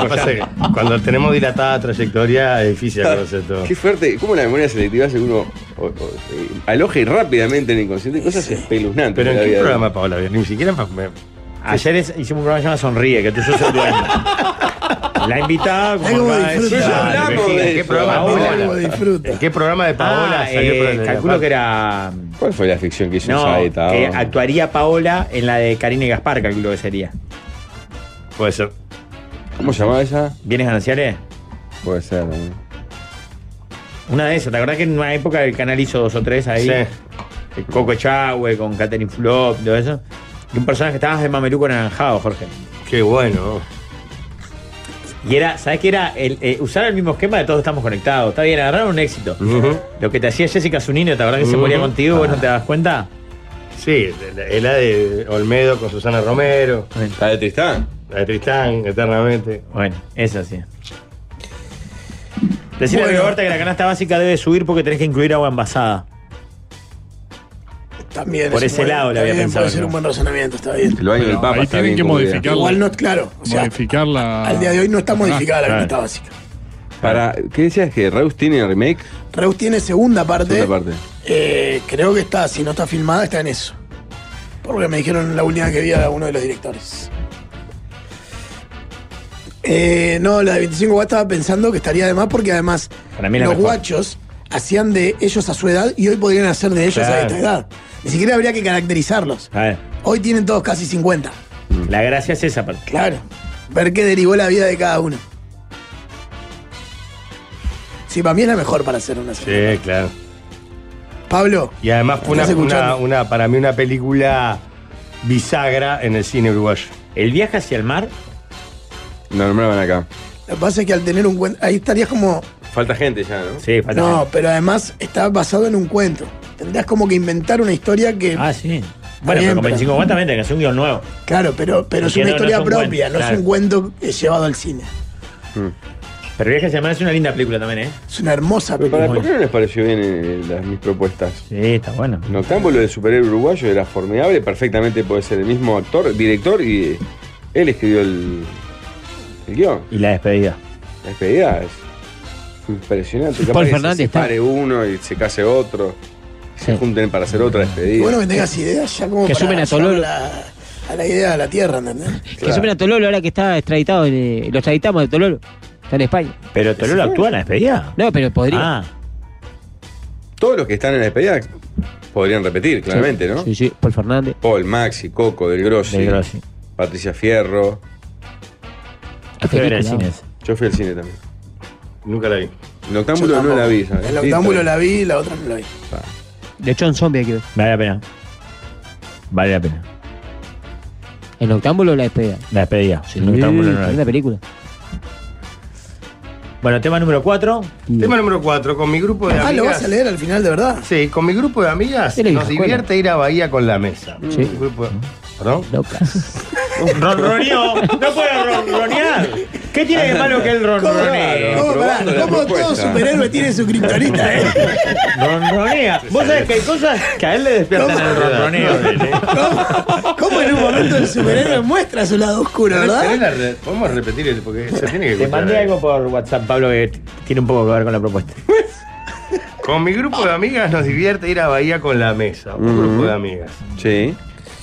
S6: cuando tenemos dilatada trayectoria es difícil conocer todo.
S8: Qué fuerte, cómo la memoria selectiva hace que uno o- o- eh, aloje rápidamente en el inconsciente cosas espeluznantes.
S6: Pero
S8: de
S6: en
S8: la
S6: qué
S8: vida.
S6: programa, Paola, ni siquiera me-
S7: Ayer es- hicimos un programa llamado Sonríe, que tú sos el dueño. La invitada,
S6: Ay,
S7: como
S6: cómo
S7: cada vez-
S6: disfruta.
S7: Dale,
S6: Hablamos
S7: Virginia,
S6: de
S7: ¿en qué
S6: eso.
S7: programa
S6: Paola,
S7: Paola?
S6: cómo ¿En qué programa de Paola
S7: Ah,
S6: salió?
S7: eh,
S6: por-
S7: calculo que era.
S8: ¿Cuál fue la ficción que hizo
S7: No,
S8: Saeta?
S7: que actuaría Paola en la de Karine Gaspar, calculo que sería.
S6: Puede ser.
S8: ¿Cómo se llamaba esa?
S7: ¿Vienes gananciales?
S8: Puede ser. ¿no?
S7: Una de esas, ¿te acordás que en una época el canal hizo dos o tres ahí? El Coco Chahue con Catherine Flop, todo eso. Y un personaje que estabas de mameluco naranjado, Jorge.
S6: Qué bueno.
S7: Y era, ¿sabés qué era? El, eh, usar el mismo esquema de todos estamos conectados. Está bien, agarraron un éxito. Lo que te hacía Jessica Zunino, ¿te acordás que se
S6: Ujú.
S7: moría contigo? ¿Vos no te das cuenta?
S6: Sí, la- es la de Olmedo con Susana Romero.
S8: La de Tristán.
S6: La de Tristán, eternamente.
S7: Bueno, esa sí. Decirle a Roberta que la canasta básica debe subir porque tenés que incluir agua envasada.
S9: También.
S7: Por
S9: es
S7: ese
S9: un buen-
S7: lado le
S9: está
S7: había
S9: bien,
S7: pensado
S9: Puede ser
S7: yo.
S9: un buen razonamiento, está bien.
S8: El baño del Papa
S10: ahí
S8: está
S10: tienen
S8: bien
S10: que
S8: cubierta.
S10: modificarla.
S9: Igual no es claro. O sea, Ah,
S10: modificarla.
S9: al día de hoy no
S10: Ah.
S9: está modificada la
S8: Claro.
S9: canasta básica.
S8: Para, ¿Qué decías que Reus tiene remake?
S9: Reus tiene segunda parte.
S8: Segunda parte.
S9: Eh, creo que está, si no está filmada, está en eso. Porque me dijeron la última que vi a uno de los directores. Eh, no, la de 25 Watt estaba pensando que estaría de más porque además
S7: Para mí la
S9: los
S7: mejor.
S9: guachos hacían de ellos a su edad y hoy podrían hacer de ellos a
S7: Claro.
S9: esta edad. Ni siquiera habría que caracterizarlos.
S7: A ver,
S9: Hoy tienen todos casi 50.
S7: la gracia es esa parte.
S9: Claro. Ver qué derivó la vida de cada uno. Sí, para mí es la mejor para hacer una serie.
S6: Sí, claro.
S9: Pablo.
S6: Y además fue una,
S9: ¿Estás escuchando?
S6: una- una- para mí una película bisagra en el cine uruguayo.
S7: ¿El viaje hacia el mar?
S8: Lo nombraban acá.
S9: Lo que pasa es que al tener un cuento. Ahí estarías como.
S8: Falta gente ya, ¿no?
S7: Sí,
S9: No, pero además está basado en un cuento. Tendrías como que inventar una historia que.
S7: Ah, sí. Bueno, pero con
S9: Siempre.
S7: 25 guantes también tenés que hacer un guión nuevo.
S9: Claro, pero, pero es
S7: Entiendo,
S9: una
S7: no
S9: historia
S7: es un
S9: propia,
S7: cuento,
S9: no es un cuento eh, llevado al cine.
S7: Mm. Pero Viaje hacia el mar es una linda película también, ¿eh?
S9: Es una hermosa
S8: Pero para,
S9: película.
S8: ¿Por qué no les pareció bien eh, las, mis propuestas?
S7: Sí, está bueno.
S8: Noctámbulo del superhéroe uruguayo era formidable, perfectamente puede ser el mismo actor, director, y eh, él escribió el, el guión.
S7: Y la despedida.
S8: La despedida es impresionante. Capaz
S11: Paul
S8: que
S11: Fernández
S8: se
S11: está.
S8: separe uno y se case otro, se
S11: Sí.
S8: junten para hacer otra
S9: Qué
S8: despedida.
S9: bueno que tengas ideas ya como
S11: Que
S9: para
S11: sumen a Tololo.
S9: llevar la- a la idea de la tierra, ¿entendés?
S11: Que sumen a Tololo ahora que está extraditado. eh, lo extraditamos de Tololo. Está en España.
S7: Pero Tololo actúa en la despedida.
S11: No, pero podría.
S7: Ah,
S8: Todos los que están en la despedida podrían repetir, claramente, ¿no?
S11: Sí, sí. Paul Fernández.
S8: Paul, Maxi, Coco, Del Grossi,
S11: Del Grossi.
S8: Patricia Fierro.
S7: ¿A qué hora el cine es?
S8: Yo fui al cine también.
S6: Nunca la vi.
S8: Noctámbulo
S9: Yo
S8: no la vi, ¿sabes?
S9: El
S8: Sí,
S9: octámbulo
S8: está
S9: la vi, la otra no la vi.
S11: De John Zombie hay que ver.
S7: Vale la pena. Vale la pena.
S11: El octámbulo la despega.
S7: La despedida.
S11: Sí,
S7: No, está bueno, no la vi.
S11: tremenda película.
S7: Bueno, tema número 4.
S6: Tema número 4, con mi grupo de
S9: Ah,
S6: amigas.
S9: lo vas a leer al final, de verdad.
S6: Sí, con mi grupo de amigas
S9: Era
S6: nos
S9: vieja escuela.
S6: divierte ir a Bahía con la mesa.
S11: Sí.
S6: Un grupo- ¿Perdón?
S11: Locas.
S7: Ronroneó. No puede ronronear. ¿Qué tiene de malo que el ronronee?
S9: ¿Cómo, pará,
S8: probando la
S9: cómo todo
S8: propuesta.
S9: superhéroe tiene su criptonita, eh?
S7: Ronronea. ¿eh? Vos sabés que hay cosas que a él le despiertan el ronroneo.
S9: ¿Cómo, cómo en un momento el superhéroe muestra su lado oscuro,
S6: Tenés
S9: verdad?
S6: la red. Podemos repetir el, porque se tiene que
S7: Te
S6: escuchar,
S7: mandé
S6: eh.
S7: algo por WhatsApp, Pablo, que t- tiene un poco que ver con la propuesta.
S9: Mm.
S6: Con mi grupo de amigas nos divierte ir a Bahía con la mesa. Un grupo de amigas.
S8: Sí.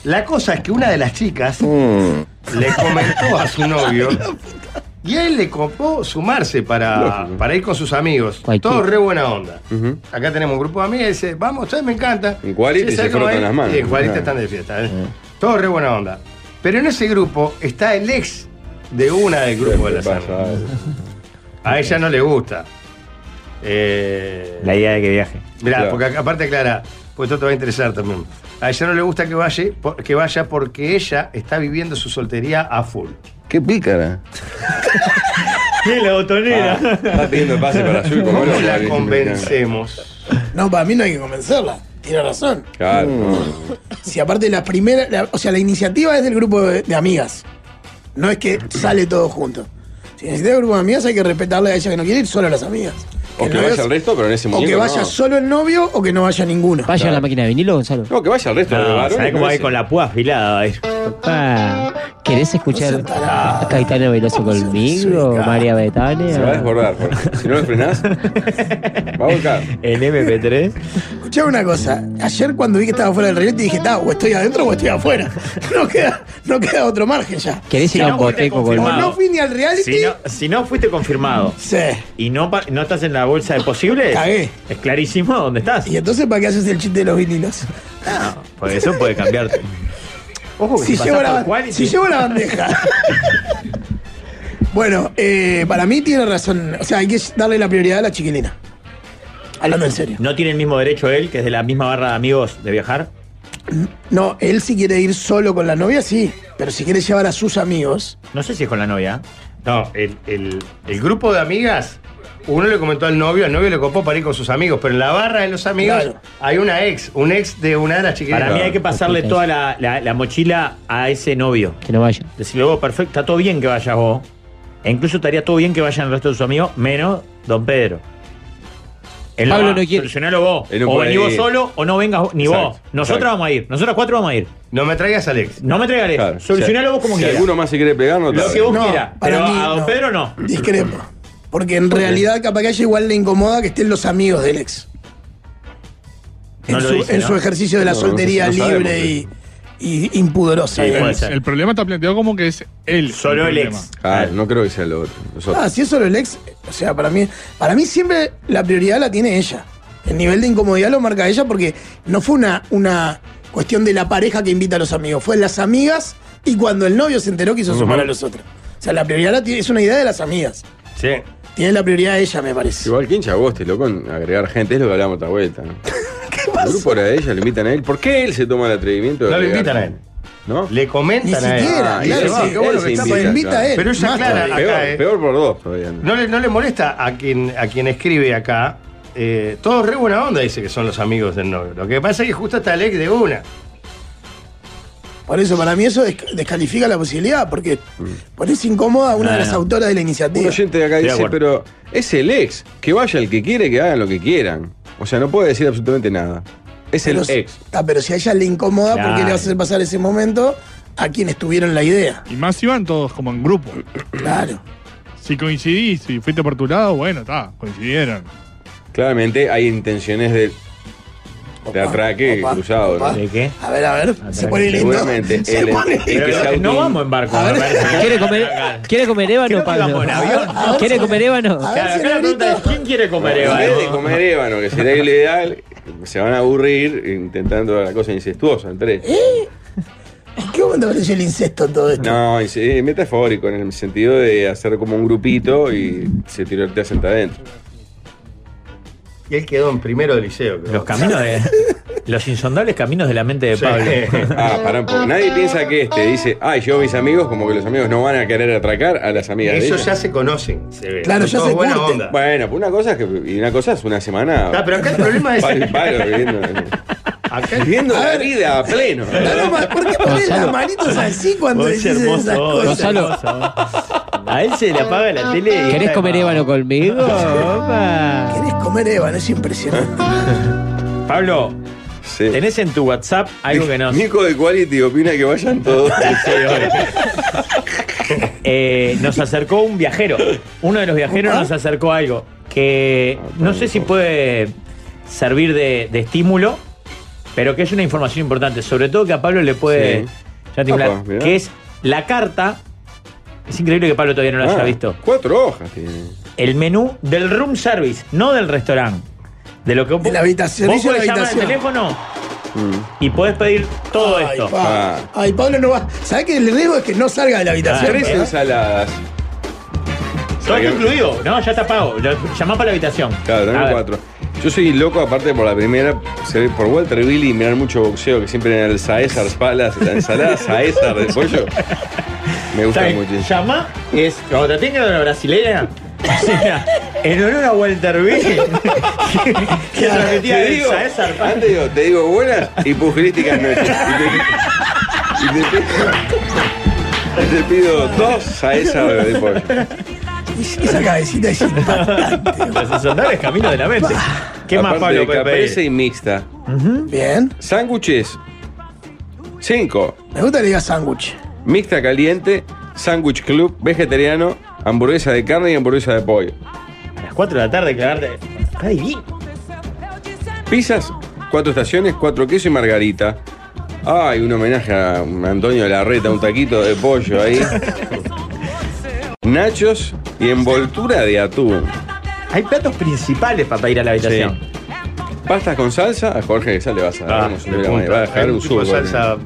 S6: La cosa es que una de las chicas le comentó a su novio y a él le copó sumarse para,
S8: Lógico.
S6: para ir con sus amigos.
S8: Cualquiera.
S6: Todos re buena onda. Acá tenemos un grupo de amigas y dice, vamos, ¿sabes? Me encanta.
S8: En Quality
S6: Sí,
S8: se
S6: ¿sabes cómo
S8: frotan
S6: es?
S8: las manos.
S6: Sí, en Quality
S8: Claro.
S6: están de fiesta. ¿eh? Todos re buena onda. Pero en ese grupo está el ex de una del grupo de las amigas. A ella no le gusta. Eh,
S7: La idea de que viaje.
S6: Mirá,
S7: Claro.
S6: porque acá, aparte Clara, pues esto te va a interesar también. A ella no le gusta que vaya, por- que vaya porque ella está viviendo su soltería a full.
S8: Qué pícara.
S7: Sí, la botonera.
S8: Ah, está pidiendo el pase para Azul como
S6: ¿Cómo
S8: no.
S6: la convencemos?
S9: No, para mí no hay que convencerla. Tiene razón.
S8: Claro.
S9: Mm. Si aparte la primera, la- o sea, la iniciativa es del grupo de, de amigas. No es que sale todo junto. Si necesitas un grupo de amigas hay que respetarle a ella que no quiere ir solo a las amigas.
S8: O que
S9: no
S8: vaya
S9: veas-
S8: el resto, pero en ese
S9: O
S8: momento.
S9: que vaya solo el novio o que no vaya ninguno.
S11: Vaya a la máquina de vinilo, Gonzalo.
S8: No, que vaya el resto
S7: No, Ah, ¿sabés cómo hay con la púa afilada? va a ir?
S11: Ah, ¿Querés escuchar a Caetano Veloso conmigo? María Betania.
S8: Se va a desbordar. porque Si no lo frenás, va a volcar.
S7: En MP3.
S9: Escuchame una cosa. Ayer cuando vi que estaba fuera del reality dije, "Ta, o estoy adentro o estoy afuera. No queda, no queda otro margen ya.
S11: ¿Querés
S7: Si
S11: ir a
S7: no
S11: un
S7: fuiste
S11: coteco con
S7: confirmado.
S9: O no fui ni al reality.
S7: Si no, si no fuiste confirmado
S9: Sí.
S7: y no, pa- no estás en la bolsa de posibles,
S9: Cagué.
S7: es clarísimo dónde estás.
S9: Y entonces, ¿para qué haces el chiste de los vinilos?
S7: Porque eso puede cambiarte. Ojo que
S9: si,
S7: pasás
S9: llevo
S7: por
S9: la,
S7: Quality-
S9: si llevo la bandeja. bueno, eh, para mí tiene razón. O sea, hay que darle la prioridad a la chiquilina. Hablando en serio.
S7: ¿No tiene el mismo derecho él, que es de la misma barra de amigos, de viajar?
S9: No, él si quiere ir solo con la novia, sí. Pero si quiere llevar a sus amigos.
S7: No sé si es con la novia.
S6: No, el, el- el grupo de amigas, uno le comentó al novio, al novio le copó para ir con sus amigos, pero en la barra de los amigos hay una ex, un ex de una de las chiquillas.
S7: Para mí hay que pasarle toda la, la- la mochila a ese novio.
S11: Que no vaya.
S7: Decirle, vos, perfecto, está todo bien que vayas vos. E incluso estaría todo bien que vayan el resto de sus amigos, menos don Pedro. Él
S11: Pablo
S7: va,
S11: no quiere-
S7: Solucionalo vos.
S11: Él no
S7: o
S11: puede
S7: venís vos
S11: ir.
S7: solo o no vengas vos- ni
S11: Exacto,
S7: vos. Nosotras
S11: exacto.
S7: vamos a ir. Nosotras cuatro vamos a ir.
S6: No me traigas al ex.
S7: No me traigas al ex. Solucionalo vos como
S8: si
S7: quieras.
S8: alguno más se quiere pegar, no te
S7: Lo que vos quieras.
S9: para
S7: Pero
S9: mí,
S7: a don
S9: no.
S7: Pedro no.
S9: Discrepo. Porque en realidad, capaz que a ella igual le incomoda que estén los amigos del ex. En,
S10: No lo
S9: su,
S10: dice,
S9: en
S10: ¿no?
S9: su ejercicio de la
S10: No, no sé,
S9: soltería
S10: no sabemos,
S9: libre y, y impudorosa. digamos.
S10: el problema está planteado como que es él.
S9: Solo el
S10: problema.
S9: ex.
S8: Claro, Ah, no creo que sea lo otro. Nosotros.
S9: Ah, si es solo el ex, o sea, para mí, para mí siempre la prioridad la tiene ella. El nivel de incomodidad lo marca ella porque no fue una, una cuestión de la pareja que invita a los amigos, fue las amigas y cuando el novio se enteró quiso sumar a los otros. O sea, la prioridad la tiene- es una idea de las amigas.
S6: Ah, Sí.
S9: Tiene la prioridad ella, me parece.
S8: Igual que hincha vos, te este loco, en agregar gente, es lo que hablábamos otra vuelta. ¿no? El grupo era de ella, le invitan a él. ¿Por qué él se toma el atrevimiento de
S6: No lo
S8: agregar
S6: invitan a
S8: gente? ¿No?
S6: Le comentan a él. Ah, y
S8: él
S6: se va,
S8: se-
S6: qué bueno
S8: él
S6: que
S8: se
S6: está, pues,
S8: claro.
S6: Pero ella aclara acá,
S8: Peor,
S6: eh,
S8: peor por dos todavía. ¿no?
S6: No le, no le molesta a quien, a quien escribe acá. Eh, todos re buena onda dice que son los amigos del novio. Lo que pasa es que justo está el ex de una.
S9: Por eso, para mí eso des- descalifica la posibilidad, porque
S7: Mm.
S9: pones incómoda a una
S8: No,
S9: de las
S8: no.
S9: autoras de la iniciativa.
S8: Un oyente de acá
S9: Estoy de
S8: dice, pero es el ex. Que vaya el que quiere, que hagan lo que quieran. O sea, no puede decir absolutamente nada. Es el
S9: Pero si-
S8: ex.
S9: Ah, pero si a ella le incomoda, ¿por qué
S8: Claro.
S9: le vas a hacer pasar ese momento a quienes tuvieron la idea?
S10: Y más iban todos como en grupo.
S9: Claro.
S10: Si coincidís, si fuiste por tu lado, bueno, está, coincidieron.
S8: Claramente hay intenciones de, de atraque cruzado, ¿no?
S7: ¿De qué?
S9: A ver, a ver,
S7: Ah,
S9: se pone lindo.
S8: Seguramente.
S9: Se
S8: el-
S9: pone
S8: el que
S9: lindo.
S8: se auto-
S7: No vamos en barco. me parece.
S11: ¿Quiere comer, ¿Quiere comer ébano, Pablo? ¿Quiere comer ébano?
S7: Claro, acá la pregunta es, ¿quién quiere comer
S8: En
S7: ébano?
S8: vez de comer ébano, que sería el ideal, se van a aburrir intentando la cosa incestuosa entre ellos.
S9: ¿Eh? ¿En qué momento apareció el incesto en todo esto?
S8: No, es eh, metafórico, en el sentido de hacer como un grupito y se tirotea senta adentro.
S6: Y él quedó en primero del liceo. creo.
S7: Los caminos de. los insondables caminos de la mente de Pablo.
S8: Ah, pará un poco. Nadie piensa que este dice, ay, yo mis amigos, como que los amigos no van a querer atracar a las amigas de
S6: Ellos
S8: ella.
S6: ya se conocen, se ve.
S8: Claro,
S6: Son
S8: ya
S6: todos
S8: se
S6: buena
S8: curten.
S6: onda.
S8: Bueno, pues una cosa es que. Y una cosa es una semana.
S6: Ah, pero acá el problema es-
S8: Palo y palo, viviendo, viviendo la vida a pleno.
S9: ¿Por qué pones las manitos así cuando
S7: Vos es
S9: decís esas
S7: hermoso, vos,
S9: cosas?
S7: es hermoso. A él se le apaga la tele. y
S11: ¿Querés
S7: está
S11: comer
S7: de-
S11: ébano conmigo?
S9: ¿Querés comer ébano? Es impresionante.
S7: Pablo, tenés en tu WhatsApp algo que no.
S8: Nico de Quality opina que vayan todos.
S7: Eh, nos acercó un viajero. Uno de los viajeros nos acercó algo que no sé si puede servir de, de estímulo pero que es una información importante, sobre todo que a Pablo le puede.
S8: Sí.
S7: ya te
S8: Opa,
S7: aclaro,
S8: mirá.
S7: que es la carta. Es increíble que Pablo todavía no lo
S8: Ah,
S7: haya visto.
S8: Cuatro hojas tiene.
S7: El menú del room service, no del restaurante. De lo que de la
S9: habitación,
S7: Vos
S9: servicio
S7: podés
S9: de la
S7: llamar al
S9: habitación.
S7: teléfono y podés pedir todo esto.
S9: Pa- Ay, Pablo no va. ¿Sabés que el riesgo es que no salga de la habitación?
S8: Ah. Tres ensaladas.
S7: Todo incluido. No, ya está pago. Lo- Llamá para la habitación.
S8: Claro,
S7: A
S8: tenemos
S7: ver.
S8: cuatro. Yo soy loco, aparte por la primera, se ve por Walter Billy y mirar mucho boxeo, que siempre en el Saesar Palas, la ensalada Saesar de pollo. Me gusta
S7: ¿Sabes?
S8: mucho.
S7: Llamá es. Cuando te atienden una brasilera. o sea, en honor a Walter B. que transmitía
S8: te
S7: de
S8: digo,
S7: Saez Zarpa.
S8: antes digo, te digo buenas y pugilísticas noches. Y te, y te pido, y te pido dos Saesar de pollo.
S9: Esa cabecita es impactante.
S7: Los insondables caminos de la mente. ¿Qué más,
S8: Aparte
S7: Pablo,
S8: de
S7: puede
S8: caprese
S7: pedir?
S8: y mixta.
S9: Bien.
S8: Sándwiches. Cinco.
S9: Me gusta que diga sándwich.
S8: Mixta caliente, sándwich club, vegetariano, hamburguesa de carne y hamburguesa de pollo.
S7: A las 4 de la tarde, clavarte. Está divino.
S8: Pizzas, cuatro estaciones, cuatro queso y margarita. Ay, un homenaje a Antonio Larreta, un taquito de pollo ahí. Nachos y envoltura de atún.
S7: Hay platos principales para ir a la habitación.
S8: Pastas con salsa, a Jorge esa le vas a dar.
S6: Ah,
S8: como si
S6: de
S8: fuera-
S6: punta.
S8: va a dejar un
S6: Hay un tipo de
S8: surco,
S6: salsa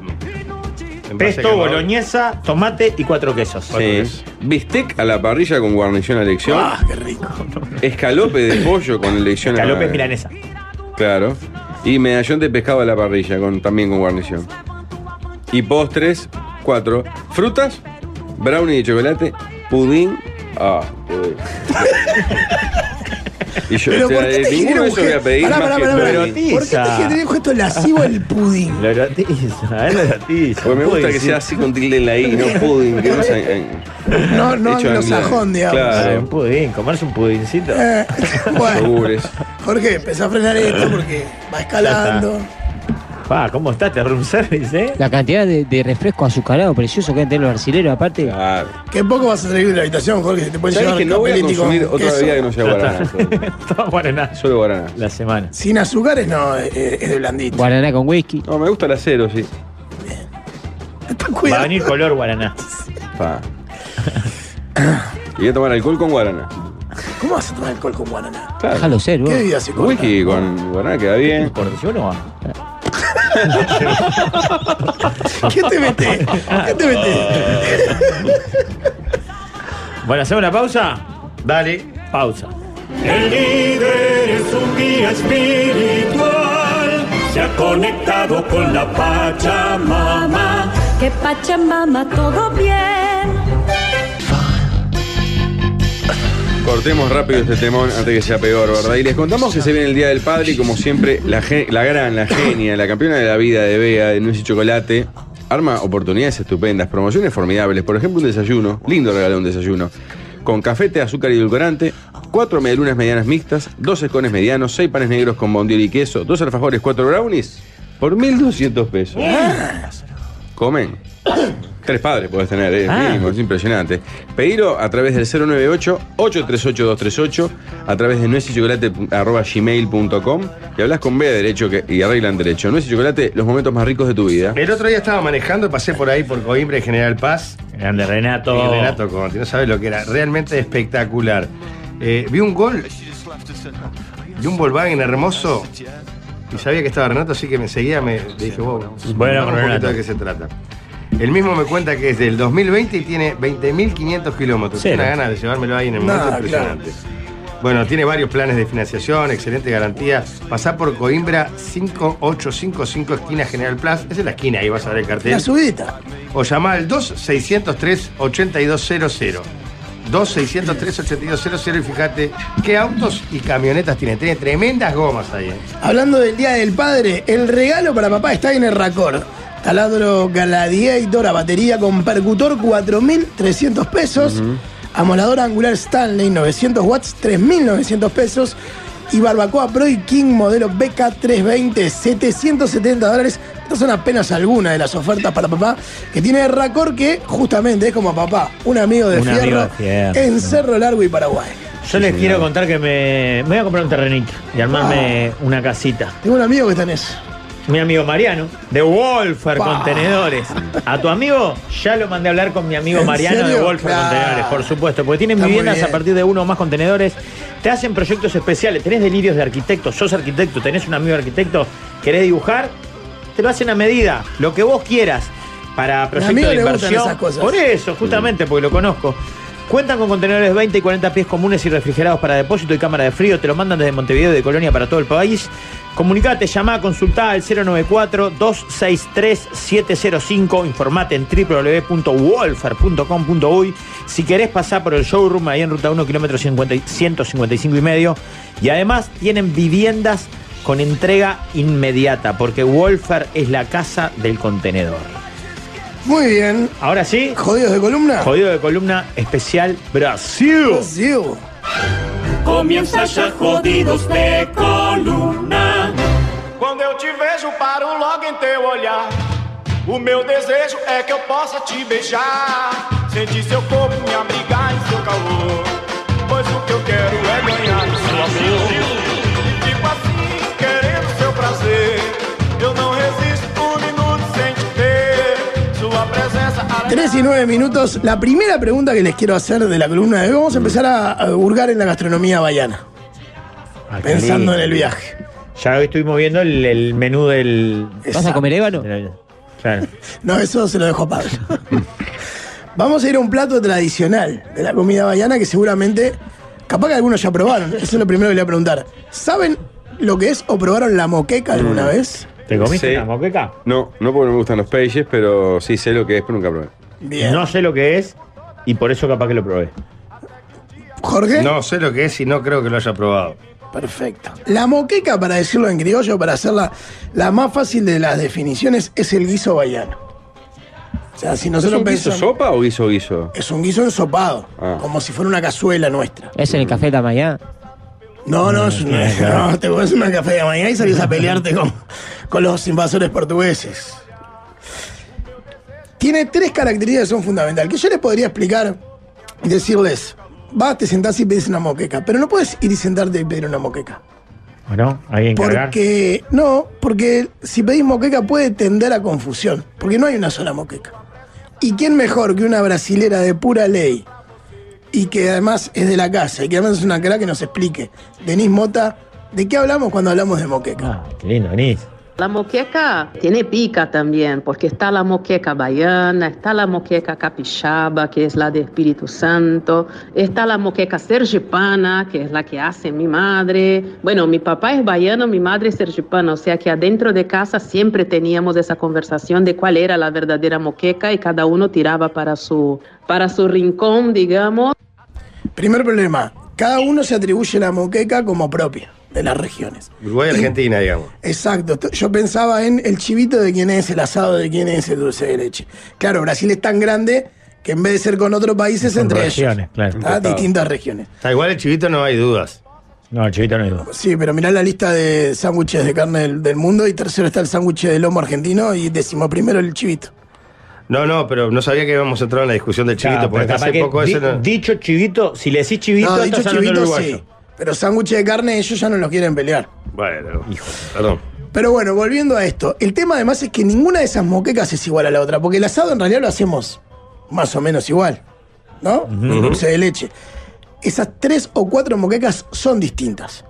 S7: Pesto, boloñesa, tomate y cuatro quesos.
S8: Sí. Bistec a la parrilla con guarnición a elección.
S7: Ah,
S9: qué rico.
S8: Escalope de pollo con elección a
S7: Calopes milanesa.
S8: Claro. Y medallón de pescado a la parrilla, con, también con guarnición. Y postres, cuatro. Frutas, brownie de chocolate, pudín. Ah, pudín. y yo,
S9: Pero
S8: o sea,
S9: ¿por qué te
S8: ninguno de
S9: dijeron
S8: esos voy a pedir
S9: Pará,
S8: más
S9: pará,
S8: que
S9: pará,
S8: el
S9: pará. ¿Por
S8: pudín.
S9: qué te dijeron esto lascivo el pudín?
S7: Lo erotiza, es lo erotiza.
S8: Porque me gusta
S7: Puede
S8: que
S7: ser.
S8: sea así con tilde en la I, no pudín. Que no, sea, eh,
S9: No, no
S8: hecho
S9: anglosajón,
S8: en-
S9: digamos.
S7: Sí,
S8: Claro,
S7: Un pudín, comerse un pudincito.
S9: Eh, bueno,
S8: yogures.
S9: Jorge, empezá a frenar esto porque va escalando.
S7: Pa, ¿cómo estás? Te room service, eh.
S11: La cantidad de, de refresco azucarado precioso que han tenido los brasileros, aparte.
S9: Qué poco vas a salir de la habitación, Jorge, si te puedes
S11: ¿Sabés
S9: llevar
S11: que no voy a
S9: capelítico
S11: consumir
S9: con
S11: otra
S9: queso.
S11: bebida que no sea guaraná?
S7: Todo guaraná.
S8: Solo guaraná.
S7: La semana.
S9: Sin azúcares no, eh, eh, es de blandito.
S11: Guaraná con whisky.
S8: No, me gusta el acero, sí.
S7: Va a venir color guaraná.
S8: Pa. Y voy a tomar alcohol con guaraná.
S9: ¿Cómo vas a tomar alcohol con guaraná?
S8: Claro.
S11: Déjalo ser, vos.
S9: ¿Qué bebida se corta?
S8: Whisky con guaraná queda bien.
S7: ¿Porción o
S9: ¿Qué te metes? ¿Qué te metes?
S7: Bueno, ¿hacemos la pausa? Dale. Pausa.
S2: El líder es un guía espiritual, se ha conectado con la Pachamama.
S14: que Pachamama todo bien.
S8: Cortemos rápido este temón antes que sea peor, ¿verdad? Y les contamos que se viene el Día del Padre y como siempre, la, gen- la gran, la genia, la campeona de la vida de Bea, de Nuez y Chocolate, arma oportunidades estupendas, promociones formidables. Por ejemplo, un desayuno, lindo regalo un desayuno, con cafete, azúcar y edulcorante, cuatro medialunas medianas mixtas, dos escones medianos, seis panes negros con bondiol y queso, dos alfajores, cuatro brownies, por 1.200 pesos. Comen. Tres padres podés tener, eh,
S7: Ah.
S8: mínimo, es impresionante. Pedilo a través del 098-838-238, a través de nuezychocolate.gmail.com y hablas con B de derecho que, y arreglan derecho. Nuez y chocolate, los momentos más ricos de tu vida.
S6: El otro día estaba manejando, pasé por ahí por Coimbra y General Paz.
S7: Grande Renato.
S6: Y Renato Conti, no sabes lo que era. Realmente espectacular. Eh, vi un gol de un Volkswagen hermoso y sabía que estaba Renato, así que enseguida me dije, wow,
S7: Bueno,
S6: vamos
S7: Renato.
S6: un poquito de qué se trata. El mismo me cuenta que es del 2020 y tiene 20.500 kilómetros.
S7: Cero.
S6: Tiene una ganas de llevármelo ahí en el
S9: No,
S6: momento
S9: claro.
S6: impresionante. Bueno, tiene varios planes de financiación, excelente garantía. Pasá por Coimbra 5855 esquina General Plaza. Esa es la esquina, ahí vas a ver el cartel.
S9: La subidita.
S6: O llamá al 2-603-8200. 2-603-8200 y fíjate qué autos y camionetas tiene. Tiene tremendas gomas ahí. ¿eh?
S9: Hablando del Día del Padre, el regalo para papá está en el Racor. Taladro Galadiator a batería con percutor 4.300 pesos. Amoladora angular Stanley 900 watts 3.900 pesos. Y barbacoa Pro y King modelo BK320 770 dólares. Estas son apenas algunas de las ofertas para papá que tiene el Racor que justamente es como papá, un amigo de,
S7: Un amigo
S9: fierro,
S7: de fierro.
S9: en Cerro Largo y Paraguay.
S7: Yo les quiero contar que me, me voy a comprar un terrenito y armarme una casita.
S9: Tengo un amigo que está en eso.
S7: mi amigo Mariano, de Wolfer Contenedores. A tu amigo ya lo mandé a hablar con mi amigo
S11: ¿En
S7: Mariano de
S11: serio?
S7: Wolfer
S11: Claro.
S7: Contenedores, por supuesto, porque tienen
S11: Está muy
S7: viviendas
S11: bien.
S7: a partir de uno o más contenedores, te hacen proyectos especiales, tenés delirios de arquitecto, sos arquitecto, tenés un amigo arquitecto, querés dibujar, te lo hacen a medida, lo que vos quieras para proyectos
S9: amigo
S7: de
S9: le gustan
S7: inversión.
S9: esas cosas.
S7: Por eso, justamente, porque lo conozco. Cuentan con contenedores 20 y 40 pies comunes y refrigerados para depósito y cámara de frío. Te lo mandan desde Montevideo y de Colonia para todo el país. Comunicate, llamá, consultá al 094-263-705. Informate en www.wolfer.com.uy. Si querés pasar por el showroom ahí en Ruta 1, kilómetro 50 y- 155 y medio. Y además tienen viviendas con entrega inmediata, porque Wolfer es la casa del contenedor.
S9: Muy bien.
S7: Ahora sí.
S9: ¿Jodidos de columna?
S7: Jodido de columna especial Brasil.
S9: Brasil.
S2: Comienza ya jodidos de columna.
S15: Quando eu te vejo, paro logo em teu olhar. O meu desejo é que eu possa te beijar. Sentir seu corpo me abrigar em seu calor. Pois o que eu quero é ganhar o seu amor. E Fico assim, querendo seu prazer. Eu não resisto um minuto sem te ter. Sua presença
S9: 3 y 9 minutos. La primera pregunta que les quiero hacer de la columna de hoy, vamos a empezar a, a hurgar en la gastronomía baiana. Pensando en el viaje.
S7: Ya hoy estuvimos viendo el, el menú del.
S9: ¿Vas a comer
S7: ébano? Claro.
S9: No, eso se lo dejo a Pablo. Vamos a ir a un plato tradicional de la comida baiana que seguramente, capaz que algunos ya probaron. Eso es lo primero que le voy a preguntar. ¿Saben lo que es o probaron la moqueca alguna vez?
S7: Mm. ¿Te comiste
S8: Sí.
S7: una moqueca?
S8: No, no porque no me gustan los peyes, pero sí sé lo que es, pero nunca probé.
S7: No sé lo que es y por eso capaz que lo probé.
S9: Jorge.
S6: No sé lo que es y no creo que lo haya probado.
S9: Perfecto. La moqueca, para decirlo en criollo, para hacerla la más fácil de las definiciones, es el guiso baiano. O sea, si nosotros
S8: ¿Es un guiso
S9: pensamos.
S8: sopa o guiso guiso?
S9: Es un guiso ensopado,
S8: Ah.
S9: como si fuera una cazuela nuestra.
S11: ¿Es en el café de la mañana?
S9: No, no, es una- no, te pones una café de mañana y salís a pelearte con, con los invasores portugueses. Tiene tres características que son fundamentales, que yo les podría explicar y decirles, vas, te sentás y pedís una moqueca, pero no puedes ir y sentarte y pedir una moqueca.
S7: Bueno, ahí encargar.
S9: Porque, no, porque si pedís moqueca puede tender a confusión, porque no hay una sola moqueca. ¿Y quién mejor que una brasilera de pura ley y que además es de la casa y que además es una cara que nos explique? Denis Mota, ¿de qué hablamos cuando hablamos de moqueca?
S7: Qué lindo, Denise.
S16: La moqueca tiene pica también, porque está la moqueca baiana, está la moqueca capixaba, que es la de Espíritu Santo, está la moqueca sergipana, que es la que hace mi madre. Bueno, mi papá es baiano, mi madre es sergipana, o sea que adentro de casa siempre teníamos esa conversación de cuál era la verdadera moqueca y cada uno tiraba para su, para su rincón, digamos.
S9: Primer problema, cada uno se atribuye la moqueca como propia de las regiones.
S6: Uruguay, Argentina, digamos.
S9: Exacto, t- yo pensaba en el chivito de quién es, el asado de quién es, el dulce de leche. Claro, Brasil es tan grande que en vez de ser con otros países, entre ellos. Ah, distintas regiones. Pues
S6: Está igual el chivito no hay dudas.
S7: No, el chivito no hay dudas.
S9: Sí, pero mirá la lista de sándwiches de carne del, del mundo y tercero está el sándwich de lomo argentino y décimo primero el chivito.
S6: No, no, pero no sabía que íbamos a entrar en la discusión del
S7: Claro,
S6: chivito, porque
S7: Ah, pero
S6: hasta
S7: capaz
S6: hace
S7: que
S6: poco
S7: di-
S6: ese no-
S7: Dicho chivito, si le decís chivito,
S9: no,
S7: estás
S9: dicho
S7: hablando del
S9: chivito
S7: uruguayo.
S9: sí, pero sándwiches de carne ellos ya no los quieren pelear.
S6: Bueno, perdón.
S9: Pero bueno, volviendo a esto, el tema además es que ninguna de esas moquecas es igual a la otra, porque el asado en realidad lo hacemos más o menos igual, ¿no?
S6: Ujú.
S9: Dulce de leche. Esas tres o cuatro moquecas son distintas.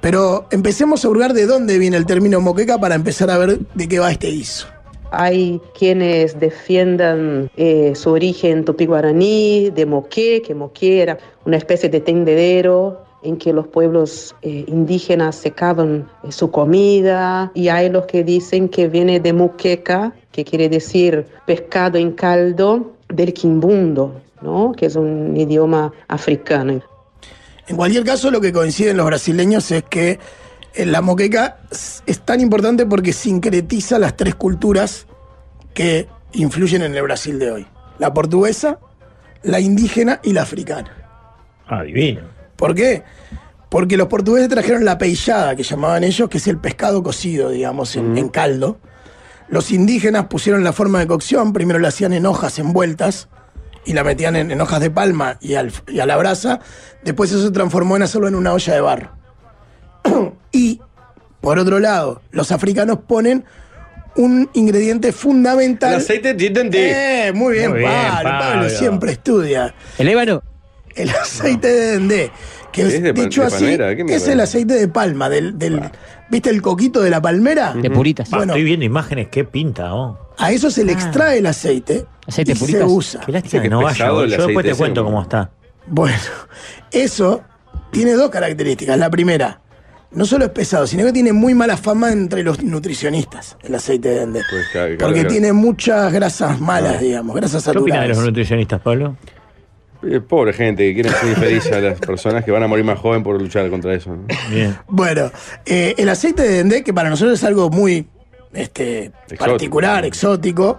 S9: Pero empecemos a hurgar de dónde viene el término moqueca para empezar a ver de qué va este guiso.
S16: Hay quienes defiendan eh, su origen tupi-guaraní, de moqué, que moqué era una especie de tendedero en que los pueblos eh, indígenas secaban eh, su comida. Y hay los que dicen que viene de muqueca, que quiere decir pescado en caldo, del quimbundo, ¿no? que es un idioma africano.
S9: En cualquier caso, lo que coinciden los brasileños es que eh, la moqueca s- es tan importante porque sincretiza las tres culturas que influyen en el Brasil de hoy. La portuguesa, la indígena y la africana.
S7: Ah, divino.
S9: ¿Por qué? Porque los portugueses trajeron la peillada, que llamaban ellos, que es el pescado cocido, digamos, en, en caldo. Los indígenas pusieron la forma de cocción, primero la hacían en hojas envueltas y la metían en, en hojas de palma y, al- y a la brasa. Después eso se transformó en hacerlo en una olla de barro. y Por otro lado, los africanos ponen un ingrediente fundamental.
S8: El aceite T&T.
S9: Eh, muy bien,
S8: Muy bien,
S9: Pablo, Pablo
S8: Pablo.
S9: siempre estudia.
S11: ¿El ébano?
S9: El aceite de dendé. Que
S8: ¿Es
S9: es,
S8: de pa-
S9: dicho
S8: de
S9: así,
S8: palmera? ¿Qué
S9: es
S8: mierda?
S9: el aceite de palma, del, del- ¿viste el coquito de la palmera?
S7: Ujú. Pa,
S9: Bueno,
S7: estoy viendo imágenes, qué pinta, ¿oh.
S9: a eso se le extrae el aceite,
S7: Aceite
S9: y
S7: de puritas.
S9: se usa.
S7: Qué lástima que no vaya, boludo. Yo después te cuento cómo está.
S9: Bueno, eso tiene dos características. La primera, no solo es pesado, sino que tiene muy mala fama entre los nutricionistas, el aceite de dendé. Porque tiene muchas grasas malas, digamos, grasas
S7: ¿Qué opinas de
S9: saturadas.
S7: los nutricionistas, Pablo?
S8: Eh, Pobre gente que quieren hacer infeliz a las personas que van a morir más joven por luchar contra eso. ¿no?
S7: Bien.
S9: Bueno, eh, el aceite de dendé, que para nosotros es algo muy este, particular, exótico.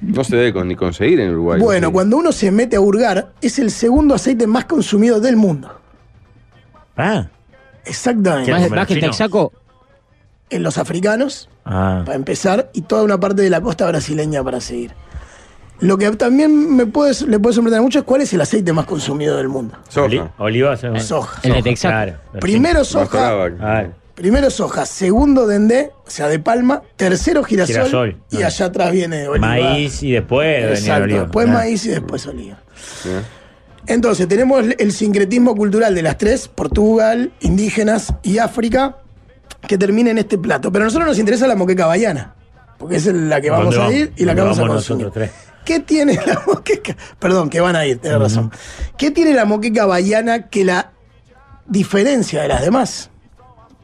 S8: No se debe con- ni conseguir en Uruguay.
S9: Bueno, cuando uno se mete a hurgar, es el segundo aceite más consumido del mundo.
S7: Ah.
S9: Exactamente.
S11: ¿Más, más que el Texaco?
S9: En los africanos,
S7: Ah.
S9: para empezar, y toda una parte de la costa brasileña para seguir. Lo que también me puede, le puede sorprender mucho es cuál es el aceite más consumido del mundo.
S7: Oli- Oliva, se-
S9: Soja.
S7: El de
S9: Texaco.
S7: Claro.
S9: Primero soja. Primero soja, segundo dendé, o sea, de palma, tercero girasol,
S7: Girasol,
S9: y allá atrás viene oliva.
S7: Maíz y después venía el
S9: Exacto,
S7: oliva.
S9: después
S7: Claro.
S9: maíz y después oliva. Entonces, tenemos el sincretismo cultural de las tres, Portugal, indígenas y África, que termina en este plato. Pero a nosotros nos interesa la moqueca bahiana, porque es la que vamos
S7: ¿Dónde
S9: a ir y la que
S7: ¿Dónde
S9: vamos a
S7: nosotros
S9: consumir.
S7: tres?
S9: ¿Qué tiene la moqueca? Perdón, que van a ir, tenés razón. ¿Qué tiene la moqueca bahiana que la diferencia de las demás?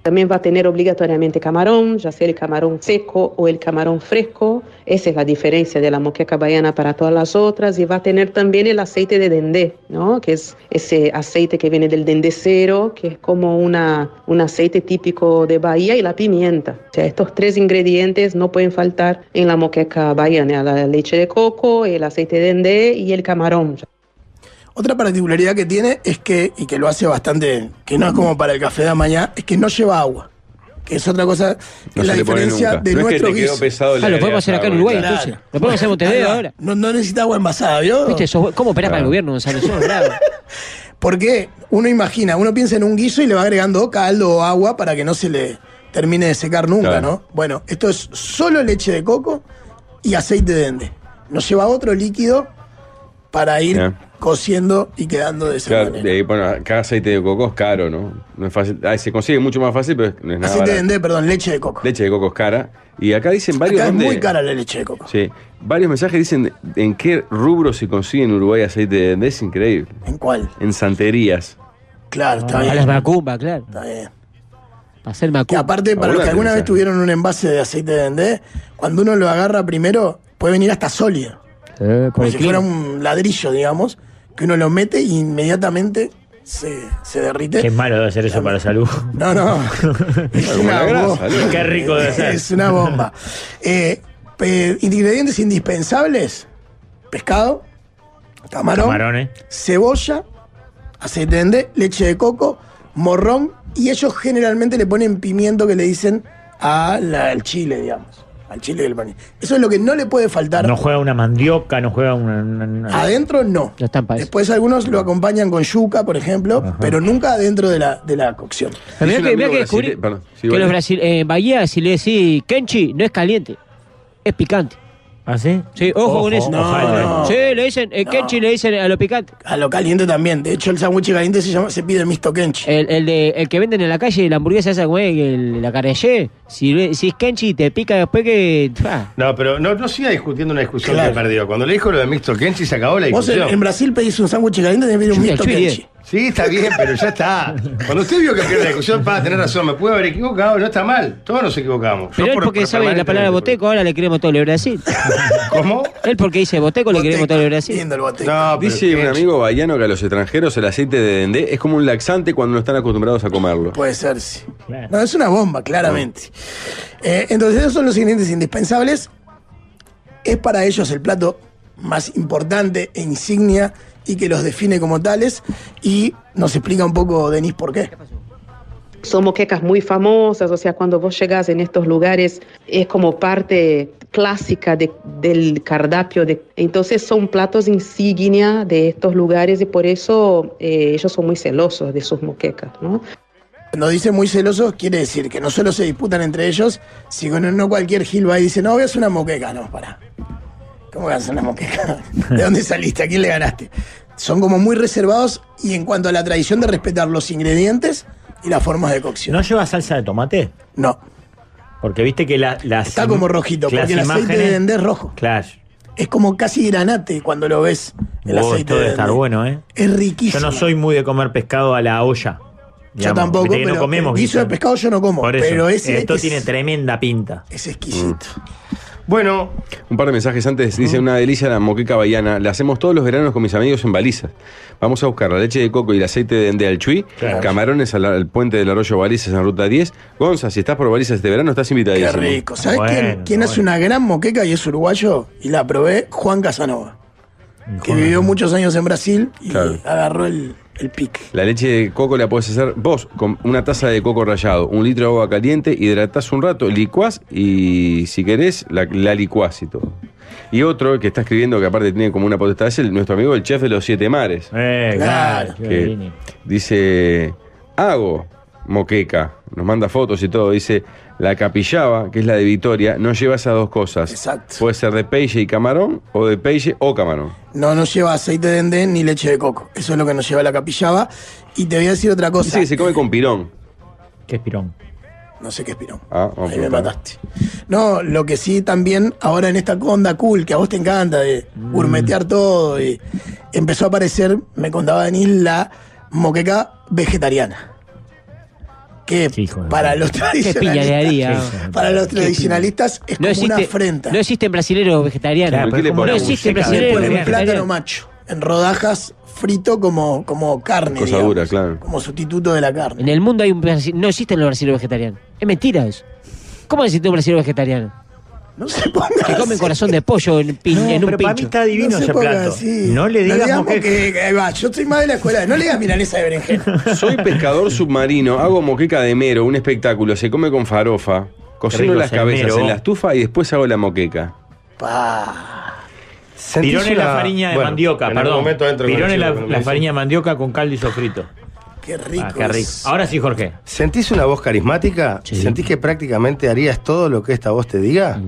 S16: También va a tener obligatoriamente camarón, ya sea el camarón seco o el camarón fresco. Esa es la diferencia de la moqueca baiana para todas las otras. Y va a tener también el aceite de dendé, ¿no? que es ese aceite que viene del dendecero, que es como una, un aceite típico de Bahía, y la pimienta. O sea, estos tres ingredientes no pueden faltar en la moqueca baiana. La leche de coco, el aceite de dendé y el camarón.
S9: Otra particularidad que tiene es que, y que lo hace bastante, que no es como para el café de mañana, es que no lleva agua. Que es otra cosa, que
S8: No
S9: es la
S8: se le pone
S9: diferencia
S8: nunca.
S9: de
S8: No es que
S9: nuestro
S8: te quedó
S9: guiso.
S8: pesado el Ah, lo agregar podemos hacer acá en agua, Uruguay, claro. entonces.
S11: Lo podemos hacer en Montevideo
S9: Ahí va.
S11: ahora.
S9: No, no necesita agua envasada, ¿vio?
S11: ¿Viste? Sos- ¿Cómo operás para el gobierno, Gonzalo? Sos bravo.
S9: Porque uno imagina, uno piensa en un guiso y le va agregando caldo o agua para que no se le termine de secar nunca,
S8: Claro.
S9: ¿no? Bueno, esto es solo leche de coco y aceite de dende. Nos lleva otro líquido para ir
S8: Bien.
S9: cociendo y quedando de esa
S8: Claro,
S9: manera.
S8: de ahí, bueno, cada aceite de coco es caro, ¿no? No es fácil. ah, se consigue mucho más fácil, pero no es nada.
S9: Aceite de
S8: barato.
S9: dendé, perdón, leche de coco.
S8: Leche de coco es cara. Y acá dicen varios.
S9: Acá es
S8: dónde-
S9: muy cara la leche de coco.
S8: Sí. Varios mensajes dicen en qué rubro se consigue en Uruguay aceite de dendé. Es increíble.
S9: ¿En cuál?
S8: En santerías.
S9: Claro, está
S11: A
S9: bien.
S11: las macumbas, Ah, claro.
S9: Está bien.
S11: Para hacer macumba.
S9: Que aparte, para los que alguna vez tuvieron un envase de aceite de dendé, cuando uno lo agarra primero, puede venir hasta sólido.
S11: Eh, por
S9: Como
S11: el
S9: si
S11: clima.
S9: fuera un ladrillo, digamos, que uno lo mete y inmediatamente se, se derrite.
S7: Qué malo de hacer eso para la salud.
S9: No, no. Es una bomba.
S7: Qué rico de hacer.
S9: Es una bomba. Eh, eh, ingredientes indispensables: pescado, camarón,
S7: Camarones.
S9: cebolla, aceite de dendé, leche de coco, morrón y ellos generalmente le ponen pimiento que le dicen a la- al chile, digamos. Al chile y el maní. Eso es lo que no le puede faltar.
S7: No juega una mandioca, no juega una. una- una-
S9: Adentro no. Después algunos lo acompañan con yuca, por ejemplo, pero nunca adentro de la, de la cocción.
S11: Pero mirá que, mirá que descubrí
S8: eh,
S11: que los brasile- eh, en Bahía, si le decís Kenchi, no es caliente, es picante.
S7: ¿Ah, sí?
S11: Sí, ojo,
S9: Ojo,
S11: con eso.
S9: No, ojalá. no.
S11: Sí, le dicen, eh, Kenchi le dicen a lo picante.
S9: A lo caliente también. De hecho, el sándwich caliente se, llama, se pide misto kenchi.
S11: El, el de, el que venden en la calle, la hamburguesa esa, como es, el- la carayé, si, le- si es Kenchi, te pica después que. fa.
S6: No, pero no, no siga discutiendo una discusión
S11: Claro.
S6: que perdió. Cuando le dijo lo de Mixto Kenchi se acabó la
S9: Vos en,
S6: discusión.
S9: en Brasil pedís un sándwich caliente y tenés que pedir un misto kenchi.
S6: Sí, está bien, pero ya está. Cuando usted vio que pierde la discusión, para tener razón, me pude haber equivocado, no está mal. Todos nos equivocamos.
S11: Pero
S6: Yo
S11: él
S6: por-
S11: porque
S6: por
S11: sabe la palabra
S6: permanentemente.
S11: boteco, ahora le queremos todo el Brasil.
S6: ¿Cómo?
S11: Él porque dice boteco, le queremos todo el Brasil.
S8: Dice un amigo bahiano que a los extranjeros el aceite de dendé es como un laxante cuando no están acostumbrados a comerlo.
S9: Puede ser, sí. No, es una bomba, claramente. Eh, entonces, esos son los ingredientes indispensables. Es para ellos el plato más importante e insignia y que los define como tales. Y nos explica un poco, Denis, por qué.
S16: Son moquecas muy famosas, o sea, cuando vos llegás en estos lugares es como parte clásica de- del cardapio. de- entonces son platos insignia de estos lugares y por eso eh, ellos son muy celosos de sus moquecas, ¿no?
S9: Cuando dice muy celosos, quiere decir que no solo se disputan entre ellos, sino que no cualquier gil va y dice, no, voy a hacer una moqueca. No, pará. ¿Cómo vas a hacer una moqueca? ¿De dónde saliste? ¿A quién le ganaste? Son como muy reservados y en cuanto a la tradición de respetar los ingredientes y las formas de cocción.
S7: ¿No lleva salsa de tomate?
S9: No.
S7: Porque viste que la, las.
S9: Está como rojito,
S7: las
S9: porque el aceite
S7: imágenes-
S9: de dendé es rojo.
S7: Claro.
S9: Es como casi granate cuando lo ves el
S7: Oh,
S9: aceite
S7: esto
S9: de
S7: debe
S9: dendé.
S7: estar bueno, ¿eh?
S9: Es riquísimo.
S7: Yo no soy muy de comer pescado a la olla.
S9: Yo
S7: digamos.
S9: tampoco,
S7: Viste que
S9: pero
S7: no comemos
S9: guiso de
S7: guiso.
S9: pescado yo no como.
S7: Por eso,
S9: Pero ese
S7: esto
S9: es-
S7: tiene tremenda pinta.
S9: Es exquisito. Mm.
S6: Bueno.
S8: Mm. Un par de mensajes antes. Dice una delicia la moqueca baiana. La hacemos todos los veranos con mis amigos en balizas. Vamos a buscar la leche de coco y el aceite de dendé al chui.
S6: Claro.
S8: Camarones al, al puente del arroyo Balizas en ruta 10. Gonza, si estás por Balizas este verano, estás
S9: Qué
S8: invitadísimo.
S9: rico. ¿Sabes quién, quién hace una gran moqueca y es uruguayo? Y la probé, Juan Casanova. Que vivió muchos años en Brasil y
S8: Claro.
S9: agarró el, el pique.
S8: La leche de coco la puedes hacer vos con una taza de coco rallado, un litro de agua caliente, hidratás un rato, licuás y si querés la, la licuás y todo. Y otro que está escribiendo que aparte tiene como una potestad es el- nuestro amigo el chef de los siete mares.
S7: Eh,
S6: claro, qué
S8: que
S6: divino.
S8: dice, hago moqueca, nos manda fotos y todo, dice, la capillaba, que es la de Vitoria, no lleva esas dos cosas.
S9: Exacto.
S8: Puede ser de peixe y camarón o de peixe o camarón.
S9: No, no lleva aceite de dendé ni leche de coco. Eso es lo que nos lleva la capillaba. Y te voy a decir otra cosa.
S8: Dice que se come con pirón.
S7: ¿Qué es pirón?
S9: No sé qué es pirón.
S8: Ah, vamos a
S9: Ahí me
S8: preguntar.
S9: mataste. No, lo que sí también, ahora en esta onda cool que a vos te encanta de gourmetear todo, y empezó a aparecer, me contaba Denis, la moqueca vegetariana. Que para los
S11: piñadería.
S9: tradicionalistas, para los
S11: Qué
S9: tradicionalistas es
S11: No
S9: como una
S11: existe-
S9: afrenta.
S11: No existen brasileros vegetarianos.
S9: Claro, pero ¿qué le
S11: no
S9: ponemos?
S11: existen
S9: Música,
S11: brasileros
S9: después un plátano
S11: vegetarianos.
S9: macho, en rodajas frito como, como carne,
S8: Cosa
S9: digamos,
S8: dura, claro.
S9: como sustituto de la carne.
S11: En el mundo hay un brasi- no existen los brasileños vegetarianos. Es mentira eso. ¿Cómo existe un brasileño vegetariano?
S9: No se ponga
S11: Que comen corazón de pollo en, pin-
S7: No,
S11: en un
S7: pero para mí
S11: pincho.
S7: está divino
S9: se
S7: ese
S9: ponga
S7: plato.
S9: así.
S7: No le digas
S9: que,
S7: moqueca.
S9: ahí va, yo soy más de la escuela. No le digas milanesa de berenjena.
S8: Soy pescador submarino, hago moqueca de mero, un espectáculo, se come con farofa, cocino
S7: rico
S8: las
S7: es el
S8: cabezas
S7: mero.
S8: en la estufa y después hago la moqueca.
S7: Pirón es la
S8: una-
S7: fariña de
S8: bueno,
S7: mandioca,
S8: en
S7: perdón.
S8: algún momento entro con
S7: Pirón
S8: el
S7: es la,
S8: chico,
S6: como
S7: la
S6: dice.
S7: fariña de mandioca con caldo y sofrito.
S9: Qué rico.
S7: Ah, qué rico. Ahora sí, Jorge.
S6: ¿Sentís una voz carismática? ¿Sentís que prácticamente harías todo lo que esta voz te diga?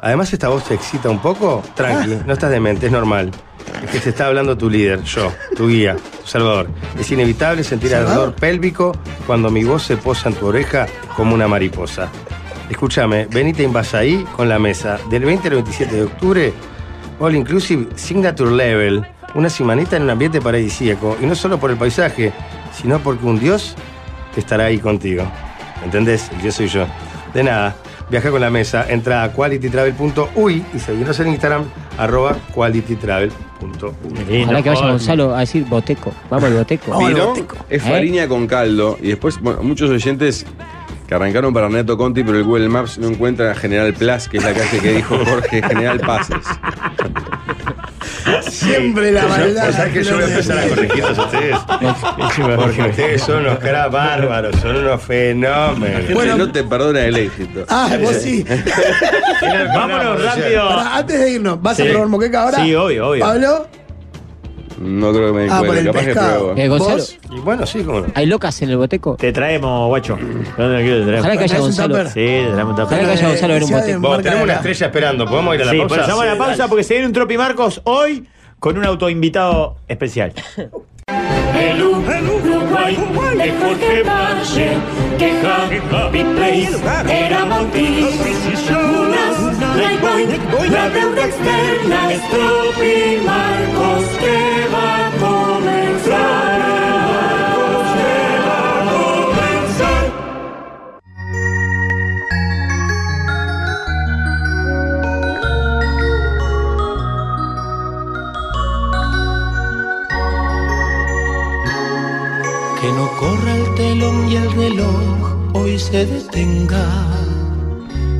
S6: Además, esta voz te excita un poco. Tranqui, no estás demente, es normal. Es que te está hablando tu líder, yo, tu guía, tu salvador. Es inevitable sentir ardor pélvico cuando mi voz se posa en tu oreja como una mariposa. Escúchame, venite en Basaí con la mesa. Del 20 al 27 de octubre, All Inclusive Signature Level. Una semanita en un ambiente paradisíaco. Y no solo por el paisaje, sino porque un dios que estará ahí contigo. ¿Entendés? Yo soy yo. De nada, viaja con la mesa, entra a qualitytravel.uy y seguinos en Instagram, arroba qualitytravel.uy.
S11: Ojalá que vaya Gonzalo a decir boteco. Vamos al boteco.
S7: Oh,
S8: Pirón es
S11: ¿Eh?
S8: fariña con caldo y después bueno, muchos oyentes que arrancaron para Neto Conti, pero el Google Maps no encuentra General Plas, que es la calle que dijo Jorge, General Pases.
S9: Siempre la
S6: Yo-
S9: maldad.
S6: vos sabés que yo voy a empezar a corregirlos a ustedes? Porque ustedes son unos caras bárbaros, son unos
S8: La
S6: fenómenos.
S8: gente no te perdona el éxito.
S9: Ah, vos sí.
S7: Vámonos rápido.
S9: Pará, antes de irnos, ¿vas
S8: Sí.
S9: a probar moqueca ahora?
S8: Sí, obvio, obvio.
S9: Pablo,
S8: No creo que me
S9: Ah, por
S8: encuentre,
S9: el
S8: capaz que
S9: pescado.
S8: pruebo.
S11: Eh, Gonzalo.
S6: Y bueno, sí, cómo no.
S11: ¿Hay locas en el boteco?
S7: Te traemos, guacho. ¿Dónde quiero te traemos?
S11: Ojalá que haya
S7: ¿Traes un
S11: Gonzalo.
S7: tupper? Sí, te traemos un tupper.
S11: Ojalá que haya Gonzalo a ver un boteco.
S6: Vos, tenemos una estrella esperando, ¿podemos ir a la
S7: sí,
S6: pausa?
S7: pues vamos a la
S6: Sí,
S7: pausa
S6: dale.
S7: porque se viene un Tropi Marcos hoy con un autoinvitado especial.
S2: El Uruguay de Jorge Valle, que Happy Place era Montis. Unas Playboy, la deuda externa es Tropi Marcos que va a comenzar. Marcos, que va a comenzar.
S17: Que no corra el telón y el reloj hoy se detenga.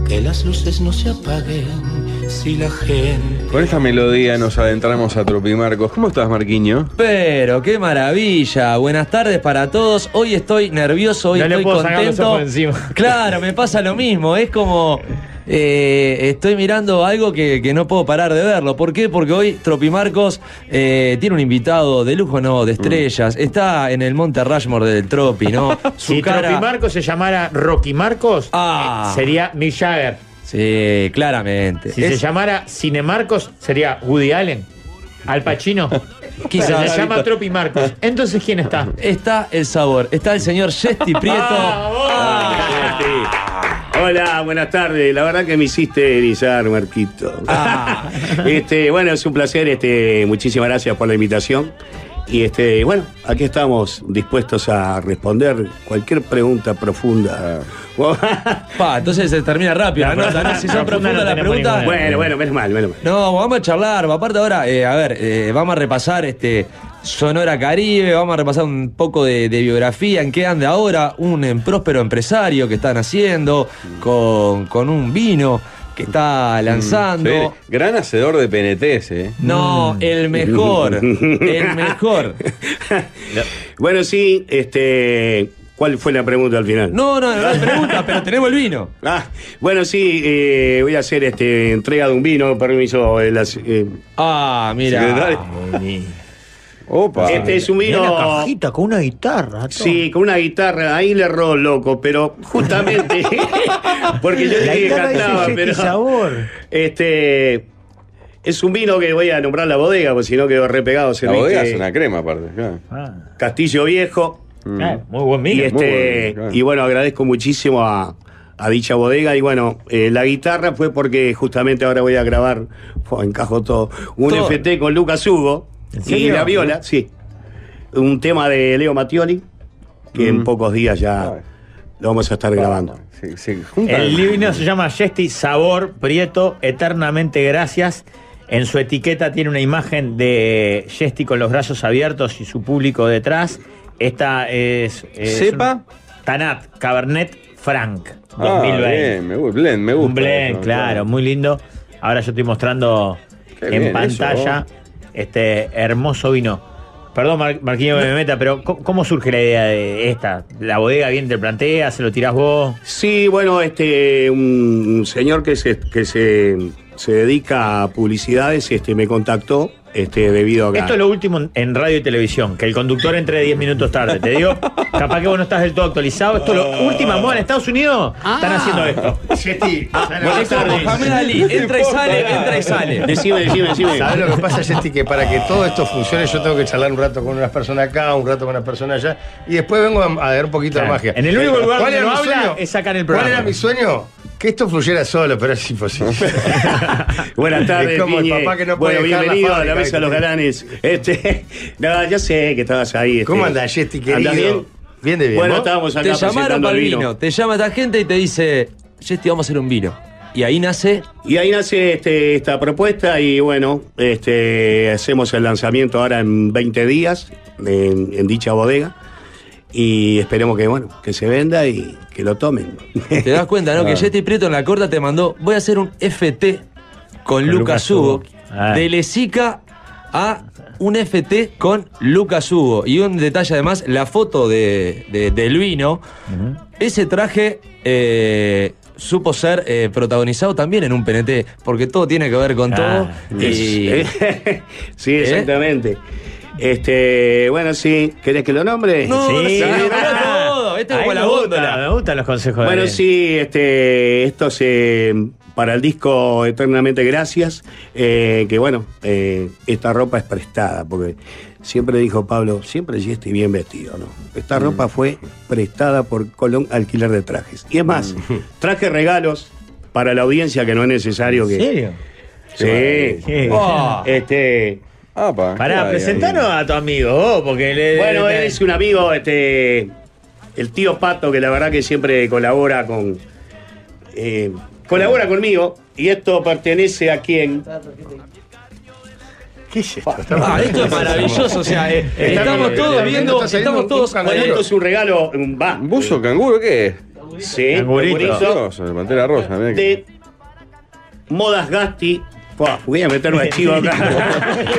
S17: Que las luces no se apaguen si la gente...
S8: Con esta melodía nos adentramos a Tropimarcos. ¿Cómo estás, Marquiño?
S18: Pero qué maravilla. Buenas tardes para todos. Hoy estoy nervioso, hoy
S7: No le
S18: estoy
S7: puedo sacar los
S18: contento.
S7: ojos de encima.
S18: Claro, me pasa lo mismo. Es como eh, estoy mirando algo que, que no puedo parar de verlo. ¿Por qué? Porque hoy Tropimarcos eh, tiene un invitado de lujo, no, de estrellas.
S7: Mm.
S18: Está en el Monte Rushmore del Tropi, ¿no? Su
S7: Si Tropi Marcos se llamara Rocky Marcos,
S11: Ah.
S7: eh, sería Mick Jagger.
S18: Ah.
S11: Eh,
S18: Sí, claramente.
S7: Si se llamara Cinemarcos, sería Woody Allen. Al Pacino.
S18: Quizás.
S7: Se llama Tropi Marcos. Entonces, ¿quién está?
S18: Está el sabor. Está el señor Jesti Prieto.
S19: Hola, buenas tardes. La verdad que me hiciste erizar, Marquito.
S18: Ah.
S19: Este, bueno, es un placer. Este, muchísimas gracias por la invitación. Y este, bueno, aquí estamos dispuestos a responder cualquier pregunta profunda.
S18: Pa, entonces se termina rápido.
S19: La
S18: La pregunta, ¿no?
S19: pregunta-
S18: Si son
S19: profunda
S18: profundas
S19: no
S18: las
S19: tenemos
S18: preguntas.
S19: ninguna. Bueno, bueno, menos mal, menos mal.
S18: No, vamos a charlar. Aparte ahora, eh, a ver, eh, vamos a repasar este Sonora Caribe, vamos a repasar un poco de, de biografía, en qué anda ahora un em, próspero empresario que están haciendo con, con un vino que
S19: Mm,
S18: está lanzando.
S8: Fede, Mm, gran hacedor de PNTs, ¿eh?
S18: No,
S19: Mm.
S7: Mm.
S18: el mejor. El mejor.
S19: Bueno, sí, este. ¿Cuál fue la pregunta al final?
S18: No, no, no, no hay pregunta, pero tenemos el vino.
S19: Ah, bueno, sí, eh, voy a hacer este, entrega de un vino, permiso. eh, las- eh,
S18: Ah,
S19: mira.
S8: Opa.
S19: Este es un
S9: Mirá la
S19: vino.
S9: cajita con una guitarra. todo.
S19: Sí, con una guitarra, ahí le erró, loco, pero justamente. porque yo
S9: La
S19: dije que
S9: guitarra dice
S19: cantaba,
S9: Jesse
S19: pero.
S9: Sabor.
S19: Este. Es un vino que voy a nombrar la bodega, porque si no quedo repegado.
S8: La bodega es una crema, aparte. claro.
S19: Castillo Viejo.
S8: Claro,
S7: Ah, muy buen
S8: vino.
S19: Y,
S8: Mm.
S19: este,
S8: Muy buen vino, claro.
S19: y bueno, agradezco muchísimo a, a dicha bodega. Y bueno, eh, la guitarra fue porque justamente ahora voy a grabar, jo, encajo todo, un
S18: Todo.
S19: FT con Lucas Hugo y
S18: serio?
S19: la viola, sí. Un tema de Leo Mattioli, que
S8: Mm.
S19: en pocos días ya lo vamos a estar grabando.
S7: El libro se llama Jesti Sabor Prieto, eternamente gracias. En su etiqueta tiene una imagen de Jesti con los brazos abiertos y su público detrás. Esta es. es
S8: ¿Cepa?
S7: un- Tanat, Cabernet Franc,
S8: Ah,
S7: 2020.
S8: bien, me gusta, blend, me gusta
S7: Un blend,
S8: eso,
S7: claro,
S8: claro.
S7: muy lindo. Ahora yo estoy mostrando
S8: Qué
S7: en
S8: bien eso,
S7: pantalla este hermoso vino. Perdón, Mar Marquinhos, que me meta, pero ¿cómo, cómo surge la idea de esta? ¿La bodega bien te plantea? ¿Se lo tirás vos?
S19: Sí, bueno, este un señor que se, que se, se dedica a publicidades este, me contactó este, debido a que.
S7: Esto es lo último en- en radio y televisión, que el conductor entre 10 minutos tarde. Te digo, capaz que vos no estás del todo actualizado. Esto es lo
S18: Oh.
S7: último, moda en Estados Unidos
S18: Ah.
S7: están haciendo esto.
S6: buenas tardes.
S19: Decime, decime, decime.
S6: ¿Sabes lo que pasa, Jessy? Que para que todo esto funcione, yo tengo que charlar un rato con unas personas acá, un rato con unas personas allá, y después vengo a, a ver un poquito
S7: Claro.
S6: de magia.
S7: En el único lugar
S6: ¿Cuál
S7: donde
S6: era
S7: no
S6: mi
S7: habla
S6: sueño?
S7: es acá en el
S6: ¿Cuál
S7: programa.
S6: era mi sueño? Que esto fluyera solo, pero es imposible.
S19: Buenas tardes,
S6: Es como el
S19: Piñe.
S6: papá que no puede
S19: Bueno,
S6: dejar la
S19: bienvenido a
S6: fábrica,
S19: la mesa de los
S6: ¿viste?
S19: galanes. Este, nada, ya sé que estabas ahí. este.
S6: ¿Cómo andás, Jessy, querido?
S19: ¿Andás bien?
S6: Bien de bien.
S19: Bueno,
S6: ¿Vos?
S19: estábamos acá
S18: Te llamaron
S19: presentando
S18: para
S19: el
S18: el
S19: vino.
S18: vino. Te llama esta gente y te dice, Jesti, vamos a hacer un vino. Y ahí nace
S19: Y ahí nace este, esta propuesta y bueno, este, hacemos el lanzamiento ahora en 20 días en, en dicha bodega y esperemos que bueno, que se venda y que lo tomen.
S18: Te das cuenta, ¿no?
S19: Ah.
S18: Que Jetty Prieto en la corta te mandó, voy a hacer un FT con, Lucas
S19: Lucas
S18: Hugo.
S19: Hugo. Ah.
S18: De Lesica a un FT con Lucas Hugo. Y un detalle además, la foto de, de- del vino. Ese traje eh, supo ser eh, protagonizado también en un PNT, porque todo tiene que ver con
S19: Ah,
S18: todo.
S19: es-
S18: Y-
S19: sí, exactamente. Este, bueno, sí, ¿querés que lo nombre?
S7: Este,
S18: No, no
S19: sí.
S18: sé, nombrá todo. Este es
S7: Ahí
S18: como la
S7: me gusta,
S18: góndola.
S7: Me gustan los consejos
S19: Bueno,
S7: de
S19: sí, este, esto se para el disco Eternamente Gracias, eh, que bueno, eh, esta ropa es prestada, porque siempre dijo Pablo, siempre sí estoy bien vestido, ¿no?
S7: Mm.
S19: Esta ropa fue prestada por Colón Alquiler de Trajes. Y es más,
S7: Mm.
S19: traje regalos para la audiencia que no es necesario que...
S7: ¿En serio?
S19: Sí.
S7: Qué
S19: Oh.
S7: maravilla.
S19: Este.
S7: Pará, presentanos a tu amigo, vos, porque le.
S19: Bueno,
S7: le-
S19: él es un amigo, este, el tío Pato, que la verdad que siempre colabora con. eh, colabora conmigo. Y esto pertenece a quién.
S6: ¿Qué es esto?
S18: Ah, esto es maravilloso, o sea, eh,
S7: Este
S18: estamos todos viendo, estamos todos
S19: Bueno, esto es un regalo. mm, Va.
S8: ¿Buzo canguro qué es?
S19: Sí, cangurito.
S8: Rosa, de pantera rosa. mirá que-
S19: Ah, De Modas Gasti. Buah, voy a meter un archivo acá.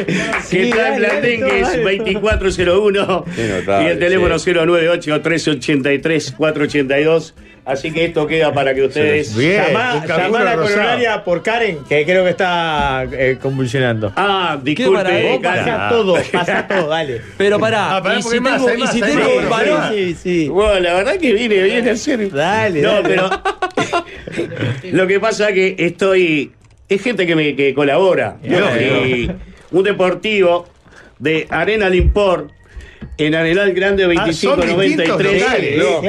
S19: que
S2: Sí,
S19: está en
S2: dale,
S19: Platengue,
S2: dale,
S19: es
S2: dale.
S19: 2401.
S8: notable,
S19: y el teléfono
S8: sí.
S19: 098-383-482. Así que esto queda para que ustedes.
S7: Llamá, llamá a la coronaria por Karen, que creo que está eh, convulsionando.
S19: Ah,
S18: disculpe,
S7: Karen.
S18: Karen.
S7: Pasa todo, pasa todo, dale.
S18: Pero pará,
S7: Ah, pará,
S18: y
S7: porque
S18: si
S7: hay más,
S18: tengo,
S7: hay
S18: y si
S7: más,
S18: tengo un
S7: hay más.
S18: varón.
S7: Sí, sí.
S19: Bueno, la verdad que vine, viene a ser.
S7: Dale.
S19: No,
S7: dale.
S19: pero. Lo que pasa que estoy. Es gente que me que colabora. Y un deportivo de Arena Limpor en Arenal Grande
S6: Ah, son
S19: 2593.
S6: distintos locales, loco.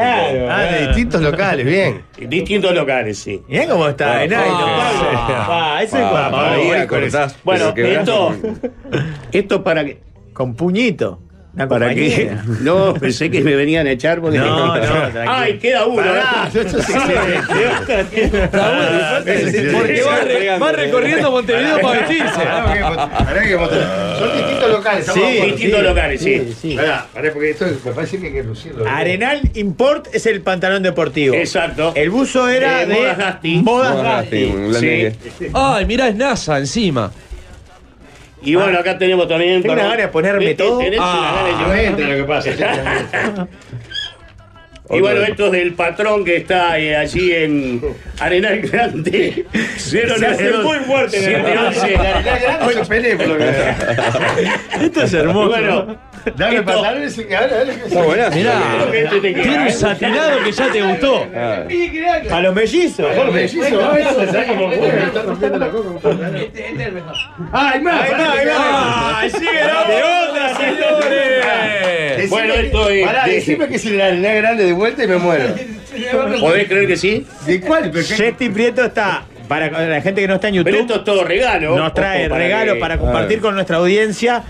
S6: Ah, de distintos locales, bien.
S19: Distintos locales, sí.
S7: Mirá cómo está,
S19: Ah,
S7: en Ailo, Pablo. Pa, ese es
S19: Ah,
S7: guapo.
S19: ahí
S7: Bueno,
S19: cortás, pero
S7: Bueno,
S19: quebrás
S7: esto.
S19: Esto para que.
S7: Con puñito. Una
S19: ¿Para qué?
S7: compañera.
S19: No, pensé que me venían a echar porque.
S7: No, no, tranquilo.
S19: ¡Ay, queda uno!
S7: Pará,
S19: ¿eh?
S18: Porque va, re- va recorriendo Montevideo para vestirse.
S6: Son distintos locales, estamos de
S7: Sí,
S6: acuerdo.
S7: distintos locales, sí.
S6: Pará, pará, porque esto me parece que hay que lucirlo.
S7: Arenal Import es el pantalón deportivo. Exacto. El buzo era
S18: Eh,
S7: de
S18: Modas Gasti.
S7: Modas
S18: Modas
S7: Gasti.
S18: Gasti, un gran
S7: Sí.
S18: Ay, mirá, es NASA encima.
S19: Y bueno, acá tenemos también.
S18: Tengo una gana de ponerme
S19: ¿Viste?
S18: todo.
S19: Tenés una
S18: Ah.
S19: gana de
S6: No entra lo que pasa.
S19: Y bueno, esto es del patrón que está eh, allí en Arenal Grande. Se
S6: hace muy fuerte en el- En Arenal Grande se pelea, por lo que veo.
S7: Esto es hermoso.
S19: Bueno,
S6: Dale pantalones sin que ahora, dale que
S7: Está buenazo. Mirá,
S6: Creo que este te queda,
S7: tiene un
S6: ¿eh?
S7: satinado que ya te gustó.
S6: Ah.
S7: A los mellizos.
S6: A los mellizos, ¿no? Eso se saca como puede, está rompiendo la coca como puede.
S18: este
S6: Ah, hay más,
S7: Hay
S6: pará,
S7: más,
S6: que
S7: hay
S6: queda
S7: más.
S6: uno.
S7: Ay, sigue la
S6: Pará,
S7: onda,
S6: pará,
S7: señores.
S6: pará.
S19: Bueno,
S6: Decime
S19: esto
S6: que-
S19: es-
S6: Pará,
S19: de-
S6: decime que es el Arenal Grande de vuelta y me muero.
S19: ¿Podés creer que sí?
S6: ¿De cuál?
S7: Yeti Prieto está, para la gente que no está en YouTube.
S19: Pero esto es todo regalo.
S7: Nos trae
S19: Ojo, para
S7: regalo
S19: que-
S7: para
S6: Ah.
S7: compartir con nuestra audiencia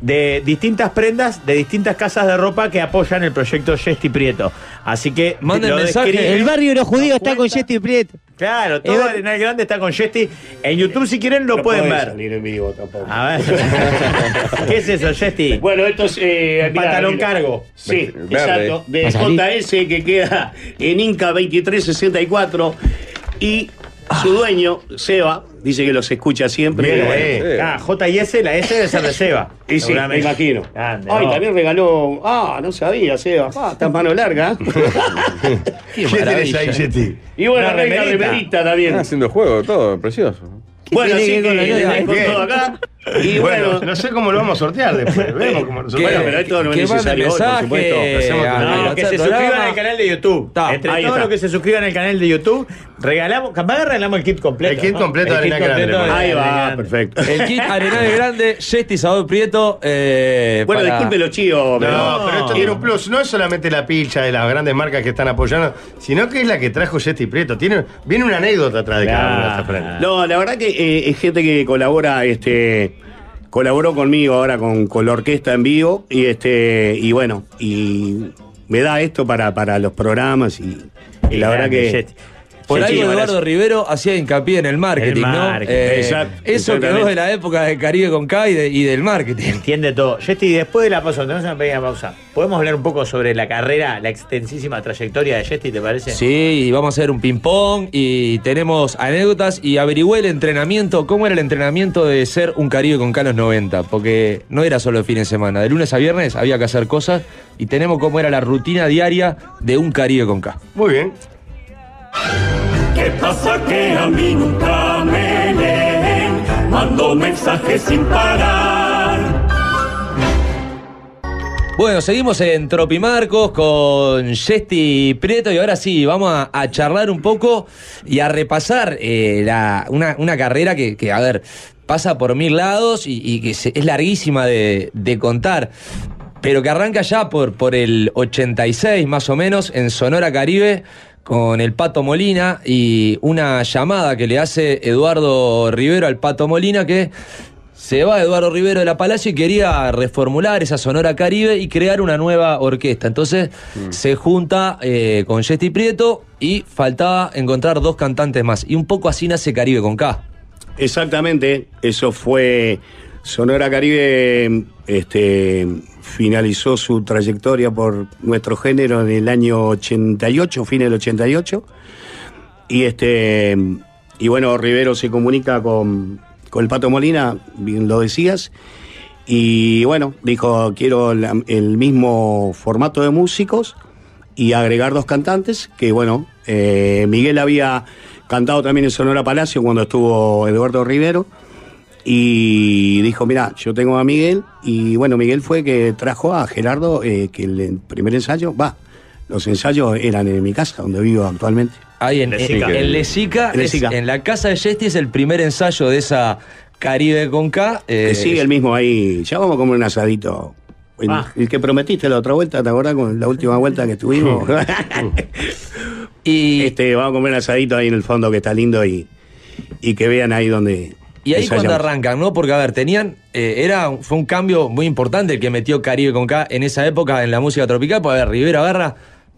S7: de distintas prendas de distintas casas de ropa que apoyan el proyecto Yesti Prieto. Así que lo describe.
S11: El barrio de los judíos está con Yeti Prieto.
S7: Claro, todo
S11: Eva-
S7: Arenal Grande está con Yesti. En YouTube, si quieren, lo
S19: No
S7: pueden
S19: podés
S7: ver.
S19: salir en vivo tampoco.
S7: A ver. ¿Qué es eso, Yesti?
S19: Bueno, esto es. eh, mirá,
S7: Pantalón
S19: mirá.
S7: cargo.
S19: Sí,
S7: Verde.
S19: exacto. De
S7: Va a salir.
S19: JS que queda en Inca 2364. Y su dueño, Seba, dice que los escucha siempre.
S7: Bien,
S19: Y bueno,
S7: eh. Ah, J y S, la S debe ser de Seba.
S19: Y sí, me
S7: Seguramente.
S19: imagino.
S7: Grande,
S19: Ay,
S7: ¿no?
S19: también regaló. Ah, no sabía, Seba. Ah, estás mano larga.
S6: ¿Qué tenés ahí, Yeti?
S19: Y bueno,
S6: Una
S19: reina
S6: remerita.
S19: remerita también.
S8: Están Ah, haciendo juego, todo, precioso.
S19: Bueno,
S6: tiene
S19: así
S6: que ver
S19: que
S6: con la novia?
S19: tenés con
S6: Bien.
S19: todo acá. Y
S6: bueno,
S19: bueno.
S6: no sé cómo lo vamos a sortear después. Vemos cómo lo
S19: Que-
S6: sorteamos.
S19: Bueno, pero esto no es
S6: que mande
S19: necesario hoy, por
S6: mensaje
S19: supuesto.
S6: a-
S19: Hacemos otro
S6: a-
S19: día.
S7: Ah, No, que se suscriban al canal de YouTube. Entre
S19: ahí
S7: todos
S19: está.
S7: los que se suscriban al canal de YouTube, regalamos, capaz regalamos el kit completo.
S6: El kit
S7: ¿no?
S6: completo de
S7: El kit
S6: Arena Grande.
S7: completo de
S6: Ahí
S7: Arena
S6: va,
S7: Grande.
S6: perfecto.
S18: El kit Arenal Grande, Yesti Sabor Prieto. eh,
S19: Bueno,
S18: para-
S19: disculpe los chicos, pero.
S6: No, pero esto tiene un plus. No es solamente la pilcha de las grandes marcas que están apoyando, sino que es la que trajo Yeti Prieto. Tiene, viene una anécdota atrás de cada una de estas prendas.
S19: No, la verdad que eh, es gente que colabora, este, colaboró conmigo ahora con, con la orquesta en vivo y este, y bueno, y me da esto para, para los programas y, y la verdad
S18: grande,
S19: que.
S18: Yeti. Por
S19: Sí,
S18: ahí
S19: sí,
S18: Eduardo Rivero hacía hincapié en el marketing,
S7: El
S18: ¿no? Eh,
S7: marketing, exacto,
S18: eso que
S7: exactamente.
S18: vos de la época de Caribe con K y, de- y del marketing.
S7: Entiende todo. Yesti, después de la pausa, tenemos una pequeña pausa. ¿Podemos hablar un poco sobre la carrera, la extensísima trayectoria de Yesti, te parece?
S18: Sí, y vamos a hacer un ping-pong y tenemos anécdotas y averigüé el entrenamiento, cómo era el entrenamiento de ser un Caribe con K en los 90, porque no era solo el fin de semana, de lunes a viernes había que hacer cosas y tenemos cómo era la rutina diaria de un Caribe con K.
S6: Muy bien.
S2: ¿Qué pasa que a mí nunca me leen? Mando mensajes sin parar.
S18: Bueno, seguimos en Tropimarcos con Yesti Prieto y ahora sí, vamos a, a charlar un poco y a repasar eh, la- una, una carrera que, que, a ver, pasa por mil lados y, y que se- es larguísima de, de contar, pero que arranca ya por, por el 86 más o menos en Sonora Caribe con el Pato Molina y una llamada que le hace Eduardo Rivero al Pato Molina que se va Eduardo Rivero de la Palacio y quería reformular esa Sonora Caribe y crear una nueva orquesta. Entonces se junta eh, con Yesti Prieto y faltaba encontrar dos cantantes más. Y un poco así nace Caribe con K.
S19: Exactamente, eso fue Sonora Caribe este finalizó su trayectoria por nuestro género en el año 88, fin del 88. Y este y bueno, Rivero se comunica con, con el Pato Molina, bien lo decías, y bueno, dijo, quiero la- el mismo formato de músicos y agregar dos cantantes, que bueno, eh, Miguel había cantado también en Sonora Palacio cuando estuvo Eduardo Rivero, y dijo, mira, yo tengo a Miguel, y bueno, Miguel fue que trajo a Gerardo, eh, que el primer ensayo, va, los ensayos eran en mi casa, donde vivo actualmente.
S18: Ahí en, en, en Lezica,
S19: En Lezica.
S18: es- en la casa de Yesti es el primer ensayo de esa Caribe con K. eh,
S19: Que sigue el mismo ahí. Ya vamos a comer un asadito. El,
S18: Ah.
S19: el que prometiste la otra vuelta, ¿te acordás con la última vuelta que tuvimos?
S18: y
S19: este, vamos a comer un asadito ahí en el fondo que está lindo y, y que vean ahí donde.
S18: Y ahí
S19: ensayamos.
S18: cuando arrancan, ¿no? Porque, a ver, tenían. eh, era, fue un cambio muy importante el que metió Caribe con K en esa época en la música tropical. Pues, a ver, Rivera Barra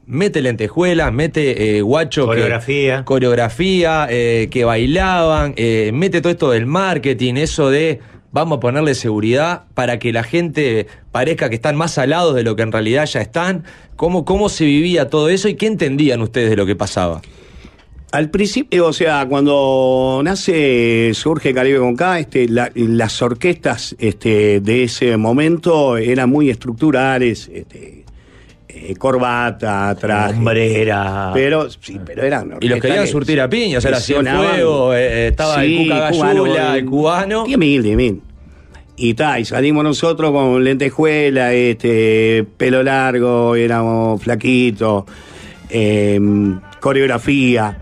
S18: mete lentejuelas, mete eh, guacho.
S7: Coreografía.
S18: Que, coreografía, eh, que bailaban, eh, mete todo esto del marketing, eso de. Vamos a ponerle seguridad para que la gente parezca que están más salados de lo que en realidad ya están. ¿Cómo, cómo se vivía todo eso y qué entendían ustedes de lo que pasaba?
S19: Al principio, o sea, cuando nace, surge Caribe con K, este, la- las orquestas este, de ese momento eran muy estructurales, este, eh, corbata, traje.
S7: Hombrera.
S19: Pero, sí, pero eran
S18: Y los
S19: orquestas
S18: querían
S19: que
S18: surtir a piña, o sea, era
S19: presionaban.
S18: Cienfuegos, eh, eh, estaba el Cuca
S19: cubano,
S18: Gallula, el cubano.
S19: 10.000, 10.000. Y ta, y salimos nosotros con lentejuela, este, pelo largo, éramos flaquitos, eh, coreografía.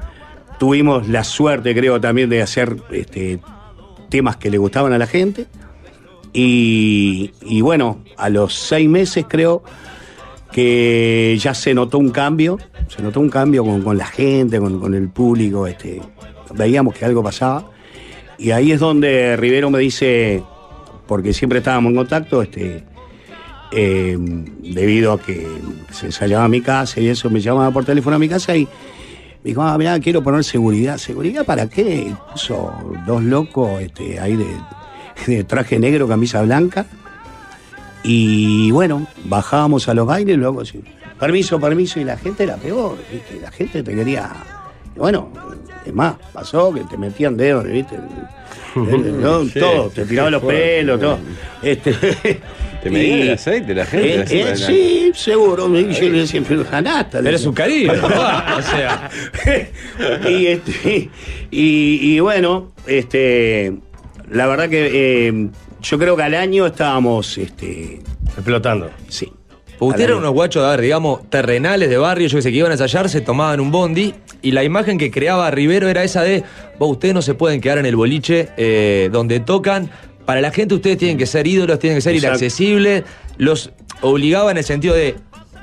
S19: Tuvimos la suerte, creo, también de hacer este, temas que le gustaban a la gente. Y, y bueno, a los seis meses creo que ya se notó un cambio, se notó un cambio con, con la gente, con, con el público, este, veíamos que algo pasaba. Y ahí es donde Rivero me dice, porque siempre estábamos en contacto, este, eh, debido a que se ensayaba a mi casa y eso, me llamaba por teléfono a mi casa y me dijo, ah, mirá, quiero poner seguridad. ¿Seguridad para qué? Y puso dos locos este, ahí de, de traje negro, camisa blanca. Y bueno, bajábamos a los bailes, luego así, permiso, permiso, y la gente era peor, ¿viste? la gente te quería. y Bueno, es más, pasó que te metían dedos, ¿viste? Eh, No,
S8: Sí,
S19: todo, te tiraban los
S8: qué fuerte.
S19: pelos, todo. Este,
S8: Te medían el aceite, la gente, la
S19: eh,
S8: semana.
S19: sí, seguro. me dice, le decía, pero janata. le
S18: Eres
S19: decía.
S18: un caribe, papá, o sea.
S19: y, este, y, y bueno, este, la verdad que eh, yo creo que al año estábamos este,
S6: explotando.
S19: Sí.
S18: Ustedes eran unos guachos, a ver, digamos, terrenales de barrio, yo que sé, que iban a ensayar, se tomaban un bondi y la imagen que creaba Rivero era esa de, vos, ustedes no se pueden quedar en el boliche eh, donde tocan, para la gente ustedes tienen que ser ídolos, tienen que ser
S8: Exacto.
S18: inaccesibles, los obligaba en el sentido de,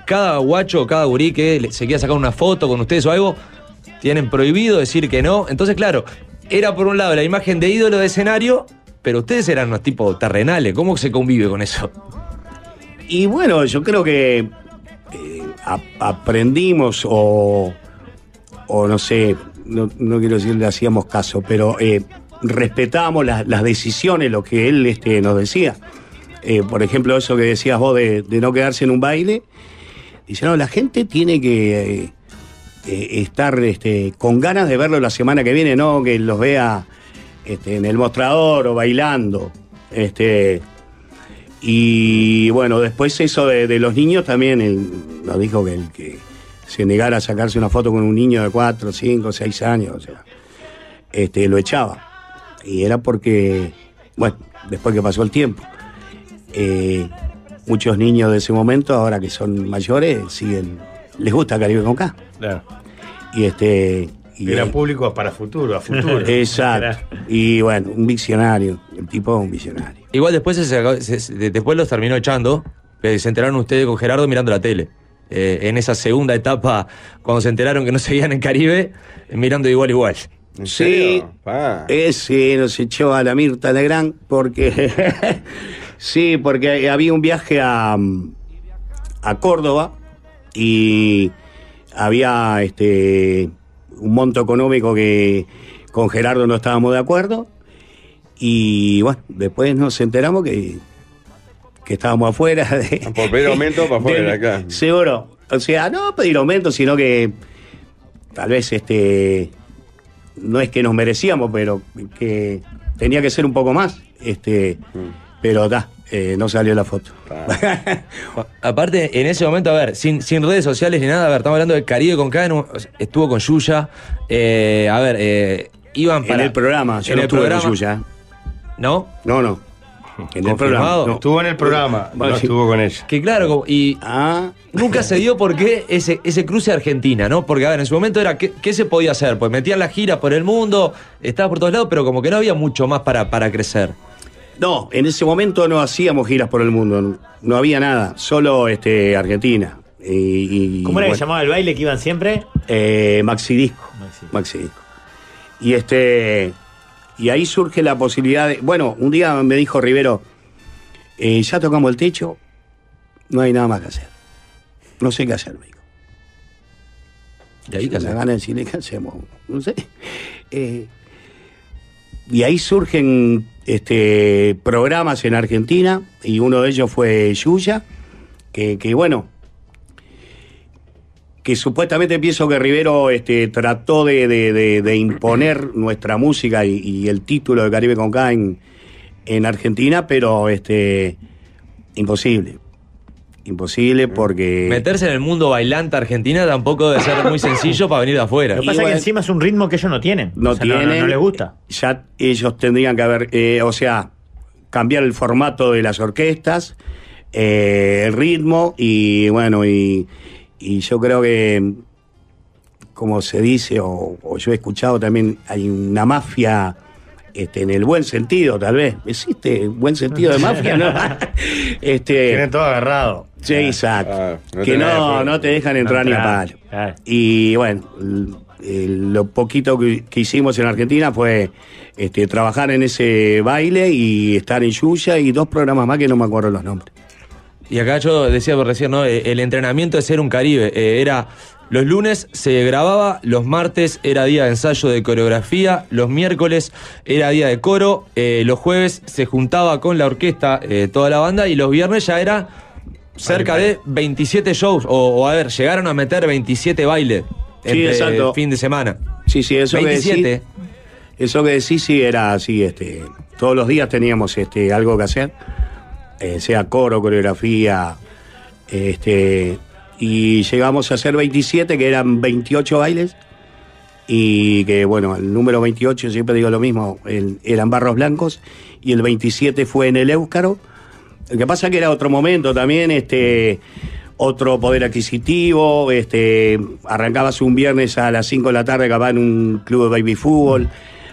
S18: cada guacho, cada gurí que le- se quiera sacar una foto con ustedes o algo, tienen prohibido decir que no, entonces claro, era por un lado la imagen de ídolo de escenario, pero ustedes eran unos tipos terrenales, ¿cómo se convive con eso?
S19: Y bueno, yo creo que eh, a- aprendimos o, o no sé, no, no quiero decir le hacíamos caso, pero eh, respetábamos las, las decisiones, lo que él este, nos decía. Eh, por ejemplo, eso que decías vos de, de no quedarse en un baile. Dice, no, la gente tiene que eh, eh, estar este, con ganas de verlo la semana que viene, no que los vea este, en el mostrador o bailando. Este, y bueno, después eso de, de los niños también, él nos dijo que el que se negara a sacarse una foto con un niño de 4, 5, 6 años, o sea, este, lo echaba. Y era porque, bueno, después que pasó el tiempo, eh, muchos niños de ese momento, ahora que son mayores, siguen, les gusta Caribe con K.
S6: Claro.
S19: Y este. Y
S6: Era
S19: eh,
S6: público para futuro, a futuro.
S19: Exacto. Y bueno, un visionario. El tipo es un visionario.
S18: Igual después se sacó- se- se- de- después los terminó echando, eh, se enteraron ustedes con Gerardo mirando la tele. Eh, en esa segunda etapa, cuando se enteraron que no seguían en Caribe, eh, mirando igual igual.
S19: Sí, ese nos echó a la Mirta Legrand porque. sí, porque había un viaje a, a Córdoba y había este un monto económico que con Gerardo no estábamos de acuerdo. Y bueno, después nos enteramos que, que estábamos afuera. de-
S8: Por pedir aumento para afuera,
S19: del-
S8: acá.
S19: Seguro. O sea, no pedir aumento, sino que tal vez este no es que nos merecíamos, pero que tenía que ser un poco más. Este, Pero da, eh, no salió la foto.
S18: Aparte, en ese momento, a ver, sin, sin redes sociales ni nada, a ver, estamos hablando de Caribe con K, estuvo con Yuya. eh, a ver, eh, iban para.
S19: En el programa, yo
S18: en
S19: no
S18: el
S19: estuve con
S18: programa.
S19: Yuya.
S18: ¿No?
S19: No, no. En el programa. No.
S6: Estuvo en el programa, no estuvo con ella.
S18: Que claro, como- y
S19: Ah.
S18: nunca se dio por qué ese, ese cruce a Argentina, ¿no? Porque, a ver, en su momento era, ¿qué, qué se podía hacer? Pues metían la gira por el mundo, estaba por todos lados, pero como que no había mucho más para, para crecer.
S19: No, en ese momento no hacíamos giras por el mundo, no, no había nada, solo este, Argentina. Y, y-
S7: ¿Cómo era que
S19: bueno,
S7: se llamaba el baile que iban siempre?
S19: eh, Maxi Disco. Maxi Disco. Y este. Y ahí surge la posibilidad de. Bueno, un día me dijo Rivero, eh, ya tocamos el techo, no hay nada más que hacer. No sé qué hacer, me dijo.
S18: ¿Y ahí
S19: qué de decirle, ¿qué hacemos? No sé. Eh, y ahí surgen este, programas en Argentina, y uno de ellos fue Yuya, que, que, bueno, que supuestamente pienso que Rivero este, trató de, de- de- de imponer nuestra música y, y el título de Caribe con K en, en Argentina, pero este, imposible. Imposible porque...
S18: Meterse en el mundo bailante argentina tampoco debe ser muy sencillo para venir de afuera.
S19: Lo que pasa es que encima
S7: Es un ritmo que ellos no tienen.
S19: no
S7: O sea,
S19: tienen.
S7: No, no les gusta.
S19: Ya ellos tendrían que haber, eh, o sea, cambiar el formato de las orquestas, eh, el ritmo y bueno, y, y yo creo que, como se dice, o, o yo he escuchado también, hay una mafia. Este, en el buen sentido, tal vez. ¿Existe buen sentido de mafia? ¿no? este, Tienen
S6: todo agarrado.
S19: Sí, exacto.
S6: no
S19: que
S6: te
S19: no,
S6: dejan.
S19: no te dejan entrar
S6: No Ah.
S19: ni a
S6: entrar.
S19: palo. Y bueno, l- eh, lo poquito que, que hicimos en Argentina fue este, trabajar en ese baile y estar en Yuya y dos programas más que no me acuerdo los nombres.
S18: Y acá yo decía por recién, ¿no? Eh, El entrenamiento de ser un Caribe. eh, era. Los lunes se grababa, los martes era día de ensayo de coreografía, los miércoles era día de coro, eh, los jueves se juntaba con la orquesta eh, toda la banda y los viernes ya era cerca de 27 shows. O, o a ver, llegaron a meter 27 bailes
S19: Sí,
S18: entre
S19: exacto.
S18: fin de semana.
S19: Sí, sí, eso que
S18: 27.
S19: decís. Eso que decís sí era así, este. Todos los días teníamos este, algo que hacer. eh, sea coro, coreografía. Este. Y llegamos a hacer 27, que eran 28 bailes. Y que bueno, el número 28, siempre digo lo mismo, el- eran barros blancos. Y el 27 fue en el Éuscaro. Lo que pasa que era otro momento también, este. Otro poder adquisitivo, este, arrancabas un viernes a las 5 de la tarde, acababa en un club de baby fútbol,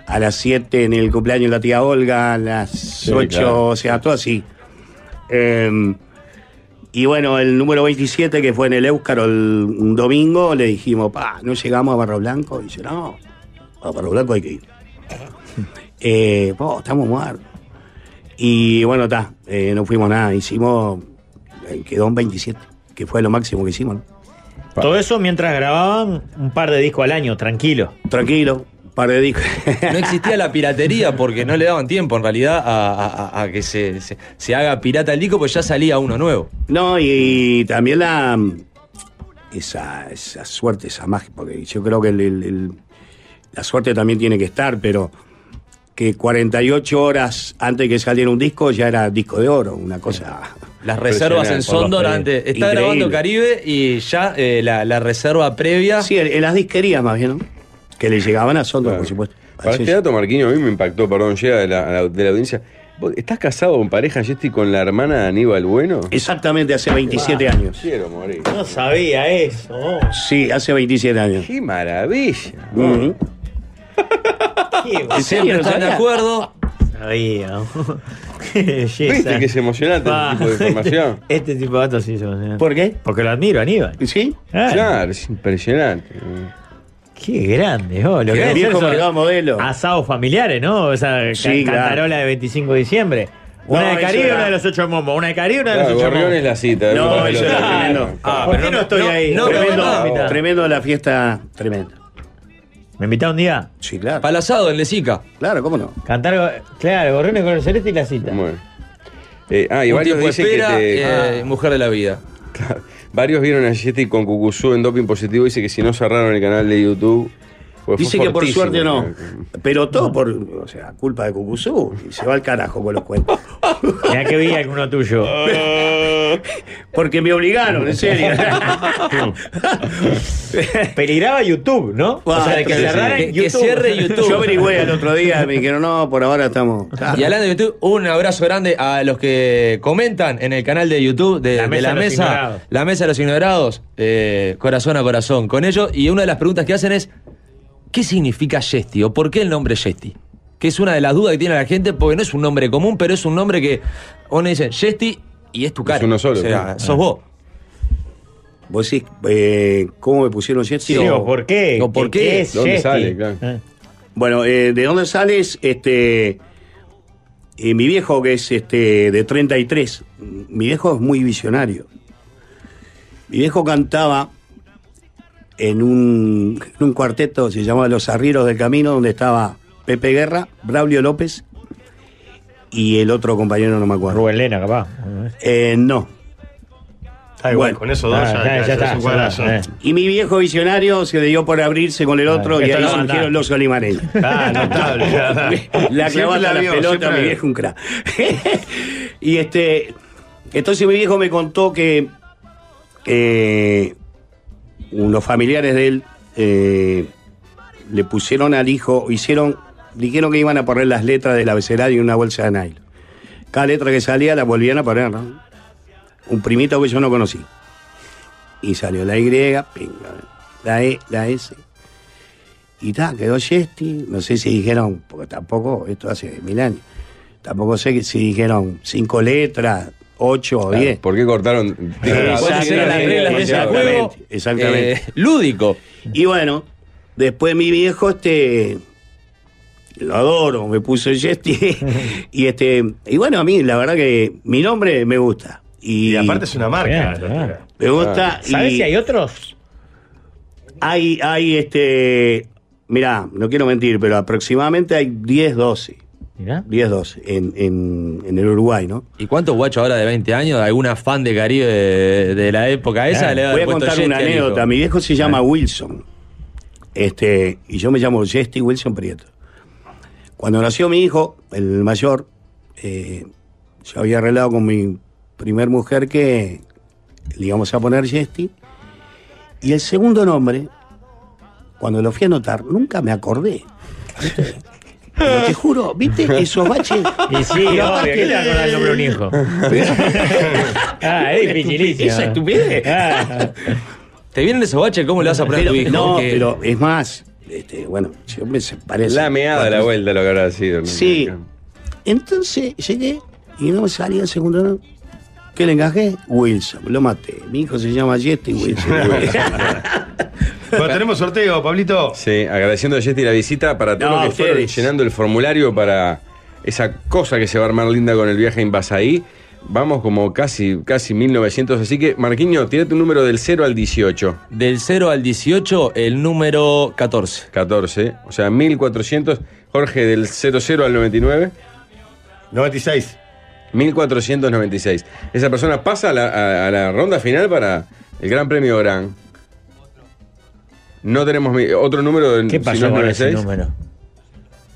S19: a las 7 en el cumpleaños de la tía Olga, a las 8,
S6: claro.
S19: o sea, todo así. Eh, y bueno, el número 27, que fue en el Éuscaro el, un domingo, le dijimos, pa, no llegamos a Barro Blanco. Y dice, no, a Barro Blanco hay que ir. Eh, po, estamos muertos. Y bueno, está, eh, no fuimos nada. Hicimos, eh, quedó un 27, que fue lo máximo que hicimos. ¿no?
S7: Todo eso mientras grababan un par de discos al año, tranquilo.
S19: Tranquilo, un par de discos.
S18: No existía la piratería porque no le daban tiempo en realidad a, a- a- a que se, se- se haga pirata el disco, pues ya salía uno nuevo.
S19: No, y, también la. Esa, esa suerte, esa magia, porque yo creo que el- el- el- la suerte también tiene que estar, pero que 48 horas antes que saliera un disco ya era disco de oro, una cosa.
S18: Las reservas en Sondor antes. Está grabando
S19: Increíble.
S18: Caribe y ya eh, la, la reserva previa.
S19: Sí, en, en las disquerías más bien, ¿no? Que le llegaban a Sondor, por supuesto.
S8: Para
S19: Así
S8: este
S19: es.
S8: dato, Marquinhos, a mí me impactó, perdón, llega de la, a la- de la audiencia. ¿Vos ¿Estás casado con pareja, Jesti, con la hermana de Aníbal Bueno?
S19: Exactamente, hace 27 años.
S8: Ah, Quiero morir.
S7: No sabía eso.
S19: Sí, hace 27 años.
S8: ¡Qué maravilla!
S19: Ujú.
S7: Qué
S8: Siempre están de acuerdo.
S7: Sabía. ¿Viste
S8: ¿Viste que es emocionante este tipo de información?
S7: Este tipo de datos sí es emocionante.
S19: ¿Por qué?
S7: Porque lo admiro, Aníbal.
S19: ¿Sí?
S7: Claro.
S8: Claro, es impresionante.
S7: Qué grande, oh, lo
S8: Qué
S7: que debe
S8: viejo
S7: ser eso-
S8: mercado modelo.
S7: Asados familiares, ¿no? Esa
S8: Sí,
S7: ca-
S8: claro.
S7: cantarola de 25 de diciembre. Una
S8: No,
S7: de
S8: eso
S7: Caribe,
S8: era-
S7: una de los ocho momos. Una de Caribe, una de
S8: Claro,
S7: los ocho
S8: Gorrión
S7: momos.
S8: es la cita.
S19: No,
S8: Uno
S19: eso
S8: del
S19: era
S8: otro.
S19: tremendo. Ah, ¿Por qué no estoy ahí?
S7: no,
S19: tremendo,
S7: no, no, no.
S19: tremendo la fiesta, tremendo.
S7: ¿Me invitás un día?
S19: Sí, claro.
S18: Palazado en Lesica.
S19: Claro, cómo no.
S7: Cantar, go- claro, Gorriones con el celeste y la cita.
S8: Eh, ah, y
S18: Un
S8: varios
S18: tiempo
S8: dicen
S18: espera,
S8: que te-
S19: Ah.
S18: eh, mujer de la vida.
S8: Varios vieron a Yeti con Cucuzú en doping positivo. Dice que si no cerraron el canal de YouTube. pues fue
S19: Dice que por
S8: fortísimo.
S19: suerte no. Pero todo por, o sea, culpa de Cucuzú. Se va al carajo con los cuentos.
S7: Mirá que vi alguno tuyo.
S19: Porque me obligaron, en serio.
S7: Peligraba YouTube, ¿no?
S19: Buah,
S7: o sea, que
S19: Ah, sí,
S7: cerraran
S19: sí.
S7: YouTube.
S19: Yo averigüé al otro día, me dijeron, no, por ahora estamos.
S18: Y hablando de YouTube, un abrazo grande a los que comentan en el canal de YouTube de de
S19: La
S18: la
S19: Mesa
S18: mesa,
S19: de
S18: la mesa,
S19: los Ignorados.
S18: de los ignorados, eh, corazón a corazón con ellos. Y una de las preguntas que hacen es, ¿qué significa Yesti o por qué el nombre Yesti? Que es una de las dudas que tiene la gente, porque no es un nombre común, pero es un nombre que uno dice Yesti y es tu cara.
S19: uno solo,
S18: O sea,
S19: claro. Ah.
S18: sos vos.
S19: Vos decís, eh, ¿cómo me pusieron Yeti?
S18: Sí, o por qué,
S19: ¿O por
S18: ¿qué-
S19: qué?
S18: qué es ¿Dónde Yeti? sale? Claro.
S19: Bueno, eh, ¿de dónde sales? Este, eh, mi viejo, que es este, de 33, mi viejo es muy visionario. Mi viejo cantaba en un, en un cuarteto, se llamaba Los Arrieros del Camino, donde estaba Pepe Guerra, Braulio López y el otro compañero, no me acuerdo.
S7: Rubén Lena, capaz.
S19: Eh, no.
S6: Está igual, con esos dos Ah, ya- ya- ya ya está, es un ya cuadrazo. está, eh. Ah,
S19: Y mi viejo visionario se dio por abrirse con el otro y
S6: Esto
S19: ahí
S6: no va a
S19: surgieron
S6: andar.
S19: los olimareños.
S6: Ah, notable.
S19: La
S6: Siempre
S19: clavata,
S6: la
S19: la,
S6: vio, siempre
S19: pelota,
S6: la
S19: mi
S6: vio.
S19: viejo un crack. y este. Entonces mi viejo me contó que eh, unos familiares de él eh, le pusieron al hijo, hicieron, dijeron que iban a poner las letras del abecedario en una bolsa de nylon. Cada letra que salía la volvían a poner, ¿no? Un primito que yo no conocí. Y salió la Y, pinga, la E, la S. Y ta, quedó Yesti. No sé si dijeron, porque tampoco, esto hace mil años, tampoco sé que- si dijeron cinco letras, ocho o
S8: Claro,
S19: diez.
S8: ¿Por qué cortaron?
S19: Exactamente, exactamente, exactamente.
S8: Eh,
S18: lúdico.
S19: Y bueno, después mi viejo, este. Lo adoro, me puso Yesti. y este. Y bueno, a mí, la verdad que mi nombre me gusta. Y, aparte
S6: es una marca.
S7: ¿eh?
S6: doctora.
S19: Me gusta.
S6: Ah. ¿Sabés si hay
S7: otros?
S19: Hay, hay este. Mirá, no quiero mentir, pero aproximadamente hay 10, 12.
S7: Mirá.
S19: 10, 12 en, en, en el Uruguay, ¿no?
S18: ¿Y cuántos guachos ahora de 20 años, algún afán de Caribe de, de la época esa? le ha
S19: Voy a
S18: puesto
S19: contar
S18: Yeti
S19: una
S18: al hijo? Ah.
S19: anécdota. Mi viejo se llama Wilson. Este, y yo me llamo Jesse Wilson Prieto. Cuando nació mi hijo, el mayor, eh, yo había arreglado con mi primer mujer que le íbamos a poner Jesse. Y el segundo nombre, cuando lo fui a anotar, nunca me acordé. ¿Viste? Pero te juro, ¿viste esos baches?
S7: Y sí,
S19: Pero
S7: obvio,
S19: aparte-
S7: ¿qué le va a acordar el nombre a un hijo? ah, es dificilísimo.
S19: Esa estupidez.
S18: ¿Te vienen esos baches? ¿Cómo le vas a poner
S19: Pero-
S18: a tu hijo?
S19: No,
S18: Que-
S19: pero es más, este, bueno, yo me parece.
S8: La meada de la vuelta lo que habrá sido. ¿no?
S19: Sí. Entonces llegué y no me salía el segundo nombre. ¿Qué le encajé? Wilson, lo maté. Mi hijo se llama Jetty Wilson.
S6: Bueno, tenemos sorteo, Pablito.
S8: Sí, agradeciendo a Yeti la visita para todos
S6: No,
S8: los que fueron
S6: ustedes.
S8: llenando el formulario para esa cosa que se va a armar linda con el viaje en Basaí. Vamos como casi, casi 1900, así que Marquiño, tírate un número del 0 al 18.
S18: Del 0 al 18, el número 14.
S8: 14, o sea, 1400. Jorge, del 00 al 99.
S6: 96.
S8: 1496. Esa persona pasa a la, a- a la ronda final para el Gran Premio Gran. No tenemos mi- otro número del
S7: ¿Qué pasó con ese número?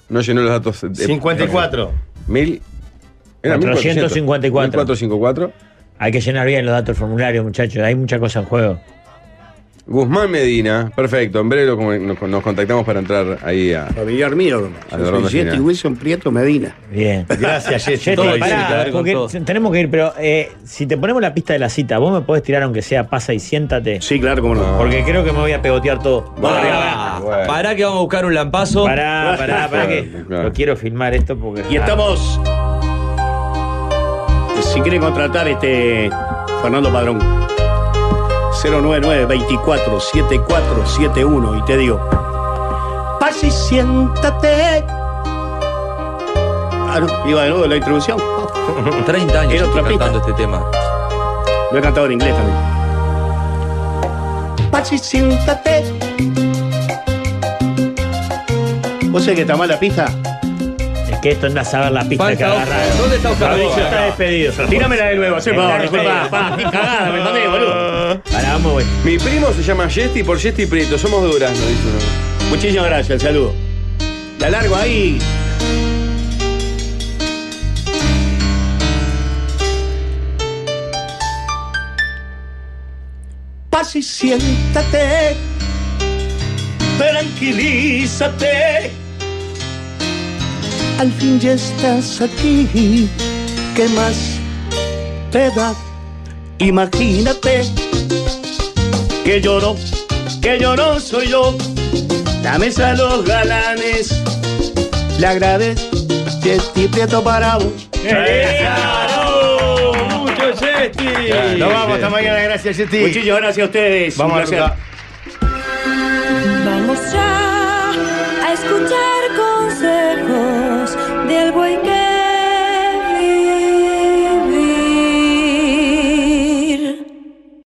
S8: No llenó los datos. de-
S6: 54.
S8: Mil.
S7: 454.
S8: 454.
S7: Hay que llenar bien los datos del formulario, muchachos. Hay mucha cosa en juego.
S8: Guzmán Medina, perfecto. En breve lo com- nos, nos contactamos para entrar ahí a.
S19: Familiar mío.
S8: A la
S19: Yo
S8: ronda
S19: soy Jetty
S8: final.
S19: Wilson Prieto Medina.
S7: Bien.
S6: Gracias,
S7: Yeti, pará, porque tenemos que ir, pero eh, si te ponemos la pista de la cita, vos me podés tirar aunque sea pasa y siéntate.
S19: Sí, claro, como no.
S7: Porque creo que me voy a pegotear todo.
S18: Pará, pará que vamos a buscar un lampazo.
S7: Pará, pará, pará que lo quiero filmar esto porque.
S19: Y estamos. Si quiere contratar este Fernando Padrón. 099 24 7471 y te digo, pasa y siéntate. Ah, no, iba de nuevo la introducción.
S18: 30 años
S19: Era
S18: estoy
S19: otra pista.
S18: cantando este tema.
S19: Lo he cantado en inglés también. Pasa y siéntate. ¿Vos sabés que está mal la pista?
S7: Es que esto anda a saber la pista que
S19: Falta otra.
S7: agarra.
S19: ¿Dónde está Oscar
S7: Fabricio
S19: Boca?
S7: está despedido.
S19: Tíramela de nuevo, sí, por favor, disculpa, pa, qué cagada, me mandé, boludo.
S7: Pará, vamos, güey.
S8: Mi primo se llama Yesti por Yesti Prieto. Somos de Durazno, dice uno.
S19: Muchísimas gracias, el saludo. La largo ahí. Vas y siéntate, tranquilízate. Al fin ya estás aquí, ¿qué más te da? Imagínate que lloro, que lloro soy yo. La mesa los galanes, le agradezco, estoy prieto para vos.
S2: Eh, ¡Claro! ¡Mucho Yeti! Nos vamos, hasta mañana, gracias Yeti.
S6: Muchísimas gracias a ustedes.
S2: Vamos
S6: Un
S2: a
S6: placer.
S2: Luca.
S20: Vamos ya a escuchar